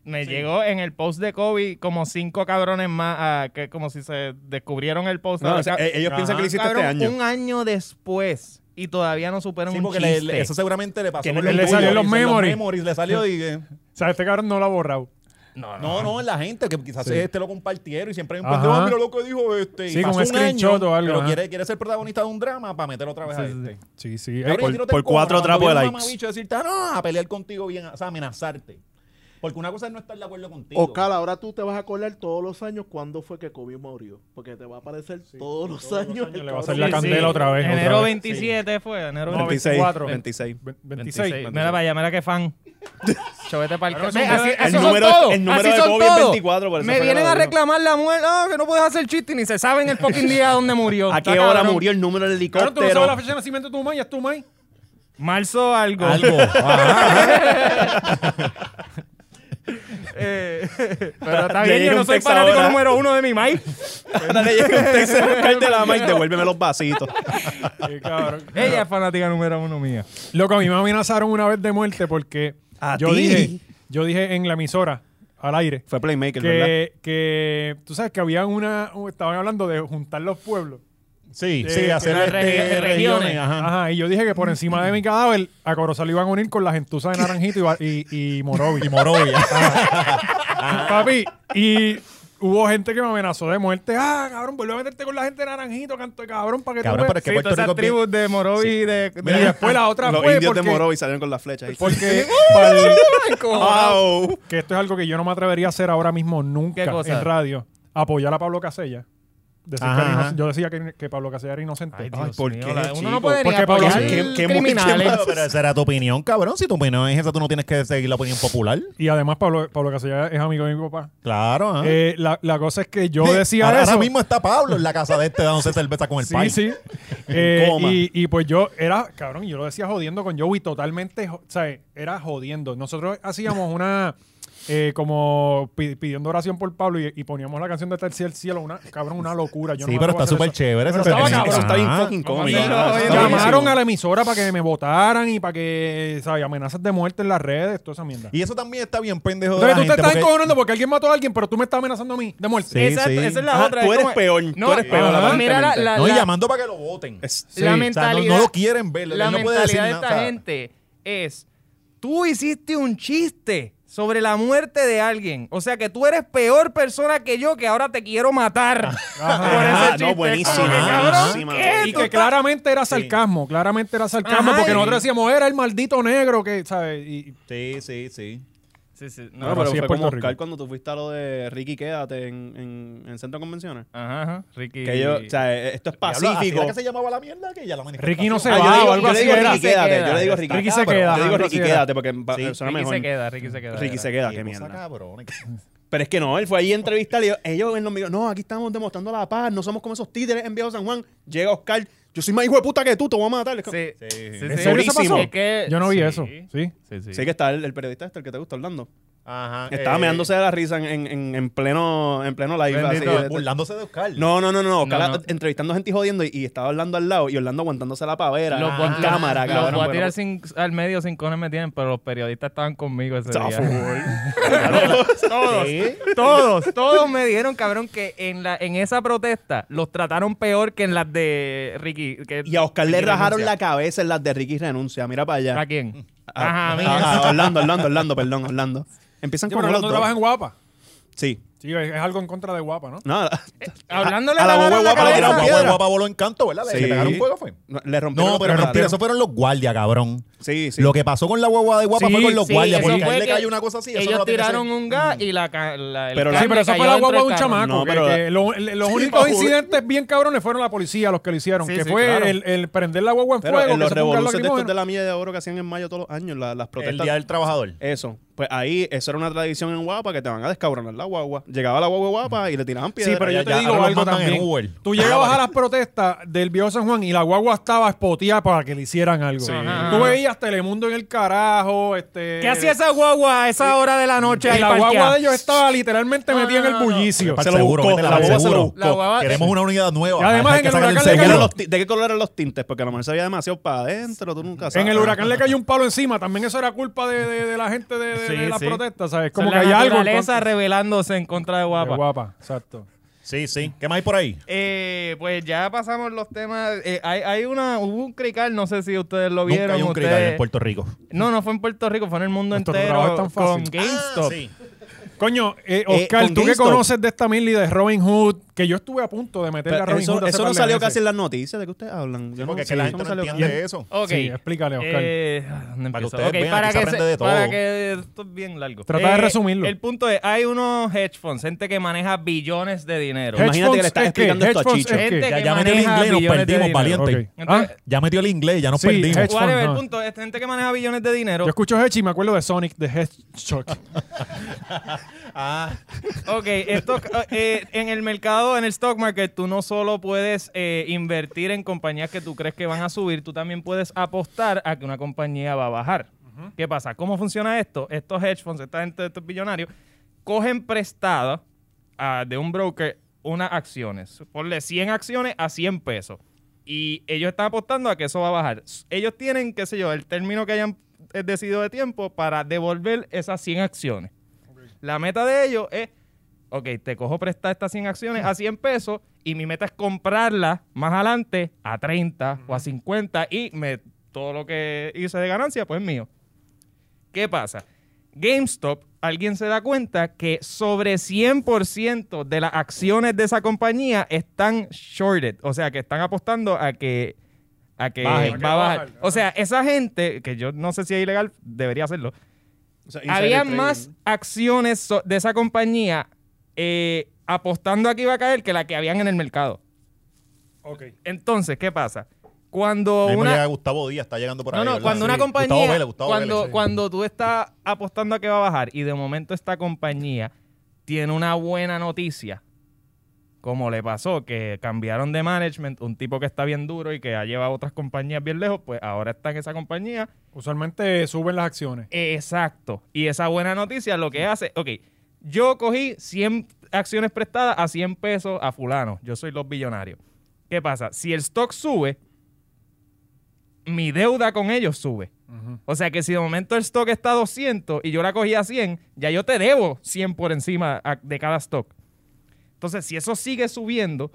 [SPEAKER 3] me llegó en el post de Kobe como cinco cabrones más, ah, que como si se descubrieron el post.
[SPEAKER 4] No,
[SPEAKER 3] Ah,
[SPEAKER 4] o sea,
[SPEAKER 3] ca-
[SPEAKER 4] eh, ellos piensan que lo hiciste
[SPEAKER 3] cabrón,
[SPEAKER 4] este año.
[SPEAKER 3] Un año después y todavía no superan
[SPEAKER 2] Sí,
[SPEAKER 3] un
[SPEAKER 2] porque
[SPEAKER 3] chiste.
[SPEAKER 2] le- le- eso seguramente le pasó.
[SPEAKER 1] Que
[SPEAKER 2] con
[SPEAKER 1] le- le
[SPEAKER 2] orgullo,
[SPEAKER 1] salió los
[SPEAKER 2] hizo
[SPEAKER 1] memories.
[SPEAKER 2] Le salió y... eh,
[SPEAKER 1] O sea, este cabrón no lo ha borrado.
[SPEAKER 3] no,
[SPEAKER 2] No,
[SPEAKER 3] no.
[SPEAKER 2] no, la gente que quizás
[SPEAKER 1] Sí.
[SPEAKER 2] este lo compartieron y siempre hay un
[SPEAKER 1] Ajá.
[SPEAKER 2] pendejo, "Ah, mira lo que dijo este. y
[SPEAKER 1] Sí, con
[SPEAKER 2] pasó
[SPEAKER 1] un screenshot o algo,
[SPEAKER 2] Pero
[SPEAKER 1] ajá.
[SPEAKER 2] quiere, quiere ser protagonista de un drama para meterlo otra vez a este.
[SPEAKER 1] Sí, sí.
[SPEAKER 2] Cabrón,
[SPEAKER 1] Eh,
[SPEAKER 2] y a ti no te
[SPEAKER 4] por
[SPEAKER 2] encojonas
[SPEAKER 4] cuatro
[SPEAKER 2] cuando
[SPEAKER 4] trapos
[SPEAKER 2] viene
[SPEAKER 4] de
[SPEAKER 2] un
[SPEAKER 4] likes.
[SPEAKER 2] mamabicho a decirte, "Ah, no, a pelear contigo bien, o sea, amenazarte. Porque una cosa es no estar de acuerdo contigo.
[SPEAKER 5] Ocal, ahora tú te vas a acordar todos los años cuándo fue que Kobe murió. Porque te va a aparecer todos, los, años, el
[SPEAKER 1] le va a
[SPEAKER 5] cabrón.
[SPEAKER 1] salir la
[SPEAKER 5] Sí,
[SPEAKER 1] candela otra vez.
[SPEAKER 3] Enero
[SPEAKER 1] otra vez.
[SPEAKER 3] 27 fue, enero
[SPEAKER 1] No,
[SPEAKER 3] 26.
[SPEAKER 1] 24.
[SPEAKER 4] 26.
[SPEAKER 1] Ve-
[SPEAKER 3] 26.
[SPEAKER 1] 26. [LAUGHS]
[SPEAKER 3] Mira para allá, mira
[SPEAKER 4] [LAUGHS]
[SPEAKER 3] qué fan. Chovete para el
[SPEAKER 1] Cabrón,
[SPEAKER 3] Ve,
[SPEAKER 1] eso es un-
[SPEAKER 3] así-
[SPEAKER 1] el
[SPEAKER 3] esos son
[SPEAKER 4] número-
[SPEAKER 3] todos,
[SPEAKER 4] el número
[SPEAKER 3] así
[SPEAKER 4] de
[SPEAKER 3] son
[SPEAKER 4] Kobe es
[SPEAKER 3] todos.
[SPEAKER 4] 24, por eso
[SPEAKER 3] Me
[SPEAKER 4] fue que
[SPEAKER 3] vienen
[SPEAKER 4] lo
[SPEAKER 3] a
[SPEAKER 4] dijo.
[SPEAKER 3] reclamar la muerte. Ah, que no puedes hacer chiste y ni se saben el fucking día donde murió.
[SPEAKER 4] ¿A
[SPEAKER 3] Está
[SPEAKER 4] qué hora
[SPEAKER 3] cabrón.
[SPEAKER 4] murió el número del
[SPEAKER 1] Cabrón, tú no
[SPEAKER 4] helicóptero?
[SPEAKER 1] sabes la fecha de nacimiento de tu mamá, ya es tu mamá.
[SPEAKER 3] Marzo algo. [LAUGHS]
[SPEAKER 2] Algo. Ajá.
[SPEAKER 3] Eh, pero está
[SPEAKER 4] Ya
[SPEAKER 3] bien,
[SPEAKER 4] llega
[SPEAKER 3] yo no
[SPEAKER 4] un
[SPEAKER 3] soy
[SPEAKER 4] texto
[SPEAKER 3] fanático
[SPEAKER 4] ahora.
[SPEAKER 3] número uno de mi maíz.
[SPEAKER 4] Ahora le llega un texto de Oscar de la May, devuélveme los vasitos.
[SPEAKER 3] Ella es fanática número uno mía.
[SPEAKER 1] Loco, a mí me amenazaron una vez de muerte porque
[SPEAKER 4] ¿A
[SPEAKER 1] yo
[SPEAKER 4] ti?
[SPEAKER 1] dije, yo dije en la emisora, al aire.
[SPEAKER 4] Fue Playmaker, ¿verdad?
[SPEAKER 1] Que, que tú sabes que habían una. Estaban hablando de juntar los pueblos.
[SPEAKER 2] Sí,
[SPEAKER 1] Eh,
[SPEAKER 2] sí,
[SPEAKER 1] que
[SPEAKER 2] hacer
[SPEAKER 1] las
[SPEAKER 2] este,
[SPEAKER 1] regi- eh,
[SPEAKER 2] regiones.
[SPEAKER 3] regiones,
[SPEAKER 2] ajá.
[SPEAKER 1] Ajá, y yo dije que por encima de mi cadáver, a Corozal lo iban a unir con la gentuza de Naranjito y, va- y, y Morovi.
[SPEAKER 2] Y Morovia. Ah.
[SPEAKER 1] Papi, y hubo gente que me amenazó de muerte. Ah, cabrón, vuelve a meterte con la gente de Naranjito, canto de cabrón, para que
[SPEAKER 2] Cabrón,
[SPEAKER 1] tú
[SPEAKER 2] pero
[SPEAKER 1] veas.
[SPEAKER 2] es que
[SPEAKER 3] Sí,
[SPEAKER 2] Puerto
[SPEAKER 3] todas
[SPEAKER 2] Rico
[SPEAKER 3] esas
[SPEAKER 2] es bien-
[SPEAKER 3] tribus Pues de Morovi y de, de-
[SPEAKER 1] Y después la otra
[SPEAKER 4] Los
[SPEAKER 1] fue
[SPEAKER 4] indios
[SPEAKER 1] porque...
[SPEAKER 4] de Morovi salieron con las flechas. ahí.
[SPEAKER 2] [LAUGHS]
[SPEAKER 1] Porque... [LAUGHS] pa'l-
[SPEAKER 4] Wow.
[SPEAKER 1] que esto es algo que yo no me atrevería a hacer ahora mismo nunca
[SPEAKER 3] ¿Qué cosa?
[SPEAKER 1] en radio. Apoyar a Pablo Casella. Decir que
[SPEAKER 2] Ajá,
[SPEAKER 1] era inoc-
[SPEAKER 2] ajá.
[SPEAKER 1] yo decía que, que Pablo Casella era inocente.
[SPEAKER 3] Ay,
[SPEAKER 1] Ay,
[SPEAKER 3] Dios
[SPEAKER 4] ¿por
[SPEAKER 3] mío,
[SPEAKER 4] qué,
[SPEAKER 3] la- uno
[SPEAKER 4] chico?
[SPEAKER 3] no puede ni
[SPEAKER 1] Porque Pablo-
[SPEAKER 3] apoyar
[SPEAKER 2] ¿Qué- qué-
[SPEAKER 3] criminales.
[SPEAKER 2] qué- pero esa era tu opinión, cabrón. Si tu opinión es esa, tú no tienes que seguir la opinión popular.
[SPEAKER 1] Y además Pablo, Pablo Casella es amigo de mi papá.
[SPEAKER 2] Claro, ajá.
[SPEAKER 1] Eh, la, la cosa es que yo decía
[SPEAKER 2] ¿Ah? ahora,
[SPEAKER 1] eso.
[SPEAKER 2] ahora mismo está Pablo en la casa de este dándose cerveza con el
[SPEAKER 1] Sí,
[SPEAKER 2] pai. [LAUGHS]
[SPEAKER 1] sí. Eh,
[SPEAKER 4] coma.
[SPEAKER 1] y, y pues yo era, cabrón, yo lo decía jodiendo con Joey, totalmente, jo- o sea, era jodiendo. Nosotros hacíamos una, eh, como pi- pidiendo oración por Pablo y, y poníamos la canción de Tercer el Cielo, una, cabrón, una locura. Yo
[SPEAKER 2] Sí,
[SPEAKER 1] no me
[SPEAKER 2] pero
[SPEAKER 1] atrevo a
[SPEAKER 2] está
[SPEAKER 1] hacer
[SPEAKER 2] súper
[SPEAKER 1] eso.
[SPEAKER 2] chévere.
[SPEAKER 1] Pero
[SPEAKER 2] ese
[SPEAKER 1] estaba
[SPEAKER 2] segmento.
[SPEAKER 1] cabrón,
[SPEAKER 4] Eso está bien
[SPEAKER 2] Ah,
[SPEAKER 4] fucking cómico.
[SPEAKER 3] hacerlo,
[SPEAKER 4] Eso está
[SPEAKER 3] oye,
[SPEAKER 1] Llamaron
[SPEAKER 4] buenísimo.
[SPEAKER 1] a la emisora para que me votaran y para que, ¿sabes? Amenazas de muerte en las redes, toda esa mierda.
[SPEAKER 2] Y eso también está bien pendejo de
[SPEAKER 1] Entonces tú
[SPEAKER 2] la
[SPEAKER 1] te
[SPEAKER 2] gente.
[SPEAKER 1] estás
[SPEAKER 2] porque-
[SPEAKER 1] encojonando porque alguien mató a alguien, pero tú me estás amenazando a mí de muerte.
[SPEAKER 2] Sí,
[SPEAKER 3] esa,
[SPEAKER 2] sí.
[SPEAKER 3] esa es la
[SPEAKER 4] Ajá,
[SPEAKER 3] otra.
[SPEAKER 4] tú
[SPEAKER 3] es
[SPEAKER 4] eres
[SPEAKER 3] como-
[SPEAKER 4] peor, tú eres peor,
[SPEAKER 3] ajá. Mira la, la-
[SPEAKER 2] No, y
[SPEAKER 3] la-
[SPEAKER 2] llamando para que lo voten.
[SPEAKER 4] Es-
[SPEAKER 1] Sí.
[SPEAKER 3] la
[SPEAKER 1] O sea, no-
[SPEAKER 3] mentalidad.
[SPEAKER 2] no lo quieren ver.
[SPEAKER 3] La
[SPEAKER 2] él no puede
[SPEAKER 3] mentalidad
[SPEAKER 2] decir
[SPEAKER 3] de
[SPEAKER 2] nada,
[SPEAKER 3] esta
[SPEAKER 2] o sea,
[SPEAKER 3] gente es: tú hiciste un chiste sobre la muerte de alguien. O sea que tú eres peor persona que yo, que ahora te quiero matar. [LAUGHS] Por ese
[SPEAKER 4] Ah. Ajá, no,
[SPEAKER 3] chiste. Como que,
[SPEAKER 4] buenísima,
[SPEAKER 3] cabrón,
[SPEAKER 4] buenísima,
[SPEAKER 3] ¿qué?
[SPEAKER 4] buenísima.
[SPEAKER 1] Y
[SPEAKER 3] Tú
[SPEAKER 1] que
[SPEAKER 3] estás-
[SPEAKER 1] claramente era sarcasmo, claramente era sarcasmo,
[SPEAKER 3] Ajá,
[SPEAKER 1] porque
[SPEAKER 3] y-
[SPEAKER 1] nosotros decíamos, era el maldito negro que, ¿sabes? Y,
[SPEAKER 2] Sí, sí, sí.
[SPEAKER 3] Sí, sí, no,
[SPEAKER 4] No,
[SPEAKER 1] Bueno,
[SPEAKER 4] pero
[SPEAKER 1] así es
[SPEAKER 4] fue
[SPEAKER 1] Puerto
[SPEAKER 4] como
[SPEAKER 1] Rico.
[SPEAKER 4] Oscar cuando tú fuiste a lo de Ricky Quédate en, en, en Centro de Convenciones.
[SPEAKER 3] Ajá, ajá, Ricky.
[SPEAKER 4] Que yo, o sea, eh, esto es
[SPEAKER 2] Pacífico.
[SPEAKER 4] pacífico.
[SPEAKER 2] que se llamaba la mierda? Que ya la
[SPEAKER 1] Ricky no se va
[SPEAKER 4] Ah, yo,
[SPEAKER 1] o
[SPEAKER 4] digo,
[SPEAKER 1] algo
[SPEAKER 4] yo
[SPEAKER 1] así.
[SPEAKER 4] le digo
[SPEAKER 1] era.
[SPEAKER 4] Ricky Quédate, yo le digo Ricky,
[SPEAKER 1] Ricky se
[SPEAKER 4] Quédate,
[SPEAKER 1] queda.
[SPEAKER 4] Yo
[SPEAKER 1] ajá,
[SPEAKER 4] digo
[SPEAKER 1] así
[SPEAKER 4] Ricky
[SPEAKER 1] era.
[SPEAKER 4] Quédate porque va-
[SPEAKER 2] Sí,
[SPEAKER 4] suena
[SPEAKER 3] Ricky
[SPEAKER 4] mejor.
[SPEAKER 3] se queda, Ricky se queda.
[SPEAKER 4] Ricky
[SPEAKER 3] era.
[SPEAKER 4] se queda, qué
[SPEAKER 2] Qué
[SPEAKER 4] mierda.
[SPEAKER 2] cosa cabrona.
[SPEAKER 4] Pero es que no, él fue ahí a entrevistar y yo- ellos en los micro, no, aquí estamos demostrando la paz, no somos como esos títeres en Viejo San Juan. Llega Oscar, yo soy más hijo de puta que tú, te voy a matar. Es como-
[SPEAKER 3] Sí,
[SPEAKER 2] Sí.
[SPEAKER 3] sí,
[SPEAKER 2] ¿En
[SPEAKER 3] sí.
[SPEAKER 1] serio eso
[SPEAKER 4] Durísimo.
[SPEAKER 1] pasó?
[SPEAKER 3] Es que-
[SPEAKER 1] Yo no vi
[SPEAKER 3] sí.
[SPEAKER 1] eso, ¿sí?
[SPEAKER 3] Sí, sí.
[SPEAKER 4] Sí que está el, el periodista este, el que te gusta, Orlando.
[SPEAKER 2] Ajá.
[SPEAKER 4] Estaba
[SPEAKER 2] eh,
[SPEAKER 4] meándose de la risa en, en- en- en pleno en pleno live. así,
[SPEAKER 2] Bendito,
[SPEAKER 4] de-
[SPEAKER 2] burlándose de Oscar.
[SPEAKER 4] no, no, no, no, Oscar
[SPEAKER 3] No, no.
[SPEAKER 4] a- entrevistando gente y jodiendo y, y estaba Orlando al lado y Orlando aguantándose la pavera Ah,
[SPEAKER 3] Los voy a-
[SPEAKER 4] en cámara,
[SPEAKER 3] los
[SPEAKER 4] cabrón. pues.
[SPEAKER 3] voy a
[SPEAKER 4] pero-
[SPEAKER 3] tirar sin- al medio sin cones me tienen, pero los periodistas estaban conmigo ese
[SPEAKER 4] Está
[SPEAKER 3] día.
[SPEAKER 2] todos.
[SPEAKER 3] todos, todos me dijeron, cabrón, que en la en esa protesta los trataron peor que en las de Ricky. que-
[SPEAKER 4] Y a Oscar le
[SPEAKER 3] Ricky
[SPEAKER 4] rajaron
[SPEAKER 3] renuncia.
[SPEAKER 4] la cabeza en las de Ricky renuncia. Mira para allá.
[SPEAKER 3] ¿A quién?
[SPEAKER 4] Ah,
[SPEAKER 3] Ajá, a mí.
[SPEAKER 4] ah, Orlando, Orlando, Orlando, perdón, Orlando. Empiezan
[SPEAKER 1] Sí,
[SPEAKER 4] con
[SPEAKER 1] pero
[SPEAKER 4] los
[SPEAKER 1] no trabaja
[SPEAKER 4] dos.
[SPEAKER 1] en guapa.
[SPEAKER 4] Sí.
[SPEAKER 1] Sí, es, es algo en contra de guapa, ¿no?
[SPEAKER 4] No, la-
[SPEAKER 2] Eh,
[SPEAKER 3] Hablándole
[SPEAKER 4] A- a la huevo
[SPEAKER 3] mano en
[SPEAKER 4] guapa le tiraron
[SPEAKER 2] Guapa,
[SPEAKER 4] piedra.
[SPEAKER 2] guapa, voló en canto, ¿verdad? De
[SPEAKER 4] Sí.
[SPEAKER 2] Que pues, pegaron fuego fue.
[SPEAKER 4] no, le rompieron
[SPEAKER 2] No, pero
[SPEAKER 4] los tres
[SPEAKER 2] rompieron.
[SPEAKER 4] labios.
[SPEAKER 2] Eso fueron los guardias, cabrón.
[SPEAKER 4] Sí, sí.
[SPEAKER 2] Lo que pasó con la guagua de guapa
[SPEAKER 1] Sí,
[SPEAKER 2] fue con los
[SPEAKER 3] Sí,
[SPEAKER 2] guardias.
[SPEAKER 3] eso
[SPEAKER 2] Porque a
[SPEAKER 3] fue
[SPEAKER 2] él le
[SPEAKER 3] que
[SPEAKER 2] cayó una cosa así. eso no
[SPEAKER 3] Ellos
[SPEAKER 2] lo tiene que
[SPEAKER 3] tiraron
[SPEAKER 2] ser.
[SPEAKER 3] un gas y la, ca- la el
[SPEAKER 4] Pero la-
[SPEAKER 3] gas
[SPEAKER 1] Sí, pero
[SPEAKER 3] le
[SPEAKER 1] eso fue
[SPEAKER 3] cayó
[SPEAKER 1] la
[SPEAKER 3] dentro
[SPEAKER 1] guagua de
[SPEAKER 3] del
[SPEAKER 1] un
[SPEAKER 3] carro.
[SPEAKER 1] chamaco.
[SPEAKER 4] No,
[SPEAKER 1] que-
[SPEAKER 4] pero-
[SPEAKER 1] que lo- el- los únicos incidentes bien cabrones fueron la policía los que lo hicieron.
[SPEAKER 3] Sí,
[SPEAKER 1] que
[SPEAKER 3] sí,
[SPEAKER 1] fue
[SPEAKER 3] claro.
[SPEAKER 1] el, el prender la guagua en
[SPEAKER 4] Pero
[SPEAKER 1] fuego,
[SPEAKER 4] en
[SPEAKER 1] que
[SPEAKER 4] los
[SPEAKER 1] se ponga
[SPEAKER 4] revoluciones de estos
[SPEAKER 1] lacrimógeno.
[SPEAKER 4] de la milla de oro que hacían en mayo todos los años, la- las
[SPEAKER 2] El
[SPEAKER 4] protestas.
[SPEAKER 2] día del trabajador.
[SPEAKER 4] Eso. Pues ahí, eso era una tradición en Guapa que te van a descabronar la guagua. Llegaba la guagua guapa y le tiraban piedra.
[SPEAKER 1] Sí, pero yo te
[SPEAKER 2] ya,
[SPEAKER 1] digo
[SPEAKER 2] ahora los
[SPEAKER 1] algo
[SPEAKER 2] mandan en
[SPEAKER 1] también.
[SPEAKER 2] Uber.
[SPEAKER 1] Tú llegabas a las protestas del viejo San Juan y la guagua estaba espoteada para que le hicieran algo.
[SPEAKER 3] Ajá.
[SPEAKER 1] Tú veías Telemundo en el carajo, este...
[SPEAKER 3] ¿Qué hacía esa guagua a esa hora de la noche?
[SPEAKER 1] Y
[SPEAKER 3] ahí
[SPEAKER 1] la
[SPEAKER 3] parqueada?
[SPEAKER 1] guagua de ellos estaba literalmente
[SPEAKER 3] No,
[SPEAKER 1] metida en
[SPEAKER 3] no,
[SPEAKER 1] el
[SPEAKER 3] no, no.
[SPEAKER 1] bullicio.
[SPEAKER 2] Para
[SPEAKER 4] Se
[SPEAKER 2] el
[SPEAKER 4] lo
[SPEAKER 2] seguro,
[SPEAKER 4] buscó,
[SPEAKER 2] vete
[SPEAKER 4] la
[SPEAKER 2] la
[SPEAKER 4] guagua se lo
[SPEAKER 2] seguro.
[SPEAKER 4] buscó.
[SPEAKER 3] La guagua-
[SPEAKER 2] Queremos una unidad nueva.
[SPEAKER 1] Y además
[SPEAKER 2] Hay
[SPEAKER 1] en
[SPEAKER 2] que
[SPEAKER 1] el
[SPEAKER 2] sacarle
[SPEAKER 1] huracán le
[SPEAKER 4] ¿De qué,
[SPEAKER 1] cayó.
[SPEAKER 2] seguro.
[SPEAKER 4] eran los ti- de qué color eran los tintes? Porque a lo mejor se veía demasiado para adentro, tú nunca sabes.
[SPEAKER 1] En el huracán le cayó un palo encima. También eso era culpa de, de- de la gente de, de-
[SPEAKER 3] Sí,
[SPEAKER 1] de las
[SPEAKER 3] sí.
[SPEAKER 1] protestas, ¿sabes?
[SPEAKER 3] Como
[SPEAKER 1] Como que hay algo. en
[SPEAKER 3] naturaleza
[SPEAKER 1] contra-
[SPEAKER 3] rebelándose en contra de
[SPEAKER 1] De
[SPEAKER 3] guapa.
[SPEAKER 1] guapa, exacto.
[SPEAKER 2] Sí, sí. ¿Qué más hay por ahí?
[SPEAKER 3] Eh, pues ya pasamos los temas. Eh, hay, hay una, hubo un crical, no sé si ustedes lo vieron.
[SPEAKER 2] Nunca hay un
[SPEAKER 3] ustedes-
[SPEAKER 2] crical en Puerto Rico.
[SPEAKER 3] No, no fue en Puerto Rico, fue en el mundo
[SPEAKER 1] Nuestro
[SPEAKER 3] entero.
[SPEAKER 1] trabajo es tan fácil.
[SPEAKER 3] Con GameStop.
[SPEAKER 2] Ah, sí.
[SPEAKER 1] Coño, eh,
[SPEAKER 4] Eh,
[SPEAKER 1] Oscar,
[SPEAKER 4] con
[SPEAKER 1] tú que
[SPEAKER 4] GameStop.
[SPEAKER 1] conoces de esta mili de Robin Hood, que yo estuve a punto de meterle a
[SPEAKER 4] Pero
[SPEAKER 1] Robin
[SPEAKER 4] eso
[SPEAKER 1] Hood. hace
[SPEAKER 4] eso
[SPEAKER 1] par
[SPEAKER 4] no
[SPEAKER 1] de
[SPEAKER 4] salió
[SPEAKER 1] meses.
[SPEAKER 4] casi en las noticias de que ustedes hablan. Yo no
[SPEAKER 2] Porque es
[SPEAKER 4] sé,
[SPEAKER 2] que la
[SPEAKER 4] eso
[SPEAKER 2] gente no
[SPEAKER 4] salió
[SPEAKER 2] entiende eso.
[SPEAKER 3] Ok.
[SPEAKER 1] Sí, explícale, Oscar.
[SPEAKER 3] Eh, ¿dónde
[SPEAKER 2] Para que
[SPEAKER 3] empiezo?
[SPEAKER 2] ustedes
[SPEAKER 3] Ok,
[SPEAKER 2] vean,
[SPEAKER 3] para
[SPEAKER 2] aquí se
[SPEAKER 3] que
[SPEAKER 2] aprende de todo.
[SPEAKER 3] Para que esto es bien largo. Eh,
[SPEAKER 1] Trata de resumirlo.
[SPEAKER 3] El punto es, hay unos hedge funds, gente que maneja billones de dinero.
[SPEAKER 1] Hedge
[SPEAKER 4] Imagínate que
[SPEAKER 1] funds
[SPEAKER 4] le estás
[SPEAKER 1] es que,
[SPEAKER 4] explicando esto a
[SPEAKER 1] hedge funds
[SPEAKER 4] Chicho.
[SPEAKER 1] es que-
[SPEAKER 3] Gente
[SPEAKER 2] Ya,
[SPEAKER 3] que
[SPEAKER 2] ya metió el
[SPEAKER 3] maneja
[SPEAKER 2] inglés y nos
[SPEAKER 3] billones de
[SPEAKER 2] perdimos,
[SPEAKER 3] dinero.
[SPEAKER 2] valiente.
[SPEAKER 1] Ok.
[SPEAKER 3] Entonces,
[SPEAKER 1] Ah,
[SPEAKER 2] Ya metió el inglés y ya nos
[SPEAKER 1] Sí,
[SPEAKER 2] perdimos.
[SPEAKER 1] hedge-
[SPEAKER 3] whatever,
[SPEAKER 1] fund,
[SPEAKER 3] el
[SPEAKER 1] no.
[SPEAKER 3] punto es gente que maneja billones de dinero.
[SPEAKER 1] yo escucho Hedge y me acuerdo de Sonic de
[SPEAKER 2] [LAUGHS]
[SPEAKER 1] Hedgehog.
[SPEAKER 3] Ok, esto, eh, en el mercado, en el stock market, tú no solo puedes eh, invertir en compañías que tú crees que van a subir, tú también puedes apostar a que una compañía va a bajar. ¿Qué pasa? ¿Cómo funciona esto? Estos hedge funds, esta gente, estos billonarios, cogen prestada ah, de un broker unas acciones. Ponle 100 acciones a 100 pesos. Y ellos están apostando a que eso va a bajar. S- Ellos tienen, qué sé yo, el término que hayan eh, decidido de tiempo para devolver esas 100 acciones. La meta de ellos es, ok, te cojo prestar estas 100 acciones a 100 pesos y mi meta es comprarlas más adelante a 30 o a 50 y me, todo lo que hice de ganancia pues es mío. ¿Qué pasa? GameStop, alguien se da cuenta que sobre 100% de las acciones de esa compañía están shorted, o sea, que están apostando a que a que
[SPEAKER 1] Bajen. A
[SPEAKER 3] va a
[SPEAKER 1] que va a
[SPEAKER 3] bajar.
[SPEAKER 1] bajar,
[SPEAKER 3] O sea, esa gente, que yo no sé si es ilegal, debería hacerlo,
[SPEAKER 4] O sea, insider
[SPEAKER 3] había
[SPEAKER 4] trading,
[SPEAKER 3] más
[SPEAKER 4] ¿no?
[SPEAKER 3] acciones so- de esa compañía eh, apostando a que iba a caer que la que habían en el mercado.
[SPEAKER 1] Ok.
[SPEAKER 3] Entonces, ¿qué pasa? Cuando
[SPEAKER 2] Ahí me
[SPEAKER 3] una,
[SPEAKER 2] llega Gustavo Díaz está llegando por ahí.
[SPEAKER 3] no, no,
[SPEAKER 2] ¿verdad?
[SPEAKER 3] cuando
[SPEAKER 2] Sí.
[SPEAKER 3] una compañía.
[SPEAKER 2] Gustavo Vélez, Gustavo
[SPEAKER 3] cuando,
[SPEAKER 2] Vélez, sí.
[SPEAKER 3] cuando tú estás apostando a que va a bajar y de momento esta compañía tiene una buena noticia, como le pasó, que cambiaron de management, un tipo que está bien duro y que ha llevado otras compañías bien lejos, pues ahora está en esa compañía
[SPEAKER 1] Usualmente suben las acciones.
[SPEAKER 3] Exacto. Y esa buena noticia lo que hace, ok, yo cogí 100 acciones prestadas a 100 pesos a fulano, yo soy los billonarios. ¿Qué pasa? Si el stock sube, mi deuda con ellos sube. O sea que si de momento el stock está a 200 y yo la cogí a 100, ya yo te debo 100 por encima a- de cada stock. Entonces, si eso sigue subiendo,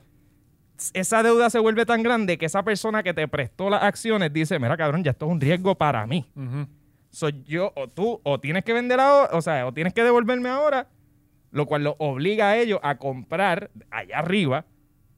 [SPEAKER 3] s- esa deuda se vuelve tan grande que esa persona que te prestó las acciones dice, mira cabrón, ya esto es un riesgo para mí.
[SPEAKER 1] Ujú.
[SPEAKER 3] So, yo o tú o tienes que vender ahora, o sea, o tienes que devolverme ahora, lo cual los obliga a ellos a comprar allá arriba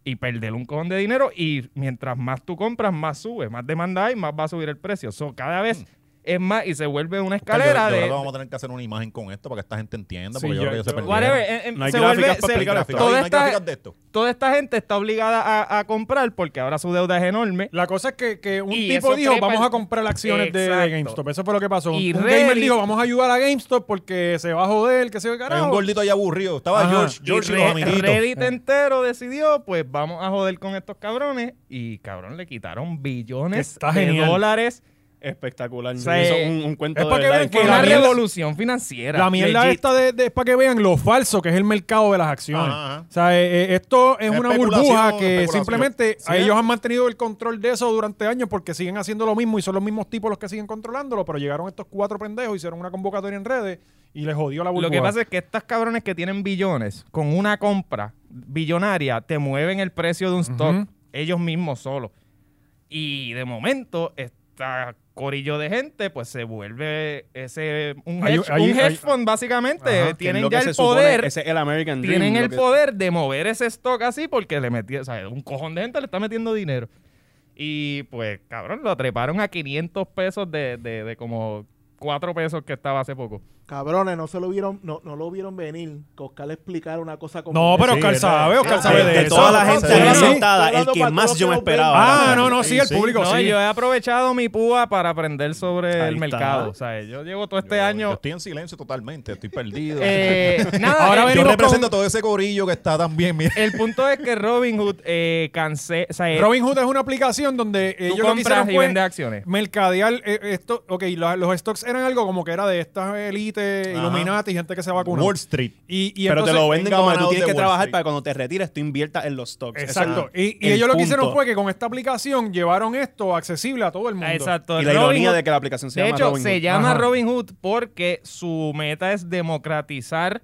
[SPEAKER 3] y perder un cojón de dinero y mientras más tú compras, más sube, más demanda hay, más va a subir el precio. So, cada vez es más y se vuelve una
[SPEAKER 2] Oscar, yo-
[SPEAKER 3] escalera
[SPEAKER 2] yo
[SPEAKER 3] de...
[SPEAKER 2] creo que vamos a tener que hacer una imagen con esto para que esta gente entienda,
[SPEAKER 1] Sí,
[SPEAKER 2] porque yo, creo
[SPEAKER 1] yo-
[SPEAKER 2] que se
[SPEAKER 1] yo-
[SPEAKER 2] perdieron.
[SPEAKER 3] Whatever, eh, eh,
[SPEAKER 4] No hay
[SPEAKER 3] se
[SPEAKER 4] gráficas
[SPEAKER 3] vuelve-
[SPEAKER 4] para
[SPEAKER 3] se-
[SPEAKER 2] Hay
[SPEAKER 4] explicar
[SPEAKER 2] gráficas,
[SPEAKER 3] toda
[SPEAKER 2] hay
[SPEAKER 3] esta-
[SPEAKER 2] gráficas de esto.
[SPEAKER 3] toda esta gente está obligada a, a comprar porque ahora su deuda es enorme.
[SPEAKER 1] La cosa es que, que un
[SPEAKER 3] Y
[SPEAKER 1] tipo
[SPEAKER 3] eso
[SPEAKER 1] dijo,
[SPEAKER 3] trepa
[SPEAKER 1] vamos
[SPEAKER 3] el-
[SPEAKER 1] a comprar acciones de, de
[SPEAKER 3] Exacto.
[SPEAKER 1] GameStop. Eso fue lo que pasó.
[SPEAKER 3] Y
[SPEAKER 1] un gamer
[SPEAKER 3] Reddit-
[SPEAKER 1] dijo, vamos a ayudar a GameStop porque se va a joder, que se va a
[SPEAKER 2] Hay un gordito ahí aburrido. Estaba
[SPEAKER 1] Ajá.
[SPEAKER 2] George,
[SPEAKER 3] Y
[SPEAKER 2] George y,
[SPEAKER 3] Re- este
[SPEAKER 2] los amiguitos.
[SPEAKER 3] Reddit entero decidió, pues vamos a joder con estos cabrones. Y cabrón, le quitaron billones
[SPEAKER 1] Está
[SPEAKER 3] de
[SPEAKER 1] genial.
[SPEAKER 3] dólares.
[SPEAKER 4] Espectacular.
[SPEAKER 3] O sea,
[SPEAKER 4] Eso
[SPEAKER 3] eh,
[SPEAKER 4] un, un cuento
[SPEAKER 1] es
[SPEAKER 4] de
[SPEAKER 1] para que
[SPEAKER 4] verdad
[SPEAKER 1] vean que
[SPEAKER 3] Fue
[SPEAKER 1] la
[SPEAKER 3] una
[SPEAKER 1] mierda-
[SPEAKER 3] revolución financiera.
[SPEAKER 1] La mierda
[SPEAKER 3] legit.
[SPEAKER 1] esta de, de- es para que vean lo falso que es el mercado de las acciones.
[SPEAKER 2] Ajá, ajá.
[SPEAKER 1] O sea, eh, eh, esto es
[SPEAKER 2] Es
[SPEAKER 1] una
[SPEAKER 2] especulación,
[SPEAKER 1] burbuja que
[SPEAKER 2] especulación.
[SPEAKER 1] simplemente
[SPEAKER 2] Sí,
[SPEAKER 1] a
[SPEAKER 2] es.
[SPEAKER 1] ellos han mantenido el control de eso durante años porque siguen haciendo lo mismo y son los mismos tipos los que siguen controlándolo, pero llegaron estos cuatro pendejos, hicieron una convocatoria en redes y les jodió la burbuja.
[SPEAKER 3] Lo que pasa es que estos cabrones que tienen billones, con una compra billonaria, te mueven el precio de un stock
[SPEAKER 1] Ujú.
[SPEAKER 3] ellos mismos solos. Y de momento, esta corillo de gente, pues se vuelve ese un
[SPEAKER 1] Hay-
[SPEAKER 3] hedge,
[SPEAKER 1] hay-
[SPEAKER 3] un hedge
[SPEAKER 1] hay-
[SPEAKER 3] fund, básicamente.
[SPEAKER 1] Ajá.
[SPEAKER 4] que
[SPEAKER 3] Tienen
[SPEAKER 4] es lo
[SPEAKER 3] ya
[SPEAKER 4] que
[SPEAKER 3] el
[SPEAKER 4] se supone-
[SPEAKER 3] poder.
[SPEAKER 4] Ese es el American Dream.
[SPEAKER 3] tienen
[SPEAKER 4] lo
[SPEAKER 3] el
[SPEAKER 4] que-
[SPEAKER 3] poder de mover ese stock así porque le metí, o sea, un cojón de gente le está metiendo dinero. Y pues, cabrón, lo treparon a 500 pesos de, de, de como 4 pesos que estaba hace poco.
[SPEAKER 5] Cabrones, no se lo vieron, no, no lo vieron venir. Que Oscar le explicara una cosa como.
[SPEAKER 1] No, pero
[SPEAKER 2] Sí,
[SPEAKER 1] Oscar
[SPEAKER 2] verdad.
[SPEAKER 1] sabe, Oscar
[SPEAKER 5] Ah,
[SPEAKER 1] sabe
[SPEAKER 5] de
[SPEAKER 1] de, eso.
[SPEAKER 5] toda la gente
[SPEAKER 1] Sí.
[SPEAKER 5] ahí
[SPEAKER 1] Sí.
[SPEAKER 5] sentada.
[SPEAKER 1] Ah, no, no, sí, el
[SPEAKER 2] Sí,
[SPEAKER 1] público
[SPEAKER 3] No,
[SPEAKER 1] sí.
[SPEAKER 3] yo he aprovechado mi púa para aprender sobre
[SPEAKER 2] Ahí
[SPEAKER 3] el
[SPEAKER 2] está.
[SPEAKER 3] mercado. O sea, yo llevo todo este
[SPEAKER 2] Yo-
[SPEAKER 3] año...
[SPEAKER 2] Yo estoy en silencio totalmente, estoy perdido. [LAUGHS]
[SPEAKER 3] eh, [LAUGHS] nada,
[SPEAKER 1] Ahora
[SPEAKER 3] eh,
[SPEAKER 2] yo
[SPEAKER 1] venimos
[SPEAKER 2] represento
[SPEAKER 1] con-
[SPEAKER 2] todo ese corillo que está también. Mira.
[SPEAKER 3] el punto es que Robin Hood eh, canse- o sea, eh,
[SPEAKER 1] Robin Hood es una aplicación donde
[SPEAKER 3] tú
[SPEAKER 1] ellos lo que
[SPEAKER 3] compras
[SPEAKER 1] hicieron
[SPEAKER 3] y
[SPEAKER 1] fue
[SPEAKER 3] vendes acciones.
[SPEAKER 1] mercadear eh, esto. Ok, la- los stocks eran algo como que era de estas élites,
[SPEAKER 2] Ajá.
[SPEAKER 1] Illuminati, gente que se vacuna.
[SPEAKER 2] Wall Street.
[SPEAKER 1] Y, y
[SPEAKER 4] Pero te
[SPEAKER 1] entonces-
[SPEAKER 4] lo venden como que tú
[SPEAKER 2] engabanado de
[SPEAKER 4] tienes que
[SPEAKER 2] Wall
[SPEAKER 4] trabajar
[SPEAKER 2] Street.
[SPEAKER 4] para cuando te retires, tú inviertas en los stocks. Ese
[SPEAKER 1] Exacto.
[SPEAKER 4] es
[SPEAKER 1] Y, y
[SPEAKER 4] el
[SPEAKER 1] ellos lo que hicieron
[SPEAKER 4] punto.
[SPEAKER 1] fue que con esta aplicación llevaron esto accesible a todo el mundo.
[SPEAKER 3] Exacto.
[SPEAKER 4] Y la
[SPEAKER 3] Robin
[SPEAKER 4] ironía
[SPEAKER 3] Hood-
[SPEAKER 4] de que la aplicación se
[SPEAKER 3] de
[SPEAKER 4] llama
[SPEAKER 3] hecho,
[SPEAKER 4] Robinhood.
[SPEAKER 3] se llama
[SPEAKER 1] Ajá.
[SPEAKER 3] Robin Hood porque su meta es democratizar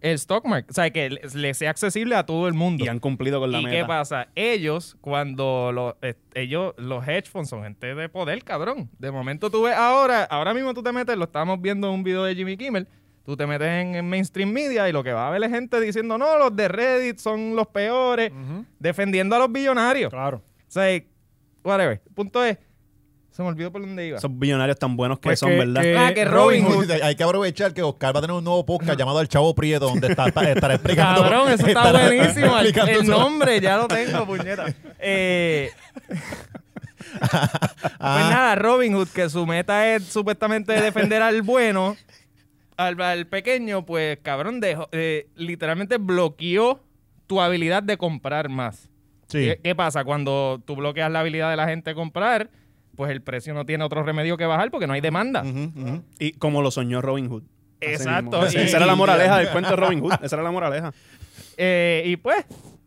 [SPEAKER 3] el stock market. O sea, que le, le sea accesible a todo el mundo.
[SPEAKER 4] Y han cumplido con la
[SPEAKER 3] ¿Y
[SPEAKER 4] meta.
[SPEAKER 3] qué pasa? Ellos, cuando los, eh, ellos, los hedge funds son gente de poder, cabrón. De momento tú ves ahora, ahora mismo tú te metes, lo estábamos viendo en un video de Jimmy Kimmel, tú te metes en, en mainstream media y lo que va a ver es gente diciendo, no, los de Reddit son los peores,
[SPEAKER 1] Ujú.
[SPEAKER 3] defendiendo a los billonarios. O
[SPEAKER 1] Claro.
[SPEAKER 3] sea, whatever. Punto es, se me olvidó por dónde iba.
[SPEAKER 4] Esos billonarios tan buenos que
[SPEAKER 1] Pues
[SPEAKER 4] son,
[SPEAKER 1] que-
[SPEAKER 4] ¿verdad?
[SPEAKER 1] que-
[SPEAKER 3] Ah, que Robin Hood.
[SPEAKER 2] Hay que aprovechar que Oscar va a tener un nuevo podcast llamado El Chavo Prieto, donde está, está- estará explicando. [LAUGHS]
[SPEAKER 3] Cabrón, eso está
[SPEAKER 2] estará
[SPEAKER 3] buenísimo. El,
[SPEAKER 2] explicando
[SPEAKER 3] el
[SPEAKER 2] su-
[SPEAKER 3] nombre ya lo tengo, puñeta. Eh, Pues
[SPEAKER 2] Ah,
[SPEAKER 3] nada, Robin Hood, que su meta es supuestamente defender al bueno, al, al pequeño, pues cabrón, dejó, eh, literalmente bloqueó tu habilidad de comprar más.
[SPEAKER 2] sí.
[SPEAKER 3] ¿Qué, qué pasa? Cuando tú bloqueas la habilidad de la gente a comprar, pues el precio no tiene otro remedio que bajar porque no hay demanda.
[SPEAKER 2] Ujú, ujú.
[SPEAKER 4] Y como lo soñó Robin Hood. Así
[SPEAKER 3] Exacto.
[SPEAKER 4] mismo.
[SPEAKER 3] Y-
[SPEAKER 4] Esa era la moraleja del cuento de Robin Hood. Esa era la moraleja.
[SPEAKER 3] Eh, y pues,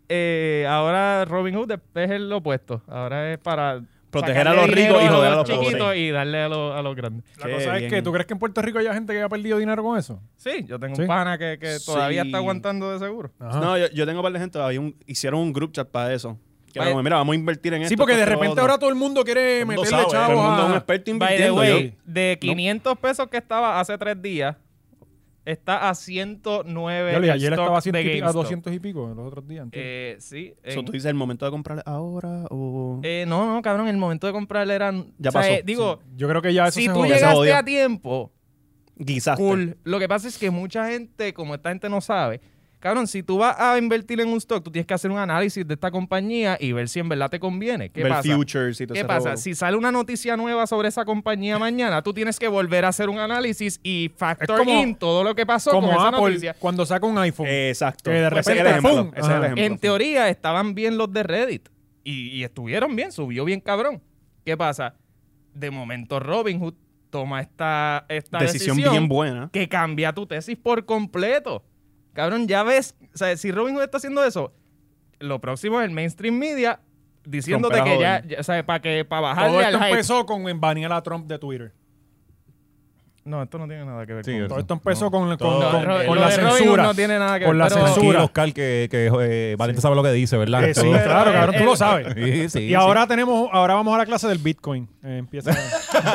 [SPEAKER 3] eh, ahora Robin Hood es el opuesto. Ahora es para
[SPEAKER 4] proteger a
[SPEAKER 3] sacarle
[SPEAKER 4] los
[SPEAKER 3] dinero
[SPEAKER 4] ricos y joder a los
[SPEAKER 3] chiquitos
[SPEAKER 4] pobres.
[SPEAKER 3] y darle a los, a los grandes.
[SPEAKER 1] La
[SPEAKER 4] Qué
[SPEAKER 1] cosa es
[SPEAKER 4] Eh, bien.
[SPEAKER 1] que, ¿tú crees que en Puerto Rico haya gente que haya perdido dinero con eso?
[SPEAKER 3] Sí, yo tengo
[SPEAKER 1] Sí.
[SPEAKER 3] un pana que, que todavía
[SPEAKER 4] Sí.
[SPEAKER 3] está aguantando de seguro.
[SPEAKER 1] Ajá.
[SPEAKER 4] No, yo, yo tengo un par de gente, había un- hicieron un group chat para eso. Que era
[SPEAKER 3] Vaya-
[SPEAKER 4] como, mira, vamos a invertir en esto.
[SPEAKER 1] sí, porque
[SPEAKER 4] esto,
[SPEAKER 1] de
[SPEAKER 4] esto, lo
[SPEAKER 1] repente
[SPEAKER 4] otro.
[SPEAKER 1] ahora todo el mundo quiere
[SPEAKER 2] Todo el mundo
[SPEAKER 1] meterle
[SPEAKER 2] sabe,
[SPEAKER 1] chavos
[SPEAKER 4] Todo el mundo es un
[SPEAKER 1] a...
[SPEAKER 4] experto
[SPEAKER 3] By the
[SPEAKER 4] invirtiendo.
[SPEAKER 3] way,
[SPEAKER 4] yo-
[SPEAKER 3] de 500 pesos que estaba hace tres días, está a 109
[SPEAKER 1] Ya,
[SPEAKER 3] el
[SPEAKER 1] ayer
[SPEAKER 3] stock
[SPEAKER 1] estaba a, ciento y
[SPEAKER 3] de
[SPEAKER 1] pi- a
[SPEAKER 3] GameStop.
[SPEAKER 1] 200 y pico los otros días. entonces.
[SPEAKER 3] Eh, sí.
[SPEAKER 4] So,
[SPEAKER 3] en-
[SPEAKER 4] ¿Tú dices el momento de comprar ahora o...?
[SPEAKER 3] eh, no, no, cabrón, el momento de comprarle era...
[SPEAKER 4] Ya
[SPEAKER 3] o sea,
[SPEAKER 4] pasó,
[SPEAKER 3] eh, digo,
[SPEAKER 1] yo creo que ya eso
[SPEAKER 3] si
[SPEAKER 1] se
[SPEAKER 3] tú
[SPEAKER 1] jodió.
[SPEAKER 4] llega-
[SPEAKER 3] llegaste
[SPEAKER 4] jodió.
[SPEAKER 3] a tiempo,
[SPEAKER 4] Quizás.
[SPEAKER 3] cool. Lo que pasa es que mucha gente, como esta gente no sabe, cabrón, si tú vas a invertir en un stock, tú tienes que hacer un análisis de esta compañía y ver si en verdad te conviene. ¿Qué
[SPEAKER 4] Ver
[SPEAKER 3] pasa?
[SPEAKER 4] futures y todo
[SPEAKER 3] ¿Qué
[SPEAKER 4] ese
[SPEAKER 3] pasa?
[SPEAKER 4] revolú.
[SPEAKER 3] Si sale una noticia nueva sobre esa compañía mañana, tú tienes que volver a hacer un análisis y factor
[SPEAKER 1] como-
[SPEAKER 3] in todo lo que pasó
[SPEAKER 1] Como
[SPEAKER 3] con esa
[SPEAKER 1] Apple
[SPEAKER 3] noticia.
[SPEAKER 1] cuando saca un iPhone.
[SPEAKER 4] Exacto.
[SPEAKER 1] Que de
[SPEAKER 4] Ese es el
[SPEAKER 1] repente,
[SPEAKER 4] ejemplo,
[SPEAKER 1] ¡pum! Ah.
[SPEAKER 4] ese es el
[SPEAKER 1] Ajá.
[SPEAKER 4] ejemplo.
[SPEAKER 3] En teoría estaban bien los de Reddit y, y estuvieron bien, subió bien cabrón. ¿Qué pasa? De momento Robinhood toma esta, esta
[SPEAKER 4] Decisión
[SPEAKER 1] [LAUGHS]
[SPEAKER 4] bien buena.
[SPEAKER 3] que cambia tu tesis por completo. Cabrón, ya ves, o sea, si Robin Hood está haciendo eso, lo próximo es el mainstream media diciéndote
[SPEAKER 4] Romper a
[SPEAKER 3] que ya,
[SPEAKER 4] joder.
[SPEAKER 3] ya, o sea, para que para
[SPEAKER 1] Todo
[SPEAKER 3] bajarle
[SPEAKER 1] esto
[SPEAKER 3] al hype.
[SPEAKER 1] empezó con banear a Trump de Twitter.
[SPEAKER 3] No, esto no tiene nada que ver
[SPEAKER 2] Sí,
[SPEAKER 3] con
[SPEAKER 2] eso.
[SPEAKER 1] Todo esto empezó Pues con, con,
[SPEAKER 2] Todo-
[SPEAKER 1] con-
[SPEAKER 2] Ro-
[SPEAKER 1] con
[SPEAKER 2] lo
[SPEAKER 1] la
[SPEAKER 3] de Robin Hood
[SPEAKER 1] censura.
[SPEAKER 3] no tiene nada que
[SPEAKER 1] con
[SPEAKER 3] ver,
[SPEAKER 1] la
[SPEAKER 3] pero-
[SPEAKER 1] censura.
[SPEAKER 2] Tranquilo, Oscar, que, que eh, Valiente sabe lo que dice, ¿verdad?
[SPEAKER 1] Eh, sí,
[SPEAKER 2] Todo- [LAUGHS]
[SPEAKER 1] claro, cabrón, tú
[SPEAKER 3] eh,
[SPEAKER 1] lo
[SPEAKER 3] eh,
[SPEAKER 1] sabes.
[SPEAKER 2] Sí, sí,
[SPEAKER 1] y
[SPEAKER 2] sí.
[SPEAKER 1] ahora tenemos, ahora vamos a la clase del Bitcoin. Eh,
[SPEAKER 2] [LAUGHS]
[SPEAKER 1] empieza.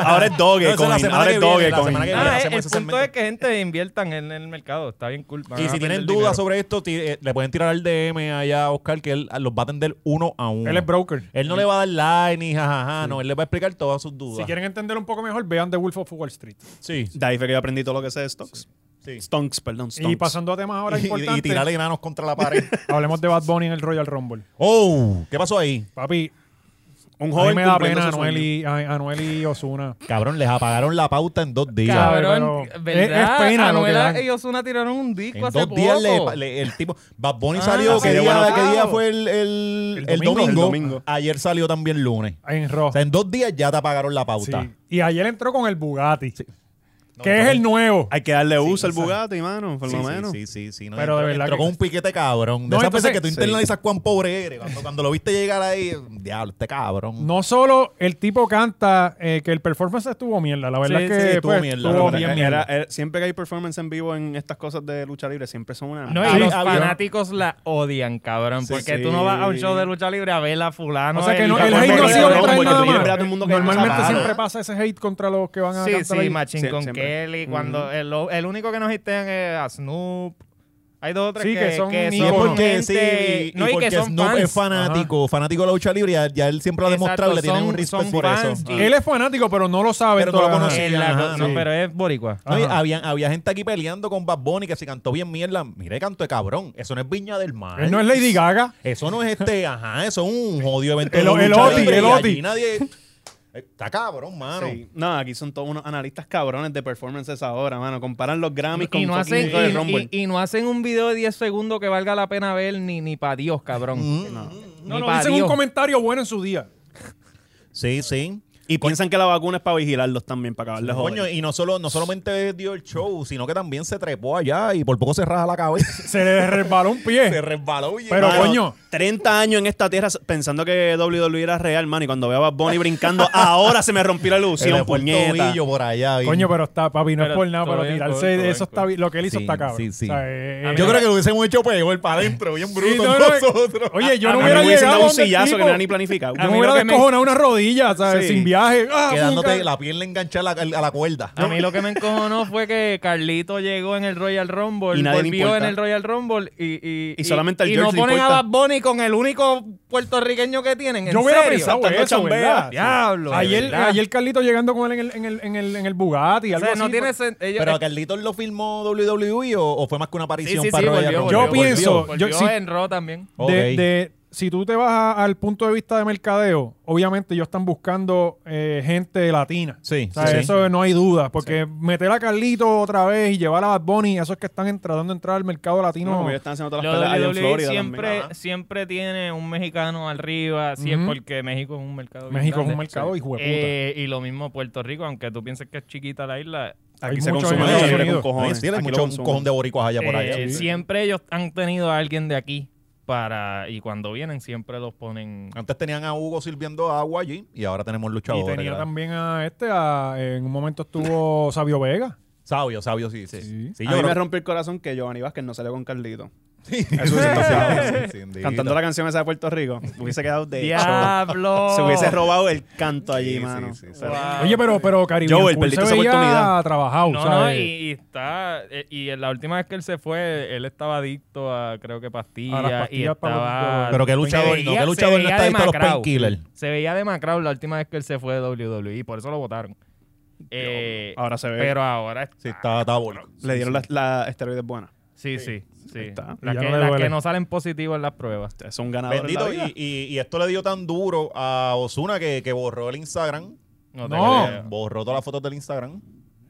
[SPEAKER 4] Ahora es
[SPEAKER 2] No, eso es la
[SPEAKER 4] Dogecoin.
[SPEAKER 2] semana
[SPEAKER 4] Ahora
[SPEAKER 2] que
[SPEAKER 4] es
[SPEAKER 2] viene, la semana
[SPEAKER 4] Dogecoin.
[SPEAKER 2] que viene.
[SPEAKER 3] Ah, eh,
[SPEAKER 2] hacemos
[SPEAKER 3] el
[SPEAKER 2] ese
[SPEAKER 3] punto
[SPEAKER 2] segmento.
[SPEAKER 3] es que gente inviertan en el mercado, está bien cool. van
[SPEAKER 2] Y
[SPEAKER 3] a
[SPEAKER 2] si tienen
[SPEAKER 3] perder
[SPEAKER 2] dudas
[SPEAKER 3] dinero.
[SPEAKER 2] sobre esto, ti- eh, le pueden tirar al DM allá a Oscar, que él los va a atender uno a uno.
[SPEAKER 1] Él es broker.
[SPEAKER 2] Él no le va a dar like ni jajaja, no, él le va a explicar todas sus dudas.
[SPEAKER 1] Si quieren entender un poco mejor, vean The Wolf of Wall Street.
[SPEAKER 2] Sí,
[SPEAKER 4] De ahí fue que yo aprendí todo lo que sé de stocks.
[SPEAKER 2] sí.
[SPEAKER 4] Stonks, perdón, stonks.
[SPEAKER 1] Y pasando a temas ahora
[SPEAKER 2] Y- Y, y
[SPEAKER 1] importantes,
[SPEAKER 2] tirarle enanos contra la pared.
[SPEAKER 1] hablemos de Bad Bunny en el Royal Rumble.
[SPEAKER 2] ¡Oh! ¿Qué pasó ahí?
[SPEAKER 1] Papi,
[SPEAKER 4] Un
[SPEAKER 1] a mí
[SPEAKER 4] joven
[SPEAKER 1] me da
[SPEAKER 4] cumpliendo
[SPEAKER 1] pena
[SPEAKER 4] su sueño.
[SPEAKER 1] Anuel y, a- Anuel y Osuna.
[SPEAKER 2] Cabrón, les apagaron la pauta en dos días.
[SPEAKER 1] Cabrón,
[SPEAKER 3] Cabrón,
[SPEAKER 1] pero-
[SPEAKER 3] ¿verdad?
[SPEAKER 1] es- es pena lo que
[SPEAKER 3] Anuela
[SPEAKER 1] dan.
[SPEAKER 3] y Ozuna tiraron un disco
[SPEAKER 2] En
[SPEAKER 3] hace
[SPEAKER 2] dos
[SPEAKER 3] poco.
[SPEAKER 2] días le- le- el tipo. Bad Bunny
[SPEAKER 3] Ah,
[SPEAKER 2] salió.
[SPEAKER 3] así
[SPEAKER 2] ¿qué
[SPEAKER 3] de
[SPEAKER 2] día,
[SPEAKER 3] bueno.
[SPEAKER 2] qué día fue el, el-
[SPEAKER 1] El
[SPEAKER 2] el
[SPEAKER 1] domingo.
[SPEAKER 2] domingo?
[SPEAKER 4] El domingo.
[SPEAKER 2] Ayer salió también lunes.
[SPEAKER 1] En Raw.
[SPEAKER 2] O sea, en dos días ya te apagaron la
[SPEAKER 1] Sí.
[SPEAKER 2] pauta.
[SPEAKER 1] Y ayer entró con el Bugatti,
[SPEAKER 2] No,
[SPEAKER 1] que es el nuevo.
[SPEAKER 4] Hay que darle uso al Bugatti, mano, por
[SPEAKER 2] Sí,
[SPEAKER 4] lo
[SPEAKER 2] sí,
[SPEAKER 4] menos.
[SPEAKER 2] Sí, sí, sí. no,
[SPEAKER 1] Pero de
[SPEAKER 2] entró-
[SPEAKER 1] verdad
[SPEAKER 2] entró
[SPEAKER 1] que-
[SPEAKER 2] con un piquete cabrón. De
[SPEAKER 1] No,
[SPEAKER 2] esas
[SPEAKER 1] entonces-
[SPEAKER 2] veces que tú
[SPEAKER 1] sí.
[SPEAKER 2] internalizas cuán pobre eres. Cuando, cuando lo viste llegar ahí, diablo, este cabrón.
[SPEAKER 1] No solo el tipo canta, eh, que el performance estuvo mierda. La verdad
[SPEAKER 2] Sí,
[SPEAKER 1] es que
[SPEAKER 2] sí, estuvo
[SPEAKER 1] pues,
[SPEAKER 2] mierda,
[SPEAKER 1] estuvo
[SPEAKER 2] la
[SPEAKER 4] Pero
[SPEAKER 2] verdad.
[SPEAKER 1] bien
[SPEAKER 4] era-
[SPEAKER 1] mierda.
[SPEAKER 4] era- eh, siempre que hay performance en vivo en estas cosas de lucha libre, siempre son una.
[SPEAKER 3] No, y
[SPEAKER 1] Ah,
[SPEAKER 3] los
[SPEAKER 1] había-
[SPEAKER 3] fanáticos la odian, cabrón.
[SPEAKER 4] Sí,
[SPEAKER 3] porque
[SPEAKER 4] sí.
[SPEAKER 3] tú no vas a un show de lucha libre a ver a fulano.
[SPEAKER 1] o sea que
[SPEAKER 3] Ah, el-
[SPEAKER 1] no,
[SPEAKER 4] Porque
[SPEAKER 1] el
[SPEAKER 4] hay
[SPEAKER 1] hate no ha
[SPEAKER 4] porque
[SPEAKER 1] sido
[SPEAKER 4] el
[SPEAKER 1] contra él
[SPEAKER 4] rombo,
[SPEAKER 1] nada
[SPEAKER 4] porque
[SPEAKER 1] más.
[SPEAKER 4] tú tienes a todo el mundo que
[SPEAKER 1] Normalmente
[SPEAKER 4] chaval.
[SPEAKER 1] siempre pasa ese hate contra los que van a
[SPEAKER 3] Sí,
[SPEAKER 1] cantar
[SPEAKER 3] sí,
[SPEAKER 1] ahí.
[SPEAKER 3] Machín
[SPEAKER 4] Sí,
[SPEAKER 3] con
[SPEAKER 4] siempre.
[SPEAKER 3] Kelly. Cuando el, el único que nos hitean es a Snoop. Hay dos o tres
[SPEAKER 1] Sí, que
[SPEAKER 3] que,
[SPEAKER 1] son
[SPEAKER 3] que
[SPEAKER 1] niños.
[SPEAKER 2] Y es
[SPEAKER 3] son
[SPEAKER 2] porque
[SPEAKER 3] gente-
[SPEAKER 2] sí, y,
[SPEAKER 3] no, y
[SPEAKER 2] porque
[SPEAKER 3] que son
[SPEAKER 2] Snoop
[SPEAKER 3] fans.
[SPEAKER 2] es fanático, fanático de la lucha libre, ya, ya él siempre lo ha demostrado,
[SPEAKER 3] Exacto,
[SPEAKER 2] le tienen
[SPEAKER 3] son-
[SPEAKER 2] un respeto
[SPEAKER 3] son
[SPEAKER 2] por
[SPEAKER 3] fans,
[SPEAKER 2] eso.
[SPEAKER 3] G.
[SPEAKER 2] Ajá.
[SPEAKER 1] Él es fanático, pero no lo sabe.
[SPEAKER 2] Pero no lo
[SPEAKER 1] todavía.
[SPEAKER 2] conoce.
[SPEAKER 3] Es la
[SPEAKER 2] Ajá,
[SPEAKER 3] cosa,
[SPEAKER 2] sí.
[SPEAKER 3] pero es boricua.
[SPEAKER 4] Ah,
[SPEAKER 2] No, y
[SPEAKER 1] Ajá.
[SPEAKER 2] había, había gente aquí peleando con Bad Bunny que se cantó bien mierda. Mire, canto de cabrón. Eso no es Viña del Mar.
[SPEAKER 1] Él no es Lady Gaga.
[SPEAKER 2] Eso no es este, ajá, eso es un jodido evento.
[SPEAKER 1] El-
[SPEAKER 2] de
[SPEAKER 1] el
[SPEAKER 2] lucha
[SPEAKER 1] Oti,
[SPEAKER 2] libre,
[SPEAKER 1] el
[SPEAKER 2] y
[SPEAKER 1] Oti.
[SPEAKER 2] allí nadie. Está cabrón, mano.
[SPEAKER 4] Sí. No, aquí son todos unos analistas cabrones de performances ahora, mano. Comparan los Grammys con
[SPEAKER 3] Y no,
[SPEAKER 4] fucking
[SPEAKER 3] hacen,
[SPEAKER 4] Royal
[SPEAKER 3] y-
[SPEAKER 4] Rumble.
[SPEAKER 3] y- y no hacen un video de 10 segundos que valga la pena ver ni, ni para Dios, cabrón.
[SPEAKER 4] Mm.
[SPEAKER 1] No,
[SPEAKER 3] Ni
[SPEAKER 1] no,
[SPEAKER 3] pa'
[SPEAKER 1] dicen un
[SPEAKER 3] Dios.
[SPEAKER 1] comentario bueno en su día.
[SPEAKER 2] Sí, sí.
[SPEAKER 4] Y piensan que la vacuna es para vigilarlos también, para acabarles joder.
[SPEAKER 2] Coño, y no, solo, no solamente dio el show, sino que también se trepó allá y por poco se raja la cabeza.
[SPEAKER 1] Se le resbaló un pie.
[SPEAKER 2] [LAUGHS] se resbaló. y-
[SPEAKER 1] Pero,
[SPEAKER 4] Mano,
[SPEAKER 1] coño.
[SPEAKER 4] 30 años en esta tierra pensando que WWE era real, mano. Y cuando veo a Bad Bunny brincando, ahora se me rompió la
[SPEAKER 2] se le
[SPEAKER 4] ilusión,
[SPEAKER 2] fue el
[SPEAKER 4] puñeta.
[SPEAKER 2] tobillo por allá. bien.
[SPEAKER 1] Coño, pero está, papi, no es
[SPEAKER 3] Pero
[SPEAKER 1] por nada,
[SPEAKER 3] todo
[SPEAKER 1] pero
[SPEAKER 3] bien,
[SPEAKER 1] tirarse
[SPEAKER 3] todo bien,
[SPEAKER 1] de eso
[SPEAKER 3] todo
[SPEAKER 1] está bien. Lo que él hizo
[SPEAKER 2] Sí,
[SPEAKER 1] está cabrón.
[SPEAKER 2] sí, sí.
[SPEAKER 1] O sea, eh,
[SPEAKER 3] A mí
[SPEAKER 2] Yo
[SPEAKER 1] eh,
[SPEAKER 2] creo que lo hubiésemos hecho peor para adentro, bien
[SPEAKER 1] sí,
[SPEAKER 2] bruto
[SPEAKER 1] no, no,
[SPEAKER 2] nosotros.
[SPEAKER 1] [LAUGHS] Oye, yo
[SPEAKER 3] A-
[SPEAKER 1] no
[SPEAKER 3] a mí
[SPEAKER 4] Me
[SPEAKER 1] hubiera
[SPEAKER 4] hubiesen
[SPEAKER 1] llegado
[SPEAKER 4] dado un
[SPEAKER 1] donde el
[SPEAKER 4] sillazo que
[SPEAKER 1] tipo-
[SPEAKER 4] no era ni planificado.
[SPEAKER 1] Yo
[SPEAKER 3] mí
[SPEAKER 1] me
[SPEAKER 3] lo
[SPEAKER 1] hubiera
[SPEAKER 3] que me-
[SPEAKER 1] descojonado una rodilla, ¿sabes?
[SPEAKER 4] Sí.
[SPEAKER 1] Sin viaje. Ah,
[SPEAKER 2] Quedándote
[SPEAKER 1] nunca-
[SPEAKER 2] la pierna enganchada a la, a la cuerda.
[SPEAKER 3] A mí lo que me encojonó fue que Carlito llegó en el Royal Rumble,
[SPEAKER 4] Y nadie le
[SPEAKER 3] volvió
[SPEAKER 4] importa.
[SPEAKER 3] en el Royal Rumble y, y,
[SPEAKER 4] Y solamente al
[SPEAKER 3] y
[SPEAKER 4] George
[SPEAKER 3] no
[SPEAKER 4] le
[SPEAKER 3] ponen
[SPEAKER 4] importa.
[SPEAKER 3] a Bad Bunny con el único puertorriqueño que tienen. ¿en
[SPEAKER 1] Yo hubiera
[SPEAKER 3] serio?
[SPEAKER 1] pensado
[SPEAKER 4] Tanta
[SPEAKER 1] eso,
[SPEAKER 4] chambea.
[SPEAKER 1] ¿verdad?
[SPEAKER 3] Diablo, de
[SPEAKER 1] Ayer,
[SPEAKER 3] verdad.
[SPEAKER 1] ayer Carlito llegando con él en el, en el, en el, en el Bugatti.
[SPEAKER 3] O
[SPEAKER 1] Algo
[SPEAKER 3] sea, no
[SPEAKER 1] así,
[SPEAKER 3] tiene
[SPEAKER 1] pues.
[SPEAKER 3] sentido.
[SPEAKER 2] Pero a Carlitos lo filmó WWE o, o fue más que una
[SPEAKER 3] eh, sí,
[SPEAKER 2] aparición
[SPEAKER 3] sí, sí,
[SPEAKER 2] para Royal
[SPEAKER 3] volvió,
[SPEAKER 2] Rumble?
[SPEAKER 3] volvió,
[SPEAKER 1] Yo
[SPEAKER 3] volvió.
[SPEAKER 1] pienso,
[SPEAKER 3] Volvió
[SPEAKER 1] yo- sí.
[SPEAKER 3] en Raw también.
[SPEAKER 1] de,
[SPEAKER 2] Ok.
[SPEAKER 1] de- si tú te vas a- al punto de vista de mercadeo, obviamente ellos están buscando eh, gente latina.
[SPEAKER 2] Sí,
[SPEAKER 1] O sea,
[SPEAKER 2] sí, sí.
[SPEAKER 1] eso no hay duda, porque meter a Carlito otra vez y llevar a Bad Bunny, esos que están en- tratando de entrar al mercado
[SPEAKER 4] No,
[SPEAKER 1] latino.
[SPEAKER 4] como ellos están haciendo todas las
[SPEAKER 3] Lo
[SPEAKER 4] peleas allá en
[SPEAKER 3] WWE
[SPEAKER 4] Florida
[SPEAKER 3] E siempre,
[SPEAKER 4] también.
[SPEAKER 3] siempre tiene un mexicano arriba, si
[SPEAKER 1] Ujú.
[SPEAKER 3] es porque México es un mercado. bien
[SPEAKER 1] México es un
[SPEAKER 3] grande.
[SPEAKER 1] mercado, hijo de puta.
[SPEAKER 3] Eh, y lo mismo Puerto Rico, aunque tú pienses que es chiquita la isla,
[SPEAKER 1] Hay
[SPEAKER 4] Aquí se
[SPEAKER 1] mucho
[SPEAKER 4] consume
[SPEAKER 2] en Estados
[SPEAKER 4] libre con
[SPEAKER 1] Unidos.
[SPEAKER 2] Oye,
[SPEAKER 4] cojones.
[SPEAKER 2] sí, hay
[SPEAKER 4] Aquí lo
[SPEAKER 2] mucho un
[SPEAKER 4] consumen.
[SPEAKER 2] cojón de boricuas allá por
[SPEAKER 3] eh,
[SPEAKER 2] allá.
[SPEAKER 3] siempre ellos han tenido a alguien de aquí para y cuando vienen siempre los
[SPEAKER 4] Ah,
[SPEAKER 3] ponen
[SPEAKER 2] Antes tenían a Hugo sirviendo agua allí y ahora tenemos
[SPEAKER 1] Y
[SPEAKER 2] luchadores.
[SPEAKER 1] tenía
[SPEAKER 2] ¿verdad?
[SPEAKER 1] también a este, a- en un momento estuvo Sabio Vega.
[SPEAKER 2] Sabio, sabio, sí, sí.
[SPEAKER 1] Sí.
[SPEAKER 2] Sí,
[SPEAKER 4] a
[SPEAKER 2] yo
[SPEAKER 4] mí me
[SPEAKER 2] creo-
[SPEAKER 4] rompió el corazón que Giovanni Vázquez no salió con Carlito.
[SPEAKER 2] Eso sí está sabio, sí, sí, indito.
[SPEAKER 4] Cantando la canción esa de Puerto Rico. Hubiese quedado de show.
[SPEAKER 3] diablo
[SPEAKER 4] [LAUGHS] Se hubiese robado el canto
[SPEAKER 2] Sí,
[SPEAKER 4] allí,
[SPEAKER 2] sí,
[SPEAKER 4] mano.
[SPEAKER 2] sí, sí.
[SPEAKER 3] Wow.
[SPEAKER 1] Oye, pero, pero Caribbean
[SPEAKER 4] Joel,
[SPEAKER 1] Pool se
[SPEAKER 4] perdiste esa
[SPEAKER 1] veía
[SPEAKER 4] oportunidad.
[SPEAKER 1] trabajado,
[SPEAKER 3] Ah, no, no,
[SPEAKER 1] ¿sabes?
[SPEAKER 3] y, y está. eh, Y la última vez que él se fue, él estaba adicto a, creo que, pastillas.
[SPEAKER 1] A las pastillas
[SPEAKER 3] y estaba,
[SPEAKER 1] para-
[SPEAKER 2] Pero qué
[SPEAKER 3] se
[SPEAKER 2] luchador, no,
[SPEAKER 3] veía-
[SPEAKER 2] qué
[SPEAKER 3] se
[SPEAKER 2] luchador no
[SPEAKER 3] veía
[SPEAKER 2] está ahí para los
[SPEAKER 3] demacrado.
[SPEAKER 2] painkillers.
[SPEAKER 3] Se veía demacrado la última vez que él se fue de WWE y por eso lo votaron. Eh,
[SPEAKER 4] Ahora se ve.
[SPEAKER 3] pero ahora
[SPEAKER 2] Sí, está, está bueno.
[SPEAKER 4] Ah, Le dieron las la este esteroides buenas.
[SPEAKER 3] Sí, sí, sí.
[SPEAKER 4] está.
[SPEAKER 3] Las
[SPEAKER 1] Y ya
[SPEAKER 3] que,
[SPEAKER 1] no le
[SPEAKER 3] las
[SPEAKER 1] duele.
[SPEAKER 3] que no salen positivas en las pruebas.
[SPEAKER 4] Es un ganador. en la
[SPEAKER 2] Bendito,
[SPEAKER 4] vida.
[SPEAKER 2] y, y- y esto le dio tan duro a Osuna que, que borró el Instagram.
[SPEAKER 3] No,
[SPEAKER 1] No.
[SPEAKER 3] te creo.
[SPEAKER 2] Borró todas las fotos del Instagram.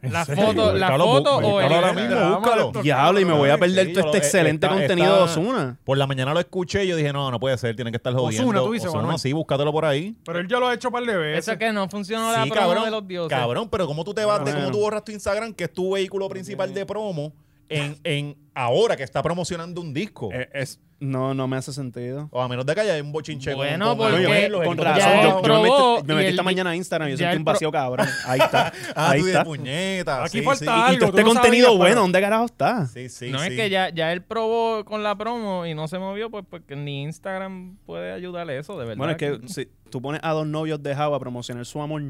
[SPEAKER 3] La
[SPEAKER 1] serio?
[SPEAKER 3] foto, la
[SPEAKER 2] Búscalo,
[SPEAKER 3] foto
[SPEAKER 2] bú-
[SPEAKER 3] o el
[SPEAKER 2] búscalo ahora
[SPEAKER 3] Instagram.
[SPEAKER 2] mismo, búscalo.
[SPEAKER 4] Diablo, y me voy a perder
[SPEAKER 2] Sí,
[SPEAKER 4] todo
[SPEAKER 2] yo lo-
[SPEAKER 4] este excelente
[SPEAKER 2] está-
[SPEAKER 4] contenido de
[SPEAKER 2] está-
[SPEAKER 4] Osuna.
[SPEAKER 2] Por la mañana lo escuché y yo dije, no, no puede ser, tienen que estar jodiendo.
[SPEAKER 1] Ozuna, tú dices,
[SPEAKER 2] Ozuna,
[SPEAKER 1] Manuel.
[SPEAKER 2] sí, búscatelo por ahí.
[SPEAKER 1] Pero él ya lo ha hecho un par de veces.
[SPEAKER 3] Eso que no funcionó la
[SPEAKER 2] sí,
[SPEAKER 3] promo de los dioses.
[SPEAKER 2] Cabrón, pero ¿cómo tú te vas, de,
[SPEAKER 4] Bueno.
[SPEAKER 2] cómo tú borras tu Instagram, que es tu vehículo principal de promo, en, en ahora que está promocionando un disco?
[SPEAKER 4] Eh, es- no, no me hace sentido.
[SPEAKER 2] o a menos de que haya un bochinche. con-
[SPEAKER 3] Bueno,
[SPEAKER 2] con-
[SPEAKER 3] porque-
[SPEAKER 2] Oye,
[SPEAKER 4] Con,
[SPEAKER 2] los Ah,
[SPEAKER 4] con
[SPEAKER 2] encontraron-
[SPEAKER 4] razón,
[SPEAKER 3] él
[SPEAKER 4] yo, yo me
[SPEAKER 3] probó
[SPEAKER 4] metí, me
[SPEAKER 3] y
[SPEAKER 4] metí
[SPEAKER 3] él-
[SPEAKER 4] esta mañana a Instagram y yo
[SPEAKER 3] ya
[SPEAKER 4] sentí
[SPEAKER 3] él
[SPEAKER 4] un
[SPEAKER 3] pro-
[SPEAKER 4] vacío, cabrón. [LAUGHS] Ahí está.
[SPEAKER 2] Ah,
[SPEAKER 4] ahí
[SPEAKER 2] tú
[SPEAKER 4] está.
[SPEAKER 2] dices, puñeta.
[SPEAKER 1] Aquí
[SPEAKER 2] sí,
[SPEAKER 1] falta
[SPEAKER 2] sí.
[SPEAKER 4] Y
[SPEAKER 1] algo.
[SPEAKER 4] todo
[SPEAKER 1] tú
[SPEAKER 4] este
[SPEAKER 1] no
[SPEAKER 4] contenido
[SPEAKER 1] sabías,
[SPEAKER 4] bueno,
[SPEAKER 1] pero-
[SPEAKER 4] ¿dónde carajo está?
[SPEAKER 2] Sí, sí,
[SPEAKER 3] no
[SPEAKER 2] sí.
[SPEAKER 3] es que ya, ya él probó con la promo y no se movió, pues porque ni Instagram puede ayudarle eso, de verdad.
[SPEAKER 4] Bueno, es que si tú pones a dos novios de Java a promocionar su amor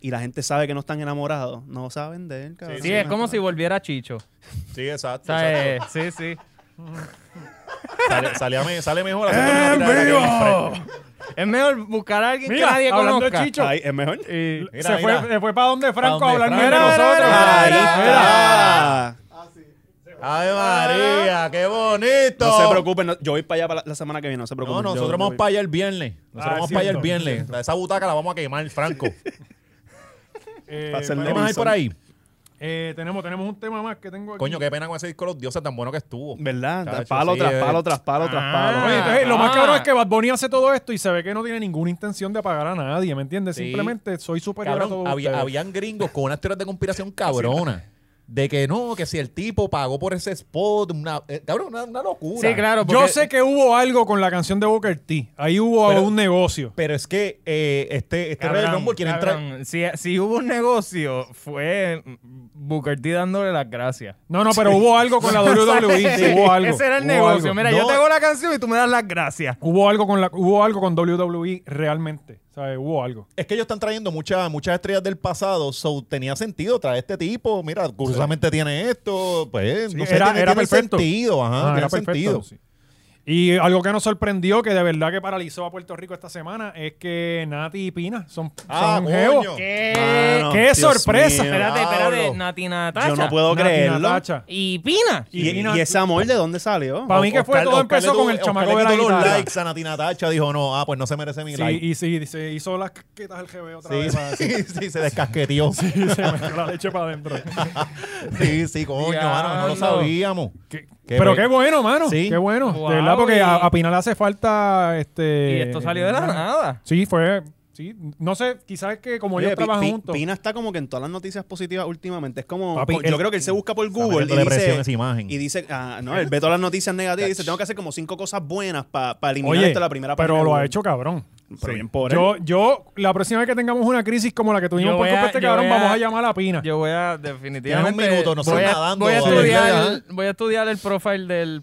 [SPEAKER 4] y la gente sabe que no están enamorados, no saben de él, cabrón.
[SPEAKER 3] Sí, es como si volviera Chicho.
[SPEAKER 2] Sí, exacto.
[SPEAKER 3] O sea,
[SPEAKER 2] exacto.
[SPEAKER 3] eh, sí, sí.
[SPEAKER 2] Sale, sale a me- sale mejor. así que no me tiras la cara.
[SPEAKER 3] Es mejor buscar a alguien
[SPEAKER 1] Mira,
[SPEAKER 3] que nadie
[SPEAKER 1] hablando de
[SPEAKER 3] conozca.
[SPEAKER 1] Chicho,
[SPEAKER 4] Ay, es mejor.
[SPEAKER 1] Y
[SPEAKER 2] Mira,
[SPEAKER 1] se,
[SPEAKER 2] mira.
[SPEAKER 1] Fue, se fue para donde Franco
[SPEAKER 2] Pa'
[SPEAKER 1] a
[SPEAKER 2] donde
[SPEAKER 1] hablarme de
[SPEAKER 2] Franco.
[SPEAKER 1] nosotros.
[SPEAKER 4] Ahí
[SPEAKER 1] Mira.
[SPEAKER 4] está.
[SPEAKER 2] Ay, María, qué bonito.
[SPEAKER 4] No se preocupen, no- yo voy para allá para la, la semana que viene, no se preocupen.
[SPEAKER 2] No,
[SPEAKER 4] yo-
[SPEAKER 2] nosotros
[SPEAKER 4] yo
[SPEAKER 2] vamos
[SPEAKER 4] voy.
[SPEAKER 2] para allá el viernes. Nosotros
[SPEAKER 1] Ah,
[SPEAKER 2] vamos
[SPEAKER 1] es
[SPEAKER 2] para allá el
[SPEAKER 1] cierto, es
[SPEAKER 2] viernes. Esa butaca la vamos a quemar, Franco.
[SPEAKER 1] Eh,
[SPEAKER 4] Va a ser
[SPEAKER 1] bueno,
[SPEAKER 2] ¿Qué más hay por ahí?
[SPEAKER 1] eh, tenemos, tenemos un tema más que tengo aquí.
[SPEAKER 2] Coño, qué pena con ese disco Los Dioses tan bueno que estuvo.
[SPEAKER 4] ¿Verdad?
[SPEAKER 2] Chacho,
[SPEAKER 4] palo
[SPEAKER 2] sí,
[SPEAKER 4] tras
[SPEAKER 2] eh.
[SPEAKER 4] palo, tras palo,
[SPEAKER 3] Ah.
[SPEAKER 4] tras
[SPEAKER 1] Oye,
[SPEAKER 4] palo.
[SPEAKER 1] entonces, lo más
[SPEAKER 3] Ah.
[SPEAKER 1] cabrón es que Bad Bunny hace todo esto y se ve que no tiene ninguna intención de apagar a nadie, ¿me entiendes?
[SPEAKER 2] Sí.
[SPEAKER 1] Simplemente soy superior a
[SPEAKER 2] Cabrón,
[SPEAKER 1] todos
[SPEAKER 2] había-
[SPEAKER 1] Pues ustedes.
[SPEAKER 2] habían gringos con unas teorías de conspiración cabronas. De que no, que si el tipo pagó por ese spot, una, eh, cabrón, una, una locura.
[SPEAKER 3] Sí, claro.
[SPEAKER 1] Yo
[SPEAKER 3] porque-
[SPEAKER 1] sé que hubo algo con la canción de Booker T. Ahí hubo
[SPEAKER 2] Pero-
[SPEAKER 1] un negocio.
[SPEAKER 2] Pero es que eh, este, este
[SPEAKER 3] Cabrón,
[SPEAKER 2] Royal Rumble quiere entrar.
[SPEAKER 3] cabrón, Si, si hubo un negocio, fue Booker T dándole las gracias.
[SPEAKER 1] No, no, pero hubo algo con la WWE.
[SPEAKER 3] [LAUGHS] Sí,
[SPEAKER 1] hubo algo.
[SPEAKER 3] Ese era el
[SPEAKER 1] hubo
[SPEAKER 3] negocio.
[SPEAKER 1] algo.
[SPEAKER 3] Mira,
[SPEAKER 2] No.
[SPEAKER 3] yo te hago la canción y tú me das las gracias.
[SPEAKER 1] Hubo algo con la, hubo algo con WWE realmente. O sea, hubo algo.
[SPEAKER 2] Es que ellos están trayendo muchas muchas estrellas del pasado, so tenía sentido traer este tipo. Mira, curiosamente tiene esto, pues
[SPEAKER 1] Sí,
[SPEAKER 2] no sé,
[SPEAKER 1] era-
[SPEAKER 2] tiene,
[SPEAKER 1] era
[SPEAKER 2] tiene
[SPEAKER 1] perfecto.
[SPEAKER 2] sentido, ajá,
[SPEAKER 1] Ah,
[SPEAKER 2] tiene
[SPEAKER 1] era perfecto,
[SPEAKER 2] sentido.
[SPEAKER 1] sí. Y algo que nos sorprendió, que de verdad que paralizó a Puerto Rico esta semana, es que Nati y Pina son,
[SPEAKER 2] Ah,
[SPEAKER 1] son
[SPEAKER 2] coño.
[SPEAKER 1] jevos.
[SPEAKER 4] Mano,
[SPEAKER 1] ¡Qué
[SPEAKER 4] Dios
[SPEAKER 1] sorpresa!
[SPEAKER 4] mío.
[SPEAKER 3] Espérate,
[SPEAKER 2] Diablo.
[SPEAKER 3] espérate. Nati Natacha.
[SPEAKER 4] Yo no puedo
[SPEAKER 1] Nati
[SPEAKER 4] creerlo.
[SPEAKER 1] Natacha.
[SPEAKER 3] Y Pina.
[SPEAKER 4] Y,
[SPEAKER 1] Y-
[SPEAKER 4] y ese amor de dónde salió?
[SPEAKER 1] Pa' mí que fue
[SPEAKER 2] Oscar-
[SPEAKER 1] todo
[SPEAKER 2] Oscar le
[SPEAKER 1] empezó
[SPEAKER 2] tuvo-
[SPEAKER 1] con el
[SPEAKER 2] Oscar
[SPEAKER 1] chamaco
[SPEAKER 2] le
[SPEAKER 1] de la
[SPEAKER 2] quitó los
[SPEAKER 1] guitarra.
[SPEAKER 2] likes a Natina Tacha, dijo, no, ah, pues no se merece mi
[SPEAKER 1] Sí,
[SPEAKER 2] like.
[SPEAKER 1] y sí, se hizo las casquetas al GB otra
[SPEAKER 2] Sí,
[SPEAKER 1] vez. para-
[SPEAKER 2] sí, [LAUGHS] sí, se descasqueteó. Sí,
[SPEAKER 1] y se metió la leche para adentro.
[SPEAKER 2] [LAUGHS] sí, coño, mano, no lo
[SPEAKER 3] Diablo.
[SPEAKER 2] sabíamos.
[SPEAKER 1] Qué-
[SPEAKER 2] Qué
[SPEAKER 1] pero
[SPEAKER 2] pe-
[SPEAKER 1] qué bueno, mano.
[SPEAKER 2] Sí.
[SPEAKER 1] Qué bueno.
[SPEAKER 3] Wow,
[SPEAKER 1] de verdad, porque
[SPEAKER 3] y-
[SPEAKER 1] a, a Pina le hace falta. Este,
[SPEAKER 3] Y esto salió de la nada.
[SPEAKER 1] Sí, fue. Sí, no sé, quizás es que como
[SPEAKER 4] Oye,
[SPEAKER 1] ellos
[SPEAKER 4] Pi-
[SPEAKER 1] trabajan
[SPEAKER 4] Pi-
[SPEAKER 1] juntos.
[SPEAKER 4] Pina está como que en todas las noticias positivas últimamente. Es como.
[SPEAKER 1] Papi,
[SPEAKER 4] co-
[SPEAKER 1] él-
[SPEAKER 4] yo creo que él se busca por Google y
[SPEAKER 2] metiéndole presión a
[SPEAKER 4] dice,
[SPEAKER 2] esa imagen.
[SPEAKER 4] y dice. ah, no, él ve todas las noticias negativas y dice: Tengo que hacer como cinco cosas buenas para eliminar
[SPEAKER 1] Oye,
[SPEAKER 4] esto de la primera página
[SPEAKER 1] pero
[SPEAKER 4] de
[SPEAKER 1] lo ha
[SPEAKER 4] Google".
[SPEAKER 1] hecho cabrón.
[SPEAKER 4] Pero bien por él.
[SPEAKER 1] Yo, yo, la próxima vez que tengamos una crisis como la que tuvimos
[SPEAKER 3] Yo
[SPEAKER 1] por
[SPEAKER 3] voy
[SPEAKER 1] culpa de
[SPEAKER 3] a-
[SPEAKER 1] este
[SPEAKER 3] yo
[SPEAKER 1] cabrón,
[SPEAKER 3] voy a-
[SPEAKER 1] vamos a llamar a Pina.
[SPEAKER 3] Yo voy a definitivamente.
[SPEAKER 2] Tienes un minuto, no
[SPEAKER 3] voy
[SPEAKER 2] estés
[SPEAKER 3] a-
[SPEAKER 2] nadando,
[SPEAKER 3] Voy a,
[SPEAKER 2] Gabriel,
[SPEAKER 3] estudiar,
[SPEAKER 2] ya.
[SPEAKER 3] voy a estudiar el profile del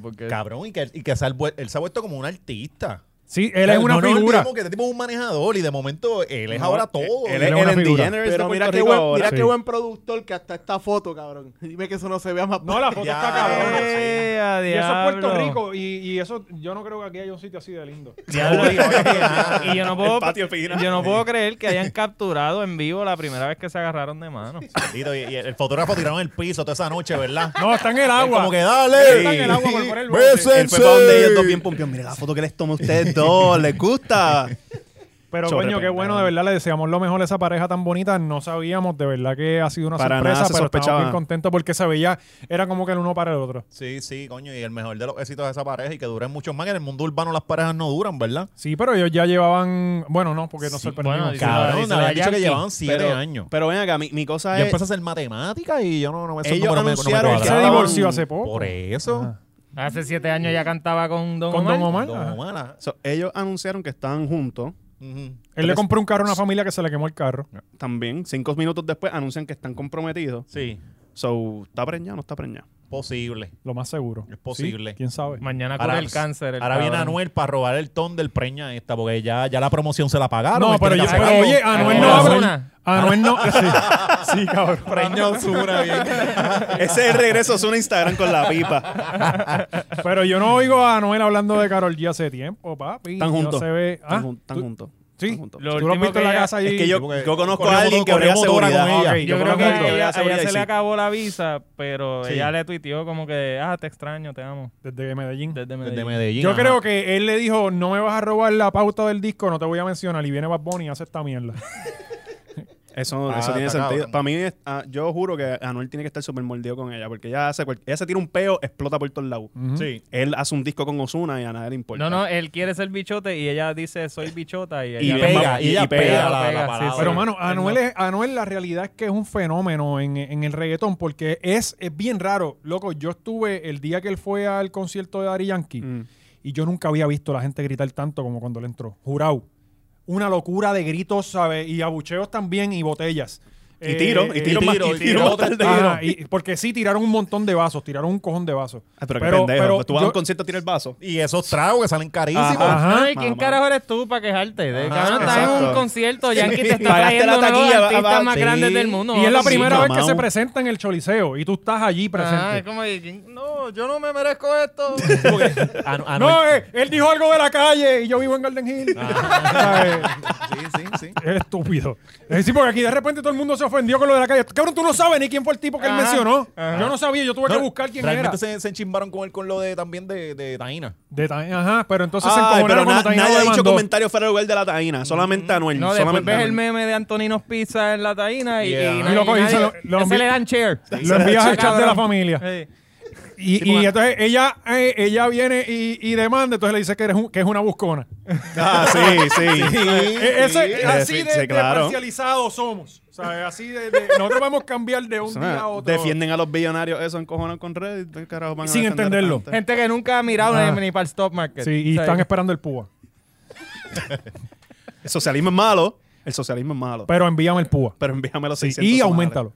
[SPEAKER 2] [LAUGHS]
[SPEAKER 3] Porque
[SPEAKER 2] Cabrón, y que, y que se ha vuel- él se ha vuelto como un artista.
[SPEAKER 1] Sí, él es
[SPEAKER 2] No
[SPEAKER 1] una
[SPEAKER 2] nos
[SPEAKER 1] figura.
[SPEAKER 2] olvidemos que este tipo es un manejador y de momento eh, él es ahora todo.
[SPEAKER 4] Él
[SPEAKER 1] Él
[SPEAKER 4] es
[SPEAKER 1] es una
[SPEAKER 4] Ellen
[SPEAKER 1] figura.
[SPEAKER 4] DeGeneres de
[SPEAKER 5] Pero mira
[SPEAKER 4] Puerto
[SPEAKER 5] qué,
[SPEAKER 4] Rico
[SPEAKER 5] buen,
[SPEAKER 4] ahora.
[SPEAKER 5] mira
[SPEAKER 1] Sí.
[SPEAKER 5] qué buen productor que hasta esta foto, cabrón. Dime que eso no se vea más.
[SPEAKER 1] No,
[SPEAKER 5] [LAUGHS]
[SPEAKER 1] la foto
[SPEAKER 2] Ya.
[SPEAKER 1] está cabrón.
[SPEAKER 3] Eh, a
[SPEAKER 1] Y eso es Puerto
[SPEAKER 3] diablo.
[SPEAKER 1] Rico. Y, y eso, yo no creo que aquí haya un sitio así de lindo.
[SPEAKER 2] [LAUGHS]
[SPEAKER 3] Y yo no
[SPEAKER 4] El
[SPEAKER 3] puedo,
[SPEAKER 4] patio Pina.
[SPEAKER 3] yo no puedo creer que hayan capturado en vivo la primera vez que se agarraron de mano.
[SPEAKER 2] Maldito, y, y el fotógrafo tiraron el piso toda esa noche, [LAUGHS] ¿verdad?
[SPEAKER 1] No, está en el agua.
[SPEAKER 2] Como que dale.
[SPEAKER 1] Está en el agua por poner el bote.
[SPEAKER 2] Bésense.
[SPEAKER 4] Él fue para donde ellos dos bien pompeón. Mira la foto que les tomó a ustedes dos. ¿Les gusta?
[SPEAKER 1] Pero
[SPEAKER 4] Sobre
[SPEAKER 1] coño, qué
[SPEAKER 4] pendejo.
[SPEAKER 1] bueno, de verdad le deseamos lo mejor a esa pareja tan bonita. No sabíamos, de verdad que ha sido una
[SPEAKER 4] Para
[SPEAKER 1] sorpresa,
[SPEAKER 4] nada se
[SPEAKER 1] pero estamos
[SPEAKER 4] sospechaba.
[SPEAKER 1] bien contentos porque se veía, era como que el uno para el otro.
[SPEAKER 2] Sí, sí, coño, y el mejor de los éxitos de esa pareja y que duren muchos más. que En el mundo urbano las parejas no duran, ¿verdad?
[SPEAKER 1] Sí, pero ellos ya llevaban, bueno, no, porque nos
[SPEAKER 3] Sí,
[SPEAKER 1] sorprendimos.
[SPEAKER 3] bueno, dice-
[SPEAKER 2] Cabrón,
[SPEAKER 3] dice
[SPEAKER 2] me habían
[SPEAKER 3] la
[SPEAKER 2] dicho que
[SPEAKER 3] Yankee,
[SPEAKER 2] llevaban siete
[SPEAKER 4] pero,
[SPEAKER 2] años.
[SPEAKER 4] Pero ven acá, mi, mi cosa
[SPEAKER 2] yo
[SPEAKER 4] es.
[SPEAKER 2] empecé a hacer matemáticas y yo no, no me esos
[SPEAKER 4] Ellos
[SPEAKER 2] números me- no me
[SPEAKER 4] anunciaron
[SPEAKER 1] Él
[SPEAKER 2] cuadraban.
[SPEAKER 1] se divorció hace poco.
[SPEAKER 2] Por eso.
[SPEAKER 3] Hace siete años ya cantaba con Don
[SPEAKER 1] Con
[SPEAKER 3] Omar.
[SPEAKER 1] Don Omar.
[SPEAKER 2] Don
[SPEAKER 1] ajá.
[SPEAKER 2] Omar, ah.
[SPEAKER 4] So, ellos anunciaron que estaban juntos.
[SPEAKER 2] Ujú.
[SPEAKER 1] Él le
[SPEAKER 4] Tres-
[SPEAKER 1] compró un carro a una familia que se le quemó el carro.
[SPEAKER 4] También, cinco minutos después, anuncian que están comprometidos.
[SPEAKER 2] Sí,
[SPEAKER 4] So, ¿está preñado o no está preñado?
[SPEAKER 2] posible.
[SPEAKER 1] Lo más seguro.
[SPEAKER 2] Es posible.
[SPEAKER 1] Sí, ¿Quién sabe?
[SPEAKER 3] Mañana con
[SPEAKER 2] Ahora-
[SPEAKER 3] el cáncer. el
[SPEAKER 2] ahora viene
[SPEAKER 3] cabrón.
[SPEAKER 2] Anuel para robar el ton del preña esta, porque ya, ya la promoción se la Eh, pagaron.
[SPEAKER 1] No,
[SPEAKER 2] él
[SPEAKER 1] pero,
[SPEAKER 2] tiene
[SPEAKER 1] yo,
[SPEAKER 2] que
[SPEAKER 1] pero
[SPEAKER 2] sacarlo.
[SPEAKER 1] oye, Anuel
[SPEAKER 3] Anuel
[SPEAKER 1] no habla.
[SPEAKER 3] Osuna.
[SPEAKER 1] Anuel
[SPEAKER 4] [LAUGHS]
[SPEAKER 1] no. Sí, sí cabrón.
[SPEAKER 2] Preña
[SPEAKER 1] [LAUGHS]
[SPEAKER 2] Ozuna, bien.
[SPEAKER 4] Ese es el regreso es un Instagram con la pipa.
[SPEAKER 1] Pero yo no oigo a Anuel hablando de Carol G hace tiempo, papi.
[SPEAKER 4] Están
[SPEAKER 1] Ya
[SPEAKER 4] juntos.
[SPEAKER 1] se ve.
[SPEAKER 4] Están
[SPEAKER 1] Ah,
[SPEAKER 4] jun- están
[SPEAKER 1] tú-
[SPEAKER 4] juntos.
[SPEAKER 1] Sí,
[SPEAKER 4] Están juntos.
[SPEAKER 3] Lo
[SPEAKER 1] tú lo has
[SPEAKER 3] último
[SPEAKER 1] visto
[SPEAKER 3] que
[SPEAKER 1] en la
[SPEAKER 3] ella-
[SPEAKER 1] casa allí.
[SPEAKER 4] Es que yo,
[SPEAKER 2] porque
[SPEAKER 4] yo conozco
[SPEAKER 2] corrió
[SPEAKER 4] a alguien
[SPEAKER 2] moto-
[SPEAKER 4] que habría
[SPEAKER 2] corrió motora con
[SPEAKER 4] seguridad.
[SPEAKER 2] ella.
[SPEAKER 1] Ok,
[SPEAKER 3] Yo,
[SPEAKER 4] Yo
[SPEAKER 3] creo que
[SPEAKER 4] creo que
[SPEAKER 3] a
[SPEAKER 4] ya
[SPEAKER 3] ella,
[SPEAKER 4] se
[SPEAKER 3] a ella
[SPEAKER 4] voy a
[SPEAKER 3] se le
[SPEAKER 4] decir.
[SPEAKER 3] acabó la visa, pero
[SPEAKER 2] Sí.
[SPEAKER 3] ella le tuiteó como que, ah, te extraño, te amo.
[SPEAKER 1] Desde Medellín.
[SPEAKER 3] Desde Medellín.
[SPEAKER 2] Desde Medellín.
[SPEAKER 1] Yo
[SPEAKER 2] ajá.
[SPEAKER 1] creo que él le dijo, no me vas a robar la pauta del disco, no te voy a mencionar. Y viene Bad Bunny y hace esta mierda.
[SPEAKER 4] Eso,
[SPEAKER 2] Ah,
[SPEAKER 4] eso tiene
[SPEAKER 2] está
[SPEAKER 4] sentido.
[SPEAKER 2] cabrón.
[SPEAKER 4] Para mí, es- ah, yo juro que Anuel tiene que estar súper mordido con ella, porque ella, hace cual- ella se tira un peo, explota por todos lados.
[SPEAKER 2] Sí.
[SPEAKER 4] Él hace un disco con Osuna y a nadie le importa.
[SPEAKER 3] No, no, él quiere ser bichote y ella dice, soy bichota. Y,
[SPEAKER 4] Y
[SPEAKER 3] ella
[SPEAKER 4] pega,
[SPEAKER 3] mamá-
[SPEAKER 4] y ella
[SPEAKER 3] pega la- la
[SPEAKER 2] sí,
[SPEAKER 3] palabra.
[SPEAKER 2] sí.
[SPEAKER 1] Pero,
[SPEAKER 3] Sí.
[SPEAKER 1] mano,
[SPEAKER 3] Él no-
[SPEAKER 1] Anuel, es- Anuel, la realidad es que es un fenómeno en, en el reggaetón porque es, es bien raro. Loco, yo estuve el día que él fue al concierto de Ari Yankee
[SPEAKER 4] Mm.
[SPEAKER 1] y yo nunca había visto a la gente gritar tanto como cuando él entró. Jurado. Una locura de gritos, ¿sabes? Y abucheos también y botellas. Eh,
[SPEAKER 4] Y tiro, y tiro, más, y tiro más tarde.
[SPEAKER 1] Ajá, y- porque sí, tiraron un montón de vasos, tiraron un cojón de vasos.
[SPEAKER 4] Ah, pero, qué pendejo. tú vas a un concierto a tirar el vaso.
[SPEAKER 2] Y esos tragos que salen carísimos.
[SPEAKER 1] Ajá.
[SPEAKER 3] No, ¿y quién
[SPEAKER 4] Mamá.
[SPEAKER 3] carajo eres tú para quejarte? De, cabrón, estás en un
[SPEAKER 4] exacto.
[SPEAKER 3] concierto,
[SPEAKER 4] [LAUGHS]
[SPEAKER 3] Yankee te está
[SPEAKER 4] Pagaste
[SPEAKER 3] trayendo
[SPEAKER 4] la
[SPEAKER 3] uno de los
[SPEAKER 4] taquilla, va-
[SPEAKER 3] artistas
[SPEAKER 4] va-
[SPEAKER 3] más
[SPEAKER 4] sí.
[SPEAKER 3] grandes del mundo.
[SPEAKER 1] y es la
[SPEAKER 4] Sí,
[SPEAKER 1] primera vez que
[SPEAKER 4] mamá,
[SPEAKER 1] se
[SPEAKER 4] un-
[SPEAKER 1] presenta en el Choliseo y tú estás allí
[SPEAKER 3] Ah, es
[SPEAKER 1] presente.
[SPEAKER 3] como, de, "¿Quién? no, yo no me merezco
[SPEAKER 4] [LAUGHS]
[SPEAKER 3] esto.
[SPEAKER 2] Anu- Anuel-
[SPEAKER 1] no, eh, él dijo algo de la calle y yo vivo en Garden Hill. ¿Sabes? [LAUGHS]
[SPEAKER 2] Sí, sí, sí.
[SPEAKER 1] Es estúpido. Es decir, porque aquí de repente todo el mundo se ofendió con lo de la calle. Cabrón, tú no sabes ni quién fue el tipo que él
[SPEAKER 3] Ajá,
[SPEAKER 1] mencionó.
[SPEAKER 3] ajá.
[SPEAKER 1] Yo no sabía, yo tuve que
[SPEAKER 2] No,
[SPEAKER 1] buscar quién era.
[SPEAKER 2] Realmente se, se enchimbaron con él con lo de también de, de Taina.
[SPEAKER 1] De ta- Ajá, pero entonces se
[SPEAKER 4] Ay,
[SPEAKER 1] encojonaron
[SPEAKER 4] pero na-
[SPEAKER 1] cuando Taina
[SPEAKER 4] nadie
[SPEAKER 1] lo
[SPEAKER 4] ha dicho
[SPEAKER 1] demandó.
[SPEAKER 4] comentarios fuera de lugar de la taína. Solamente Anuel.
[SPEAKER 3] No, después
[SPEAKER 4] solamente
[SPEAKER 3] ves el
[SPEAKER 4] Anuel.
[SPEAKER 3] meme de Antoninos Pizza en la taína y,
[SPEAKER 2] Yeah.
[SPEAKER 3] y
[SPEAKER 2] Y
[SPEAKER 3] nadie-
[SPEAKER 1] loco, y
[SPEAKER 3] nadie-
[SPEAKER 1] se lo- lo
[SPEAKER 3] ese
[SPEAKER 1] envi-
[SPEAKER 3] le dan share.
[SPEAKER 1] Lo envías al chat de la
[SPEAKER 3] Cabrón.
[SPEAKER 1] familia.
[SPEAKER 3] Sí.
[SPEAKER 1] Y, y entonces ella, eh, ella viene y, y demanda, entonces le dice que, eres un- que es una buscona.
[SPEAKER 4] Ah, sí, sí.
[SPEAKER 1] E- ese-
[SPEAKER 4] sí,
[SPEAKER 1] así
[SPEAKER 4] sí,
[SPEAKER 1] de, de
[SPEAKER 4] claro.
[SPEAKER 1] parcializados somos. O sea, así de, de- nosotros vamos a cambiar de un
[SPEAKER 4] Eso
[SPEAKER 1] día
[SPEAKER 4] nada,
[SPEAKER 1] a otro.
[SPEAKER 4] Defienden a los billonarios, eso encojonan con Reddit. ¿qué carajo van a
[SPEAKER 1] Sin
[SPEAKER 4] defender
[SPEAKER 1] entenderlo.
[SPEAKER 4] tanto?
[SPEAKER 3] Gente que nunca ha mirado
[SPEAKER 1] Ah.
[SPEAKER 3] ni, ni para el stock market.
[SPEAKER 1] Sí, y
[SPEAKER 3] O sea,
[SPEAKER 1] están esperando el púa.
[SPEAKER 4] El socialismo es malo. El socialismo es malo.
[SPEAKER 1] Pero envíame el púa.
[SPEAKER 4] Pero envíame los 600
[SPEAKER 1] y
[SPEAKER 4] semanales.
[SPEAKER 1] aumentalo.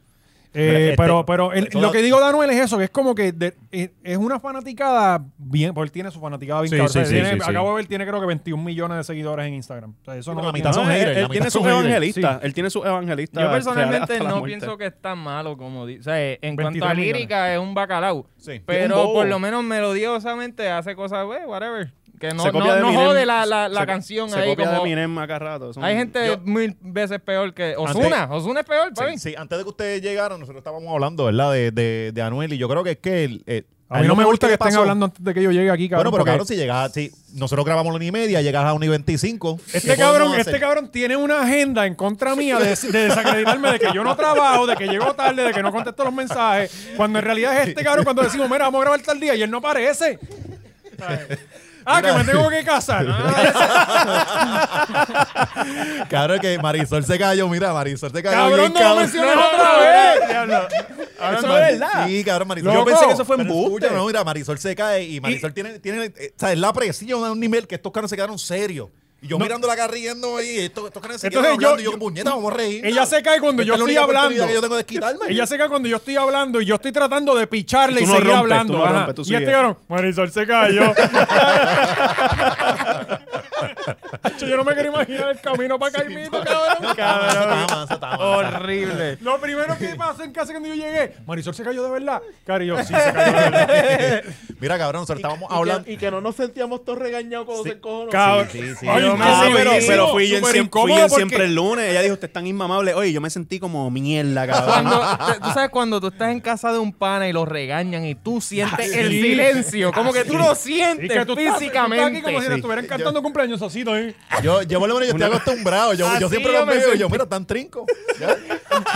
[SPEAKER 1] Eh,
[SPEAKER 4] Mira, este-
[SPEAKER 1] pero pero el-
[SPEAKER 2] Eso
[SPEAKER 1] lo
[SPEAKER 2] da-
[SPEAKER 1] que digo de Anuel es eso, que es como que de- es, es una fanaticada bien, porque él tiene su fanaticada bien
[SPEAKER 2] Sí,
[SPEAKER 1] cabrón. O sea,
[SPEAKER 2] sí, sí,
[SPEAKER 1] tiene-
[SPEAKER 2] sí, sí.
[SPEAKER 1] Acabo de ver, tiene creo que 21 millones de seguidores en Instagram. O sea, eso no
[SPEAKER 2] Sí, pero la
[SPEAKER 1] tiene-
[SPEAKER 2] mitad son
[SPEAKER 4] No, él-
[SPEAKER 2] haters, la
[SPEAKER 4] él,
[SPEAKER 2] mitad
[SPEAKER 4] tiene
[SPEAKER 2] son
[SPEAKER 4] sus
[SPEAKER 2] haters.
[SPEAKER 4] evangelistas. Él tiene sus evangelistas.
[SPEAKER 3] Yo
[SPEAKER 4] reales
[SPEAKER 3] personalmente
[SPEAKER 4] hasta la
[SPEAKER 3] no
[SPEAKER 4] muerte.
[SPEAKER 3] pienso que es tan malo como dice. O sea, eh, en cuanto
[SPEAKER 1] 23
[SPEAKER 3] a
[SPEAKER 1] millones.
[SPEAKER 3] lírica es un bacalao.
[SPEAKER 2] Sí.
[SPEAKER 3] Pero
[SPEAKER 4] Es un bobo.
[SPEAKER 3] por lo menos melodiosamente hace cosas, güey, whatever. Que no,
[SPEAKER 4] Se copia
[SPEAKER 3] no,
[SPEAKER 4] de
[SPEAKER 3] no
[SPEAKER 4] Eminem.
[SPEAKER 3] jode la, la, la
[SPEAKER 4] Se-
[SPEAKER 3] canción
[SPEAKER 4] se
[SPEAKER 3] ahí.
[SPEAKER 4] copia de
[SPEAKER 3] como-
[SPEAKER 4] Eminem acá rato. Son-
[SPEAKER 3] hay gente
[SPEAKER 2] Yo-
[SPEAKER 3] mil veces peor que
[SPEAKER 2] Antes-
[SPEAKER 3] Osuna. Osuna es peor, papi.
[SPEAKER 2] Sí, sí, antes de que ustedes llegaran, nosotros estábamos hablando, ¿verdad? De, de, de Anuel. Y yo creo que es que. el- el-
[SPEAKER 1] A mí no
[SPEAKER 2] lo
[SPEAKER 1] me
[SPEAKER 2] mejor
[SPEAKER 1] gusta que
[SPEAKER 2] le
[SPEAKER 1] estén
[SPEAKER 2] pasó-
[SPEAKER 1] hablando antes de que yo llegue aquí, cabrón.
[SPEAKER 2] Bueno, pero
[SPEAKER 1] porque
[SPEAKER 2] claro, si llegas, si nosotros grabamos la una y media, llegas a una y veinticinco.
[SPEAKER 1] Este cabrón, este cabrón tiene una agenda en contra mía de, de desacreditarme de que yo no trabajo, de que llego tarde, de que no contesto los mensajes. Cuando en realidad es este cabrón cuando decimos, mira, vamos a grabar tal día y él no aparece. ¿Sabes? Ah, que me tengo que casar. Ah,
[SPEAKER 2] Claro que Marisol se cayó, mira, Marisol se cayó.
[SPEAKER 1] Cabrón,
[SPEAKER 2] bien,
[SPEAKER 1] no lo mencionas otra vez.
[SPEAKER 2] Eso
[SPEAKER 4] no es
[SPEAKER 2] Mar-
[SPEAKER 4] verdad.
[SPEAKER 2] Sí, cabrón, Marisol.
[SPEAKER 1] Loco.
[SPEAKER 2] Yo pensé que eso fue
[SPEAKER 4] Pero
[SPEAKER 2] embuste.
[SPEAKER 4] escucha.
[SPEAKER 2] No, mira, Marisol se cae y Marisol tiene, tiene, eh, o sea, es la presión a un nivel que estos caras se quedaron serios. Y yo mirándola acá riendo y estos, estos caras se quedaron
[SPEAKER 1] Entonces, yo-
[SPEAKER 2] hablando y yo,
[SPEAKER 1] yo-
[SPEAKER 2] puñeta, vamos a reír.
[SPEAKER 1] Ella se cae cuando
[SPEAKER 2] Esta
[SPEAKER 1] yo
[SPEAKER 2] Este
[SPEAKER 1] estoy
[SPEAKER 2] es la única oportunidad
[SPEAKER 1] hablando.
[SPEAKER 2] que yo tengo de quitarme. [LAUGHS]
[SPEAKER 1] Ella se cae cuando yo estoy hablando y yo estoy tratando de picharle y,
[SPEAKER 4] Y tú no
[SPEAKER 1] seguir
[SPEAKER 4] rompes,
[SPEAKER 1] hablando.
[SPEAKER 4] tú no
[SPEAKER 1] Ajá.
[SPEAKER 4] rompes, tú
[SPEAKER 1] y este
[SPEAKER 4] sigues.
[SPEAKER 1] cabrón, Marisol se cayó. Hacho, yo no me quiero imaginar el camino para Caimito, cabrón.
[SPEAKER 2] Cabrón. Se tama, se tama.
[SPEAKER 3] Horrible.
[SPEAKER 1] Lo primero que pasó en casa cuando yo llegué, Marisol se cayó de verdad. Cari, yo sí se cayó de verdad.
[SPEAKER 2] Mira, cabrón, nosotros estábamos
[SPEAKER 5] Y que-
[SPEAKER 2] hablando.
[SPEAKER 5] Y que no nos sentíamos todos regañados cuando se encojonó.
[SPEAKER 1] Cabrón.
[SPEAKER 2] sí, sí.
[SPEAKER 1] Ay,
[SPEAKER 3] Yo
[SPEAKER 1] no,
[SPEAKER 3] me
[SPEAKER 4] Ah,
[SPEAKER 3] sentí
[SPEAKER 4] pero, pero fui yo en
[SPEAKER 1] súper
[SPEAKER 4] siempre, fui
[SPEAKER 1] incómodo
[SPEAKER 4] en
[SPEAKER 1] porque-
[SPEAKER 4] siempre el lunes. Ella dijo, usted es tan inmamable. Oye, yo me sentí como [LAUGHS] mierda, cabrón.
[SPEAKER 3] Cuando, te- tú sabes cuando tú estás en casa de un pana y lo regañan y tú sientes el
[SPEAKER 1] sí.
[SPEAKER 3] silencio, como que tú lo sientes
[SPEAKER 1] Y que tú estás- tú
[SPEAKER 3] físicamente.
[SPEAKER 1] estás aquí como si nos estuvieran cantando cumpleaños así, ¿no?
[SPEAKER 2] Yo, yo por lo menos yo estoy acostumbrado. Yo, yo
[SPEAKER 3] Así
[SPEAKER 2] siempre
[SPEAKER 3] yo
[SPEAKER 2] los
[SPEAKER 3] me
[SPEAKER 2] veo y yo,
[SPEAKER 3] sentí.
[SPEAKER 2] mira, tan trinco. Ya.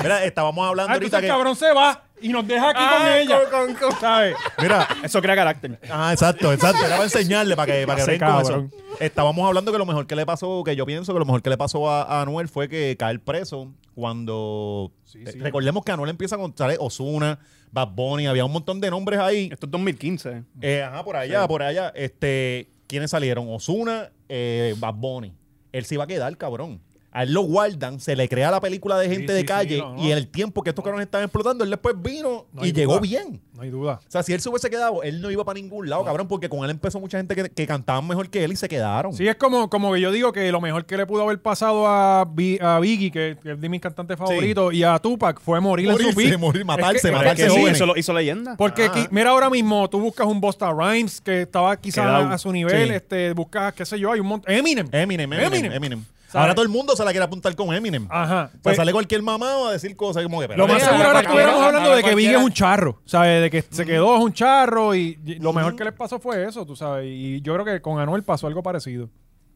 [SPEAKER 2] Mira, estábamos hablando
[SPEAKER 1] Ah, entonces
[SPEAKER 2] ahorita
[SPEAKER 1] el
[SPEAKER 2] que.
[SPEAKER 1] cabrón se va y nos deja aquí con
[SPEAKER 3] Ay,
[SPEAKER 1] ella.
[SPEAKER 3] con- con- con-
[SPEAKER 1] ¿Sabes?
[SPEAKER 2] Mira,
[SPEAKER 4] Eso crea carácter.
[SPEAKER 2] Ah, exacto, exacto. Era para enseñarle, para que, para que
[SPEAKER 1] Ese
[SPEAKER 2] vean con eso.
[SPEAKER 1] cabrón.
[SPEAKER 2] Estábamos hablando que lo mejor que le pasó, que yo pienso que lo mejor que le pasó a, a Anuel fue que caer preso cuando.
[SPEAKER 4] Sí,
[SPEAKER 2] eh,
[SPEAKER 4] sí.
[SPEAKER 2] Recordemos que Anuel empieza con sale Osuna, Bad Bunny, había un montón de nombres ahí.
[SPEAKER 4] Esto es 2015.
[SPEAKER 2] Eh, ajá, por allá, por allá. Este, ¿Quiénes salieron? Osuna, eh, Bad Bunny. Él se iba a quedar, cabrón. A él lo guardan, se le crea la película de gente
[SPEAKER 1] Sí,
[SPEAKER 2] de
[SPEAKER 1] sí,
[SPEAKER 2] calle
[SPEAKER 1] sí, no, no.
[SPEAKER 2] y el tiempo que estos cabrones estaban explotando, él después vino
[SPEAKER 1] No
[SPEAKER 2] y
[SPEAKER 1] hay
[SPEAKER 2] llegó
[SPEAKER 1] duda.
[SPEAKER 2] bien.
[SPEAKER 1] No hay duda.
[SPEAKER 2] O sea, si él se hubiese quedado, él no iba para ningún lado, cabrón, porque con él empezó mucha gente que, que cantaban mejor que él y se quedaron.
[SPEAKER 1] Sí, es como, como que yo digo que lo mejor que le pudo haber pasado a, Bi- a Biggie, que, que es de mis cantantes favoritos, y a Tupac fue morir en su
[SPEAKER 2] Morirse,
[SPEAKER 1] beat.
[SPEAKER 2] morir, matarse,
[SPEAKER 1] Es que-
[SPEAKER 4] Pero es
[SPEAKER 2] matarse
[SPEAKER 4] que Ah, sí,
[SPEAKER 2] jóvenes.
[SPEAKER 4] hizo, lo- hizo leyenda.
[SPEAKER 1] Porque
[SPEAKER 2] Ah.
[SPEAKER 1] qui- mira ahora mismo, tú buscas un Busta Rhymes que estaba
[SPEAKER 4] Quedao.
[SPEAKER 1] quizás a su nivel,
[SPEAKER 2] Sí.
[SPEAKER 1] este, buscas, qué sé yo, hay un montón. Eminem.
[SPEAKER 2] Eminem, Eminem, Eminem.
[SPEAKER 1] Eminem. ¿Sabes?
[SPEAKER 2] Ahora todo el mundo se la quiere apuntar con Eminem.
[SPEAKER 1] Ajá.
[SPEAKER 2] O sea,
[SPEAKER 1] Pues,
[SPEAKER 2] sale cualquier mamá a decir cosas como que...
[SPEAKER 1] lo
[SPEAKER 2] espérate,
[SPEAKER 1] más
[SPEAKER 2] espérate,
[SPEAKER 1] seguro ahora
[SPEAKER 2] espérate,
[SPEAKER 1] estuviéramos
[SPEAKER 2] espérate.
[SPEAKER 1] hablando de que Biggie es
[SPEAKER 3] cualquiera.
[SPEAKER 1] un charro, ¿sabes? De que se quedó es un charro y, y lo mejor que les pasó fue eso, tú sabes. Y yo creo que con Anuel pasó algo parecido.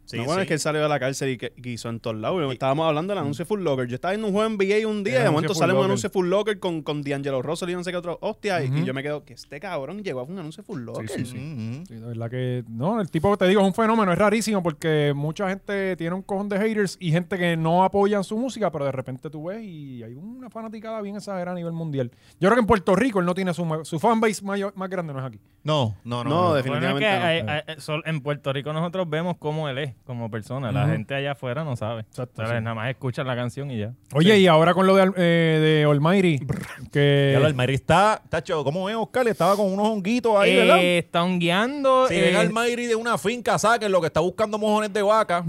[SPEAKER 2] Sí,
[SPEAKER 4] no, bueno,
[SPEAKER 2] sí.
[SPEAKER 4] es que él salió de la cárcel y que, que hizo en todos lados. Estábamos hablando del anuncio de Full Locker. Yo estaba en un juego en NBA un día
[SPEAKER 1] El
[SPEAKER 4] y de momento
[SPEAKER 1] anuncio de
[SPEAKER 4] sale un
[SPEAKER 1] Foot
[SPEAKER 4] anuncio de Full Locker con, con D'Angelo Russell y no sé qué otro. Hostia, y- y
[SPEAKER 1] Ujú.
[SPEAKER 4] yo me quedo que este cabrón llegó a un anuncio de Full Locker.
[SPEAKER 2] Mm, mm.
[SPEAKER 1] Sí, la verdad que no, el tipo te digo es un fenómeno, es rarísimo porque mucha gente tiene un cojón de haters y gente que no apoyan su música, pero de repente tú ves y hay una fanaticada bien exagerada a nivel mundial. Yo creo que en Puerto Rico él no tiene su, ma- su fanbase mayor- más grande, no es aquí.
[SPEAKER 2] No, no, no.
[SPEAKER 4] No,
[SPEAKER 2] no.
[SPEAKER 3] Bueno,
[SPEAKER 4] definitivamente
[SPEAKER 3] es que
[SPEAKER 4] no.
[SPEAKER 3] hay- hay- sol- en Puerto Rico nosotros vemos cómo él es como persona. La
[SPEAKER 1] Ujú.
[SPEAKER 3] gente allá afuera no sabe.
[SPEAKER 1] Exacto,
[SPEAKER 3] O sea,
[SPEAKER 1] sí.
[SPEAKER 3] Nada más escuchan la canción y ya.
[SPEAKER 1] Oye, y ahora con lo de, Al- eh, de Almighty, que...
[SPEAKER 2] Ya lo, el Mayri está, tacho, ¿cómo es Oscar? Estaba con unos honguitos ahí,
[SPEAKER 3] Eh,
[SPEAKER 2] ¿verdad?
[SPEAKER 3] están guiando.
[SPEAKER 2] Si
[SPEAKER 3] eh,
[SPEAKER 2] llega el Mayri de una finca, saquen lo que está buscando mojones
[SPEAKER 1] [LAUGHS]
[SPEAKER 2] de vaca.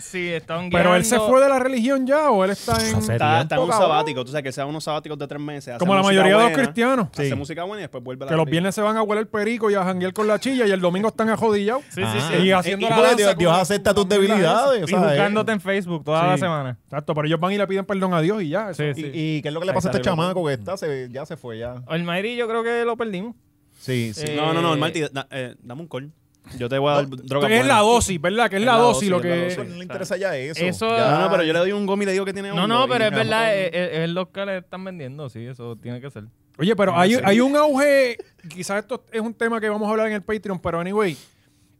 [SPEAKER 3] sí, están guiando.
[SPEAKER 1] pero él se fue de la religión ya o él está en...
[SPEAKER 2] Hacer-
[SPEAKER 4] Está, está en un
[SPEAKER 2] Tiempo, cabrón.
[SPEAKER 4] sabático, tú sabes que sea unos sabáticos de tres meses. hace
[SPEAKER 1] Como la
[SPEAKER 4] música
[SPEAKER 1] mayoría de los
[SPEAKER 4] buena,
[SPEAKER 1] cristianos.
[SPEAKER 4] Hace
[SPEAKER 2] Sí.
[SPEAKER 4] música buena y después vuelve a la
[SPEAKER 1] Que los
[SPEAKER 4] religión.
[SPEAKER 1] viernes se van a hueler perico y a janguear con la chilla y el domingo están ajodillados.
[SPEAKER 3] Sí, sí,
[SPEAKER 2] Ah.
[SPEAKER 3] sí.
[SPEAKER 1] Y
[SPEAKER 2] Y
[SPEAKER 1] haciendo la
[SPEAKER 2] porque
[SPEAKER 1] danza
[SPEAKER 2] Dios,
[SPEAKER 1] con-
[SPEAKER 2] Dios acepta tus
[SPEAKER 1] con la mierda
[SPEAKER 2] debilidades.
[SPEAKER 3] Y
[SPEAKER 2] ¿sabes?
[SPEAKER 3] jugándote en Facebook toda la
[SPEAKER 1] Sí.
[SPEAKER 3] semana.
[SPEAKER 1] Exacto, pero ellos van y le piden perdón a Dios y ya. eso-
[SPEAKER 3] Sí,
[SPEAKER 2] Y,
[SPEAKER 3] sí.
[SPEAKER 2] y qué es lo que le pasa a
[SPEAKER 4] Ahí
[SPEAKER 2] este
[SPEAKER 4] sale
[SPEAKER 2] chamaco que está? Se, ya se fue, ya.
[SPEAKER 3] El Mayri yo creo que lo perdimos.
[SPEAKER 2] Sí, sí.
[SPEAKER 3] Eh,
[SPEAKER 4] No, no, no, el Marty, da- eh, Oh, dame un call. Yo te voy a dar droga.
[SPEAKER 1] Que es
[SPEAKER 4] buena.
[SPEAKER 1] la dosis, ¿verdad? Que es la, dosis lo
[SPEAKER 4] es
[SPEAKER 1] que...
[SPEAKER 4] la
[SPEAKER 2] Eso
[SPEAKER 4] sí,
[SPEAKER 2] no le interesa ya eso.
[SPEAKER 3] Eso-
[SPEAKER 2] Ya-
[SPEAKER 4] No, no, pero yo le doy un gomi y le digo que tiene
[SPEAKER 3] No,
[SPEAKER 4] hongo
[SPEAKER 3] no,
[SPEAKER 4] y
[SPEAKER 3] pero es
[SPEAKER 4] quedamos
[SPEAKER 3] verdad,
[SPEAKER 4] con-
[SPEAKER 3] es, es- es lo que le están vendiendo, sí, eso tiene que ser.
[SPEAKER 1] Oye, pero hay,
[SPEAKER 4] Sí.
[SPEAKER 1] hay un auge, quizás esto es un tema que vamos a hablar en el Patreon, pero anyway,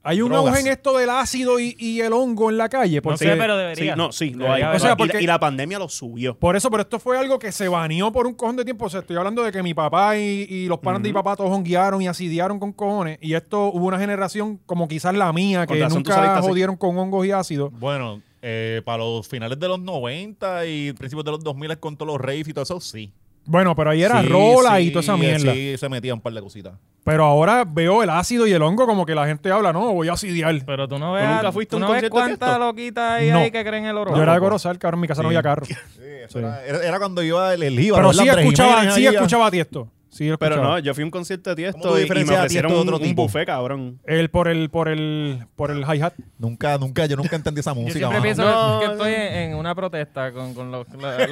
[SPEAKER 1] hay un
[SPEAKER 2] Drogas.
[SPEAKER 1] auge en esto del ácido y, y el hongo en la calle.
[SPEAKER 3] No
[SPEAKER 1] Porque,
[SPEAKER 3] sé, pero
[SPEAKER 4] Sí,
[SPEAKER 3] debería.
[SPEAKER 4] no, sí, lo
[SPEAKER 3] Debería
[SPEAKER 4] hay.
[SPEAKER 3] haber.
[SPEAKER 1] O sea,
[SPEAKER 4] Y la-
[SPEAKER 1] porque-
[SPEAKER 4] y la pandemia lo subió.
[SPEAKER 1] Por eso, pero esto fue algo que se baneó por un cojón de tiempo. O sea, estoy hablando de que mi papá y, y los panes de mi papá todos honguearon y asidiaron con cojones. Y esto hubo una generación como quizás la mía,
[SPEAKER 4] Con
[SPEAKER 1] que
[SPEAKER 4] razón tú saliste
[SPEAKER 1] nunca
[SPEAKER 4] así.
[SPEAKER 1] jodieron con hongos y ácido.
[SPEAKER 2] Bueno, eh, para los finales de los 90 y principios de los 2000 con todos los raves y todo eso, sí.
[SPEAKER 1] Bueno, pero ahí era
[SPEAKER 2] Sí,
[SPEAKER 1] rola
[SPEAKER 2] sí, eh,
[SPEAKER 1] y toda esa mierda.
[SPEAKER 2] Sí, se metían un par de cositas.
[SPEAKER 1] Pero ahora veo el ácido y el hongo como que la gente habla, no, voy a asidiar.
[SPEAKER 3] Pero tú no ves,
[SPEAKER 4] ¿Tú
[SPEAKER 3] a-
[SPEAKER 4] nunca fuiste a un
[SPEAKER 3] tú no ves
[SPEAKER 4] concierto de
[SPEAKER 3] cuántas
[SPEAKER 4] esto?
[SPEAKER 3] loquitas hay
[SPEAKER 1] No.
[SPEAKER 3] ahí que creen el oro.
[SPEAKER 1] Yo era de Corozal, cabrón, en mi casa no
[SPEAKER 2] Sí.
[SPEAKER 1] había
[SPEAKER 2] [LAUGHS]
[SPEAKER 1] carro.
[SPEAKER 2] Sí,
[SPEAKER 1] Sí.
[SPEAKER 2] Era, era- era cuando iba el, el Líbano,
[SPEAKER 1] Pero
[SPEAKER 2] ¿verdad?
[SPEAKER 1] sí
[SPEAKER 2] Andrés
[SPEAKER 1] escuchaba,
[SPEAKER 2] Jiménez
[SPEAKER 1] sí
[SPEAKER 2] ahí, ya.
[SPEAKER 1] escuchaba a Tiesto. Sí, lo
[SPEAKER 4] Pero
[SPEAKER 1] escuchaba.
[SPEAKER 4] no, yo fui a un concierto de
[SPEAKER 2] ¿Cómo tú
[SPEAKER 4] Tiesto y- y, me
[SPEAKER 2] diferencias a Tiesto
[SPEAKER 4] ofrecieron
[SPEAKER 2] de
[SPEAKER 4] un,
[SPEAKER 2] otro
[SPEAKER 4] un
[SPEAKER 2] tipo?
[SPEAKER 4] buffet, [LAUGHS] cabrón.
[SPEAKER 1] El por el por el por el hi-hat.
[SPEAKER 2] Nunca, nunca, yo nunca entendí esa
[SPEAKER 3] Yo
[SPEAKER 2] música.
[SPEAKER 3] siempre
[SPEAKER 2] mano.
[SPEAKER 3] pienso
[SPEAKER 4] No,
[SPEAKER 3] que, que
[SPEAKER 4] no.
[SPEAKER 3] estoy en, en una protesta con, con los...
[SPEAKER 4] [LAUGHS]
[SPEAKER 3] la- la-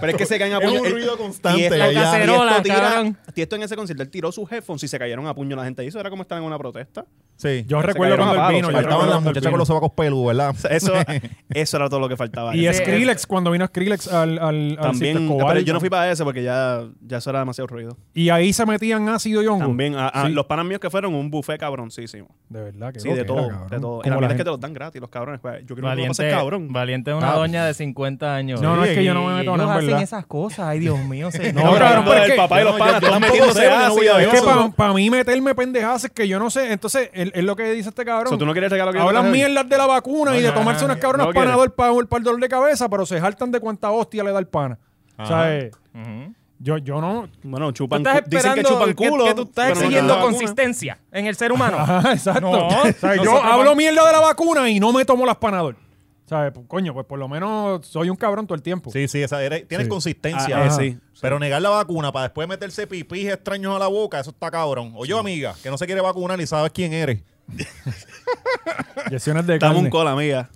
[SPEAKER 4] Pero es que se caen a
[SPEAKER 2] Es
[SPEAKER 4] puño.
[SPEAKER 2] un
[SPEAKER 4] el- [LAUGHS]
[SPEAKER 2] ruido constante,
[SPEAKER 4] Tiesto-
[SPEAKER 2] la
[SPEAKER 4] Tiesto
[SPEAKER 3] cacerola,
[SPEAKER 4] tira-
[SPEAKER 3] cabrón.
[SPEAKER 4] Tiesto en ese concierto, él tiró sus headphones y se cayeron a puño la gente. Y eso era como estar en una [LAUGHS] protesta.
[SPEAKER 2] Sí.
[SPEAKER 1] Yo
[SPEAKER 4] Se
[SPEAKER 1] recuerdo
[SPEAKER 4] cayeron
[SPEAKER 1] cuando
[SPEAKER 4] a
[SPEAKER 1] él vino.
[SPEAKER 4] palos, se
[SPEAKER 1] yo
[SPEAKER 2] Faltaban
[SPEAKER 4] cayeron
[SPEAKER 1] recuerdo
[SPEAKER 2] las
[SPEAKER 1] cuando él
[SPEAKER 2] muchachas con los
[SPEAKER 1] vino.
[SPEAKER 2] sobacos peludos, ¿verdad?
[SPEAKER 4] O sea, Eso, [LAUGHS] eso era todo lo que faltaba.
[SPEAKER 1] Y
[SPEAKER 4] Ese-
[SPEAKER 1] Skrillex cuando vino Skrillex al al, al Circo
[SPEAKER 4] También,
[SPEAKER 1] Escobar.
[SPEAKER 4] pero yo no fui para ese porque ya, ya eso era demasiado ruido.
[SPEAKER 1] Y ahí se metían ácido
[SPEAKER 3] Uh,
[SPEAKER 1] y hongo.
[SPEAKER 4] También, a- a-
[SPEAKER 1] Sí.
[SPEAKER 4] los panas míos que fueron un buffet cabroncísimo.
[SPEAKER 1] De verdad que
[SPEAKER 4] Sí,
[SPEAKER 1] lo
[SPEAKER 4] de
[SPEAKER 1] que
[SPEAKER 4] todo,
[SPEAKER 1] era,
[SPEAKER 4] de
[SPEAKER 1] cabrón.
[SPEAKER 4] todo. Y
[SPEAKER 1] Como
[SPEAKER 4] la
[SPEAKER 1] la
[SPEAKER 4] verdad es que
[SPEAKER 1] gente-
[SPEAKER 4] te los dan gratis, los cabrones. pues, Yo creo que
[SPEAKER 3] Valiente,
[SPEAKER 4] no cabrón.
[SPEAKER 3] valiente es una
[SPEAKER 2] Ah.
[SPEAKER 3] doña de 50 años.
[SPEAKER 1] No, no, es que yo no me
[SPEAKER 3] Y-
[SPEAKER 1] meto
[SPEAKER 3] y
[SPEAKER 1] nada,
[SPEAKER 3] pues. ellos hacen
[SPEAKER 1] ¿verdad?
[SPEAKER 3] esas cosas, ay Dios mío, señor.
[SPEAKER 1] No, cabrón,
[SPEAKER 4] hablando
[SPEAKER 1] pero es
[SPEAKER 4] del
[SPEAKER 1] que-
[SPEAKER 4] papá y
[SPEAKER 2] yo
[SPEAKER 4] los
[SPEAKER 2] no- yo
[SPEAKER 4] panas, todos
[SPEAKER 2] tampoco
[SPEAKER 4] metiéndose
[SPEAKER 2] sé, yo no
[SPEAKER 4] ácido
[SPEAKER 2] voy a
[SPEAKER 4] y
[SPEAKER 2] ver
[SPEAKER 1] Es que
[SPEAKER 4] eso.
[SPEAKER 1] para mí meterme pendejadas es que yo no sé. Entonces, es es lo que dice este
[SPEAKER 4] O sea,
[SPEAKER 1] cabrón.
[SPEAKER 4] tú no quieres regalar que yo te
[SPEAKER 1] Hablan
[SPEAKER 4] regale?
[SPEAKER 1] mierdas de la vacuna
[SPEAKER 3] No,
[SPEAKER 1] y de
[SPEAKER 3] no,
[SPEAKER 1] tomarse
[SPEAKER 3] no,
[SPEAKER 1] unas cabronas
[SPEAKER 4] no quiere.
[SPEAKER 1] panador para el dolor de cabeza, pero se jaltan de cuánta hostia le da el pana. O
[SPEAKER 2] Ajá.
[SPEAKER 1] sea, eh,
[SPEAKER 3] Ujú.
[SPEAKER 1] yo, yo no. [LAUGHS]
[SPEAKER 4] Bueno,
[SPEAKER 3] Tú
[SPEAKER 4] chupan
[SPEAKER 3] estás
[SPEAKER 4] cu- Dicen que
[SPEAKER 3] esperando
[SPEAKER 4] chupan
[SPEAKER 3] que-
[SPEAKER 4] culo.
[SPEAKER 3] que tú estás
[SPEAKER 4] pero no
[SPEAKER 3] exigiendo
[SPEAKER 4] chupan vacuna.
[SPEAKER 3] consistencia en [LAUGHS] el ser humano.
[SPEAKER 1] Ajá, ah, exacto.
[SPEAKER 3] No,
[SPEAKER 1] O sea, yo
[SPEAKER 3] nosotros
[SPEAKER 1] hablo
[SPEAKER 3] vamos-
[SPEAKER 1] mierda de la vacuna y no me tomo las panador. ¿Sabes? Pues, coño, pues por lo menos soy un cabrón todo el tiempo.
[SPEAKER 2] [LAUGHS] Sí, sí, esa era- tienes
[SPEAKER 1] Sí.
[SPEAKER 2] consistencia.
[SPEAKER 1] Ah, eh,
[SPEAKER 2] Ajá.
[SPEAKER 4] sí,
[SPEAKER 2] Pero negar la vacuna para después meterse pipis extraños a la boca, eso está cabrón. Oye, amiga, que no se quiere vacunar y sabes quién eres.
[SPEAKER 1] Inyecciones de
[SPEAKER 4] Dame
[SPEAKER 1] carne.
[SPEAKER 4] un call, amiga.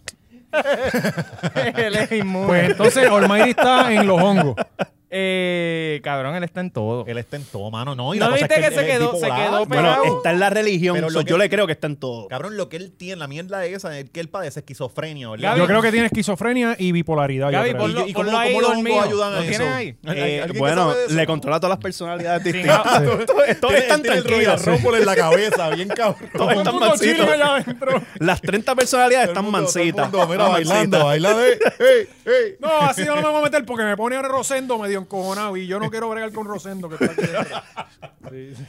[SPEAKER 3] Él es inmune.
[SPEAKER 1] Pues entonces Almighty está en los hongos.
[SPEAKER 3] [LAUGHS] Eh, cabrón, él está en todo.
[SPEAKER 2] Él está en todo, mano. No, y
[SPEAKER 3] ¿No
[SPEAKER 2] la cosa
[SPEAKER 3] viste
[SPEAKER 2] es que, él-
[SPEAKER 3] que se
[SPEAKER 2] él es
[SPEAKER 3] quedó- se
[SPEAKER 2] bipolar.
[SPEAKER 3] quedó
[SPEAKER 2] Bueno,
[SPEAKER 3] pegado?
[SPEAKER 2] eh,
[SPEAKER 4] Bueno, está en la religión,
[SPEAKER 2] Pero lo
[SPEAKER 4] so
[SPEAKER 2] que-
[SPEAKER 4] yo le creo que está en todo.
[SPEAKER 2] Cabrón, lo que él tiene, la mierda esa, es que él padece esquizofrenia, ¿verdad?
[SPEAKER 3] Gaby,
[SPEAKER 1] Yo creo que tiene esquizofrenia y bipolaridad. yo
[SPEAKER 3] Gaby,
[SPEAKER 1] creo.
[SPEAKER 2] ¿Y,
[SPEAKER 3] ponlo-
[SPEAKER 2] y
[SPEAKER 3] ponlo
[SPEAKER 2] cómo,
[SPEAKER 3] ahí
[SPEAKER 2] cómo los
[SPEAKER 3] dormido.
[SPEAKER 2] hongos ayudan a
[SPEAKER 3] ¿Lo
[SPEAKER 2] eso?
[SPEAKER 3] tienes
[SPEAKER 2] [LAUGHS]
[SPEAKER 3] ahí?
[SPEAKER 2] ¿Al- al-
[SPEAKER 4] Eh,
[SPEAKER 2] alguien que
[SPEAKER 4] bueno,
[SPEAKER 2] sabe de eso?
[SPEAKER 4] le controla todas las personalidades distintas. Esto- esto
[SPEAKER 2] Tiene-
[SPEAKER 4] es tan
[SPEAKER 2] tiene el
[SPEAKER 4] tranquilo.
[SPEAKER 2] Royal Rumble en la cabeza, bien cabrón.
[SPEAKER 4] Todo
[SPEAKER 1] Todo el
[SPEAKER 4] están
[SPEAKER 1] mundo
[SPEAKER 4] mancitos.
[SPEAKER 1] chilling allá adentro.
[SPEAKER 4] Las 30 personalidades están mancitas.
[SPEAKER 2] Todo el mundo, mira, bailando, bailando. eh, eh, eh.
[SPEAKER 1] No, así no me voy a meter porque me pone ahora Rosendo medio encojonado y yo no quiero bregar con Rosendo que está aquí dentro.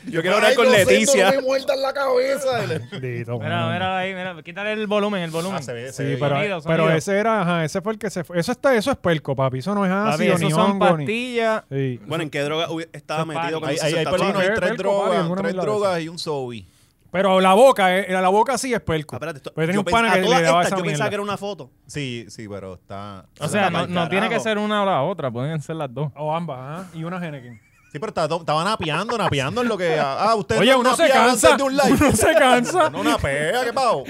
[SPEAKER 4] Yo quiero hablar con Leticia.
[SPEAKER 2] muertan
[SPEAKER 1] [LAUGHS]
[SPEAKER 2] la cabeza.
[SPEAKER 3] [LAUGHS] Mira, mira ahí, mira, quítale el volumen, el volumen.
[SPEAKER 2] Ah, se ve, se
[SPEAKER 1] Sí,
[SPEAKER 2] ve.
[SPEAKER 1] pero,
[SPEAKER 3] Sonido,
[SPEAKER 1] pero
[SPEAKER 3] sonido.
[SPEAKER 1] ese era, ajá, ese fue el que se fue. Eso, está, eso es pelco, papi. Eso no es
[SPEAKER 3] Papi,
[SPEAKER 1] ácido,
[SPEAKER 3] eso
[SPEAKER 1] ni
[SPEAKER 3] son
[SPEAKER 1] Ah, hongo, ni...
[SPEAKER 3] pastillas.
[SPEAKER 1] Sí.
[SPEAKER 4] Bueno, ¿en qué droga hubi- estaba
[SPEAKER 3] Eso es
[SPEAKER 4] metido cuando
[SPEAKER 2] Hay,
[SPEAKER 4] se
[SPEAKER 2] hay,
[SPEAKER 4] hizo
[SPEAKER 2] hay,
[SPEAKER 4] el
[SPEAKER 2] por lo menos hay
[SPEAKER 4] tatuaje?
[SPEAKER 1] Perco,
[SPEAKER 2] tres
[SPEAKER 1] Perco,
[SPEAKER 2] drogas,
[SPEAKER 1] varios, una
[SPEAKER 2] tres
[SPEAKER 1] mierda de
[SPEAKER 2] drogas y un sobi.
[SPEAKER 1] Pero la boca, eh, la boca sí es pelco.
[SPEAKER 4] Ah, espérate, esto-
[SPEAKER 1] Porque tenía
[SPEAKER 4] yo
[SPEAKER 1] un
[SPEAKER 4] pens-
[SPEAKER 1] pana
[SPEAKER 4] a
[SPEAKER 1] que le
[SPEAKER 4] todas
[SPEAKER 1] daba esa
[SPEAKER 4] estas yo pensaba que
[SPEAKER 1] mierda.
[SPEAKER 4] era una foto.
[SPEAKER 2] Sí, sí, pero está...
[SPEAKER 3] O sea, no,
[SPEAKER 4] pa'l
[SPEAKER 3] no tiene que
[SPEAKER 4] carajo.
[SPEAKER 3] ser una o la otra, pueden ser las dos.
[SPEAKER 1] O ambas, ajá. Y una Henneken.
[SPEAKER 2] Sí, pero está- estaban napeando, napeando en lo que... Ah, ustedes
[SPEAKER 1] Oye,
[SPEAKER 2] no
[SPEAKER 1] uno se
[SPEAKER 2] napeaban
[SPEAKER 1] cansa.
[SPEAKER 2] antes de un live.
[SPEAKER 1] [LAUGHS] Uno se cansa.
[SPEAKER 2] No napea, qué pavo.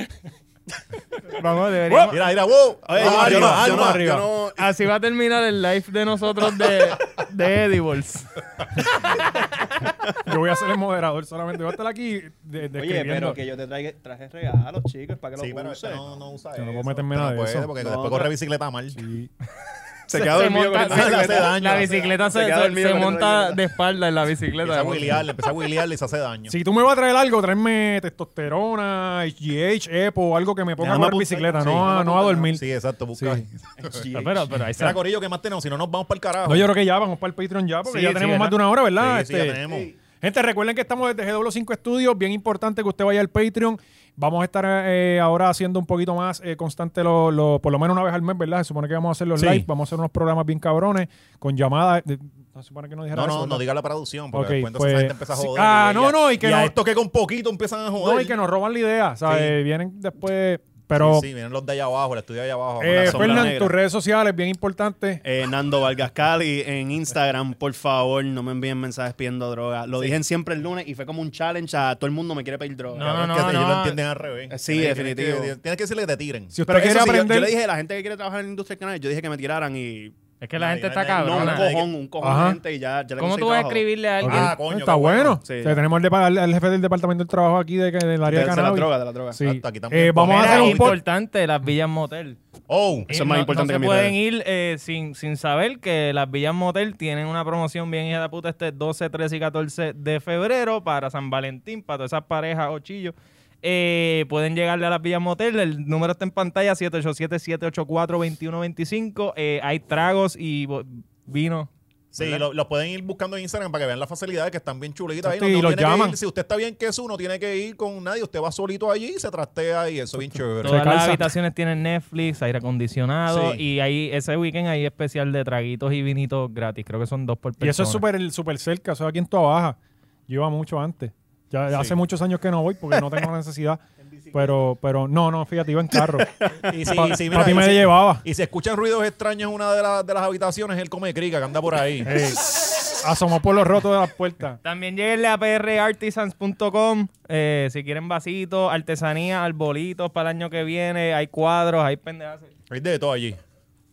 [SPEAKER 3] Vamos, deberíamos.
[SPEAKER 2] Mira, mira, wow.
[SPEAKER 4] Oye, Ah, yo no
[SPEAKER 2] Alma,
[SPEAKER 4] arriba,
[SPEAKER 2] alma,
[SPEAKER 4] yo no
[SPEAKER 2] alma.
[SPEAKER 4] arriba.
[SPEAKER 3] Así va a terminar el live de nosotros de, de Edibles.
[SPEAKER 1] Yo voy a ser el moderador solamente. Voy a estar aquí de,
[SPEAKER 4] Oye,
[SPEAKER 1] describiendo.
[SPEAKER 4] pero que yo te traiga- traje regalos, chicos, para que
[SPEAKER 2] Sí,
[SPEAKER 4] lo
[SPEAKER 2] pero
[SPEAKER 4] usen.
[SPEAKER 2] este no, no usa
[SPEAKER 1] Yo no puedo
[SPEAKER 2] eso.
[SPEAKER 1] meterme
[SPEAKER 2] Este
[SPEAKER 1] nada
[SPEAKER 2] no
[SPEAKER 1] de
[SPEAKER 2] puede,
[SPEAKER 1] eso.
[SPEAKER 2] Porque
[SPEAKER 4] No,
[SPEAKER 2] después
[SPEAKER 4] otra-
[SPEAKER 2] corre bicicleta mal.
[SPEAKER 4] Se quedó dormido con
[SPEAKER 3] monta-
[SPEAKER 4] esta
[SPEAKER 2] se-
[SPEAKER 4] bicicleta.
[SPEAKER 2] hace daño,
[SPEAKER 3] La
[SPEAKER 2] hace
[SPEAKER 3] bicicleta se,
[SPEAKER 4] daño. Se queda
[SPEAKER 3] se-
[SPEAKER 4] dormido
[SPEAKER 3] se
[SPEAKER 4] con el
[SPEAKER 3] monta
[SPEAKER 4] rollo.
[SPEAKER 3] de espalda en la
[SPEAKER 2] Empieza
[SPEAKER 3] bicicleta.
[SPEAKER 2] a wheelearle, empieza a wheelearle y se hace daño.
[SPEAKER 1] Si tú me vas a traer algo, tráeme testosterona, HGH, EPO, algo que me ponga a
[SPEAKER 4] Déjame
[SPEAKER 1] jugar bicicleta,
[SPEAKER 4] apuntar,
[SPEAKER 1] no,
[SPEAKER 4] sí,
[SPEAKER 1] a,
[SPEAKER 4] déjame
[SPEAKER 1] no a
[SPEAKER 4] apuntar,
[SPEAKER 1] dormir.
[SPEAKER 2] Sí, exacto, busca.
[SPEAKER 1] Sí.
[SPEAKER 3] Ah, pero, pero ahí
[SPEAKER 2] Será
[SPEAKER 3] está.
[SPEAKER 2] Corillo, que más tenemos? Si no, nos vamos para el carajo.
[SPEAKER 1] No, yo creo que ya vamos para el Patreon ya, porque
[SPEAKER 3] Sí,
[SPEAKER 1] ya
[SPEAKER 3] sí,
[SPEAKER 1] tenemos
[SPEAKER 3] ¿verdad?
[SPEAKER 1] más de una hora, ¿verdad?
[SPEAKER 2] Sí, sí, ya
[SPEAKER 1] Este,
[SPEAKER 2] tenemos.
[SPEAKER 5] Sí.
[SPEAKER 1] Gente, recuerden que estamos desde GW5 Studios. Bien importante que usted vaya al Patreon. Vamos a estar eh, ahora haciendo un poquito más eh, constante, lo- lo- por lo menos una vez al mes, ¿verdad? Se supone que vamos a hacer los
[SPEAKER 2] Sí.
[SPEAKER 1] live, vamos a hacer unos programas bien cabrones, con llamadas. de- no se supone que no dijera
[SPEAKER 2] No,
[SPEAKER 1] eso,
[SPEAKER 2] no,
[SPEAKER 1] ¿verdad?
[SPEAKER 2] no diga la producción, porque
[SPEAKER 1] Ok,
[SPEAKER 2] después entonces
[SPEAKER 1] pues,
[SPEAKER 2] la gente empieza a
[SPEAKER 1] sí.
[SPEAKER 2] joder.
[SPEAKER 1] Ah,
[SPEAKER 2] y
[SPEAKER 1] no,
[SPEAKER 2] ya-
[SPEAKER 1] no, y que
[SPEAKER 2] y
[SPEAKER 1] no-
[SPEAKER 2] a esto que con poquito empiezan a joder.
[SPEAKER 1] No, y que nos roban la idea, ¿sabes? Vienen después, pero...
[SPEAKER 2] Sí, sí, vienen los de allá abajo, el estudio de allá abajo.
[SPEAKER 1] Eh,
[SPEAKER 4] la sombra
[SPEAKER 1] Fernan,
[SPEAKER 4] negra.
[SPEAKER 1] tus redes sociales, bien importante.
[SPEAKER 4] Eh, Nando Vargas Cali en Instagram, por favor, no me envíen mensajes pidiendo droga. Lo dije en siempre el lunes y fue como un challenge a todo el mundo me quiere pedir droga.
[SPEAKER 3] No, no,
[SPEAKER 2] Cabrón,
[SPEAKER 3] no,
[SPEAKER 2] que ellos
[SPEAKER 3] no.
[SPEAKER 2] lo entienden al revés.
[SPEAKER 4] Sí,
[SPEAKER 2] Tienes que-
[SPEAKER 4] definitivo.
[SPEAKER 2] Tienes que, tienes que decirle que te tiren.
[SPEAKER 1] Si usted
[SPEAKER 4] Pero eso
[SPEAKER 1] quiere
[SPEAKER 4] sí, yo-
[SPEAKER 1] aprender...
[SPEAKER 4] yo, le dije a la gente que quiere trabajar en la industria del canal, yo dije que me tiraran y
[SPEAKER 3] Es que la
[SPEAKER 2] Nadie,
[SPEAKER 3] gente está
[SPEAKER 2] nadie, no,
[SPEAKER 4] no, un
[SPEAKER 3] cabrona.
[SPEAKER 2] nadie.
[SPEAKER 4] cojón, un cojón
[SPEAKER 1] Ajá.
[SPEAKER 4] de gente y ya, ya le
[SPEAKER 3] ¿Cómo
[SPEAKER 4] conseguí
[SPEAKER 3] tú vas a
[SPEAKER 4] trabajo.
[SPEAKER 3] escribirle a
[SPEAKER 1] Ok.
[SPEAKER 3] alguien?
[SPEAKER 2] Ah, coño,
[SPEAKER 1] está
[SPEAKER 2] qué
[SPEAKER 1] bueno.
[SPEAKER 2] bueno.
[SPEAKER 4] Sí.
[SPEAKER 1] O sea, tenemos el, depa- al- al jefe del Departamento del Trabajo aquí de- que- del
[SPEAKER 4] De,
[SPEAKER 1] área de,
[SPEAKER 4] de la
[SPEAKER 1] cannabis.
[SPEAKER 4] droga, de la droga.
[SPEAKER 1] Sí.
[SPEAKER 2] Hasta aquí tampoco.
[SPEAKER 1] Eh, vamos a
[SPEAKER 2] Mira,
[SPEAKER 1] hacer un Eh,
[SPEAKER 3] Era
[SPEAKER 2] y-
[SPEAKER 1] podcast.
[SPEAKER 3] importante las villas motel.
[SPEAKER 2] Oh,
[SPEAKER 4] Eso
[SPEAKER 3] Y
[SPEAKER 4] es más
[SPEAKER 3] no-
[SPEAKER 4] importante que
[SPEAKER 3] no se
[SPEAKER 4] mis
[SPEAKER 3] pueden
[SPEAKER 4] redes.
[SPEAKER 3] ir eh, sin, sin saber que las villas motel tienen una promoción bien hija de puta este 12, 13 y 14 de febrero para San Valentín, para todas esas parejas o chillos. Eh, pueden llegarle a las villas motel, el número está en pantalla, 787-784-2125. Eh, hay tragos y bo- vino.
[SPEAKER 2] sí, lo- los pueden ir buscando en Instagram para que vean las facilidades que están bien chulitas. ahí.
[SPEAKER 1] Exacto, y los
[SPEAKER 2] tiene que
[SPEAKER 1] llaman.
[SPEAKER 2] ir- si usted está bien que eso, no tiene que ir con nadie. Usted va solito allí y se trastea y eso bien chévere.
[SPEAKER 3] Todas las
[SPEAKER 1] calza.
[SPEAKER 3] habitaciones tienen Netflix, aire acondicionado
[SPEAKER 2] Sí.
[SPEAKER 3] y ahí ese weekend hay especial de traguitos y vinitos gratis. Creo que son dos por persona.
[SPEAKER 1] Y eso es súper súper cerca, eso es aquí en Toa Baja. Yo iba mucho antes. Ya hace muchos años que no voy porque no
[SPEAKER 4] [LAUGHS]
[SPEAKER 1] tengo la necesidad. pero, pero no, no, fíjate, iba en carro.
[SPEAKER 2] Y si,
[SPEAKER 1] Pa-
[SPEAKER 2] y si, mira,
[SPEAKER 1] papi
[SPEAKER 2] y
[SPEAKER 1] me
[SPEAKER 2] si-
[SPEAKER 1] llevaba.
[SPEAKER 2] Y si escuchan ruidos extraños en una de, las de las habitaciones, él come crica que anda por ahí.
[SPEAKER 1] Eh, asomó por los rotos de las puertas.
[SPEAKER 3] También lleguenle a prartisans.com eh, si quieren vasitos, artesanía, arbolitos para el año que viene. Hay cuadros, hay pendejas.
[SPEAKER 2] Hay de todo allí.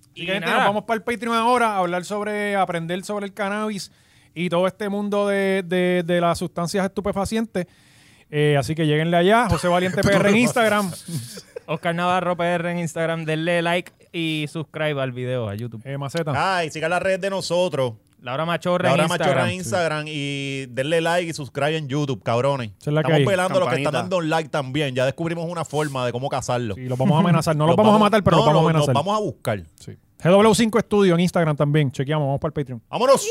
[SPEAKER 1] Así que, gente, nos vamos para el Patreon ahora a hablar sobre, a aprender sobre el cannabis y todo este mundo de, de- de las sustancias estupefacientes. Eh, así que lleguenle allá, José
[SPEAKER 4] [LAUGHS]
[SPEAKER 1] Valiente PR en Instagram.
[SPEAKER 3] Oscar Navarro PR en Instagram. Denle like y subscribe al video a YouTube.
[SPEAKER 1] Eh, Maceta.
[SPEAKER 2] Ay, sigan las redes de nosotros.
[SPEAKER 3] Laura Machorra
[SPEAKER 2] Ahora
[SPEAKER 3] en Instagram.
[SPEAKER 2] Machorra en Instagram y denle like y subscribe en YouTube, cabrones.
[SPEAKER 1] Esa es la que
[SPEAKER 2] Estamos
[SPEAKER 1] hay.
[SPEAKER 2] pelando a los que
[SPEAKER 4] Campanita.
[SPEAKER 2] están dando un like también. Ya descubrimos una forma de cómo cazarlos.
[SPEAKER 1] Sí, los vamos a amenazar. No los, vamos, a matar, pero
[SPEAKER 2] no,
[SPEAKER 1] los vamos a
[SPEAKER 2] no,
[SPEAKER 1] amenazar.
[SPEAKER 2] Los vamos a buscar.
[SPEAKER 1] Sí. GW5 Studio en Instagram también. Chequeamos, vamos para el Patreon.
[SPEAKER 2] ¡Vámonos!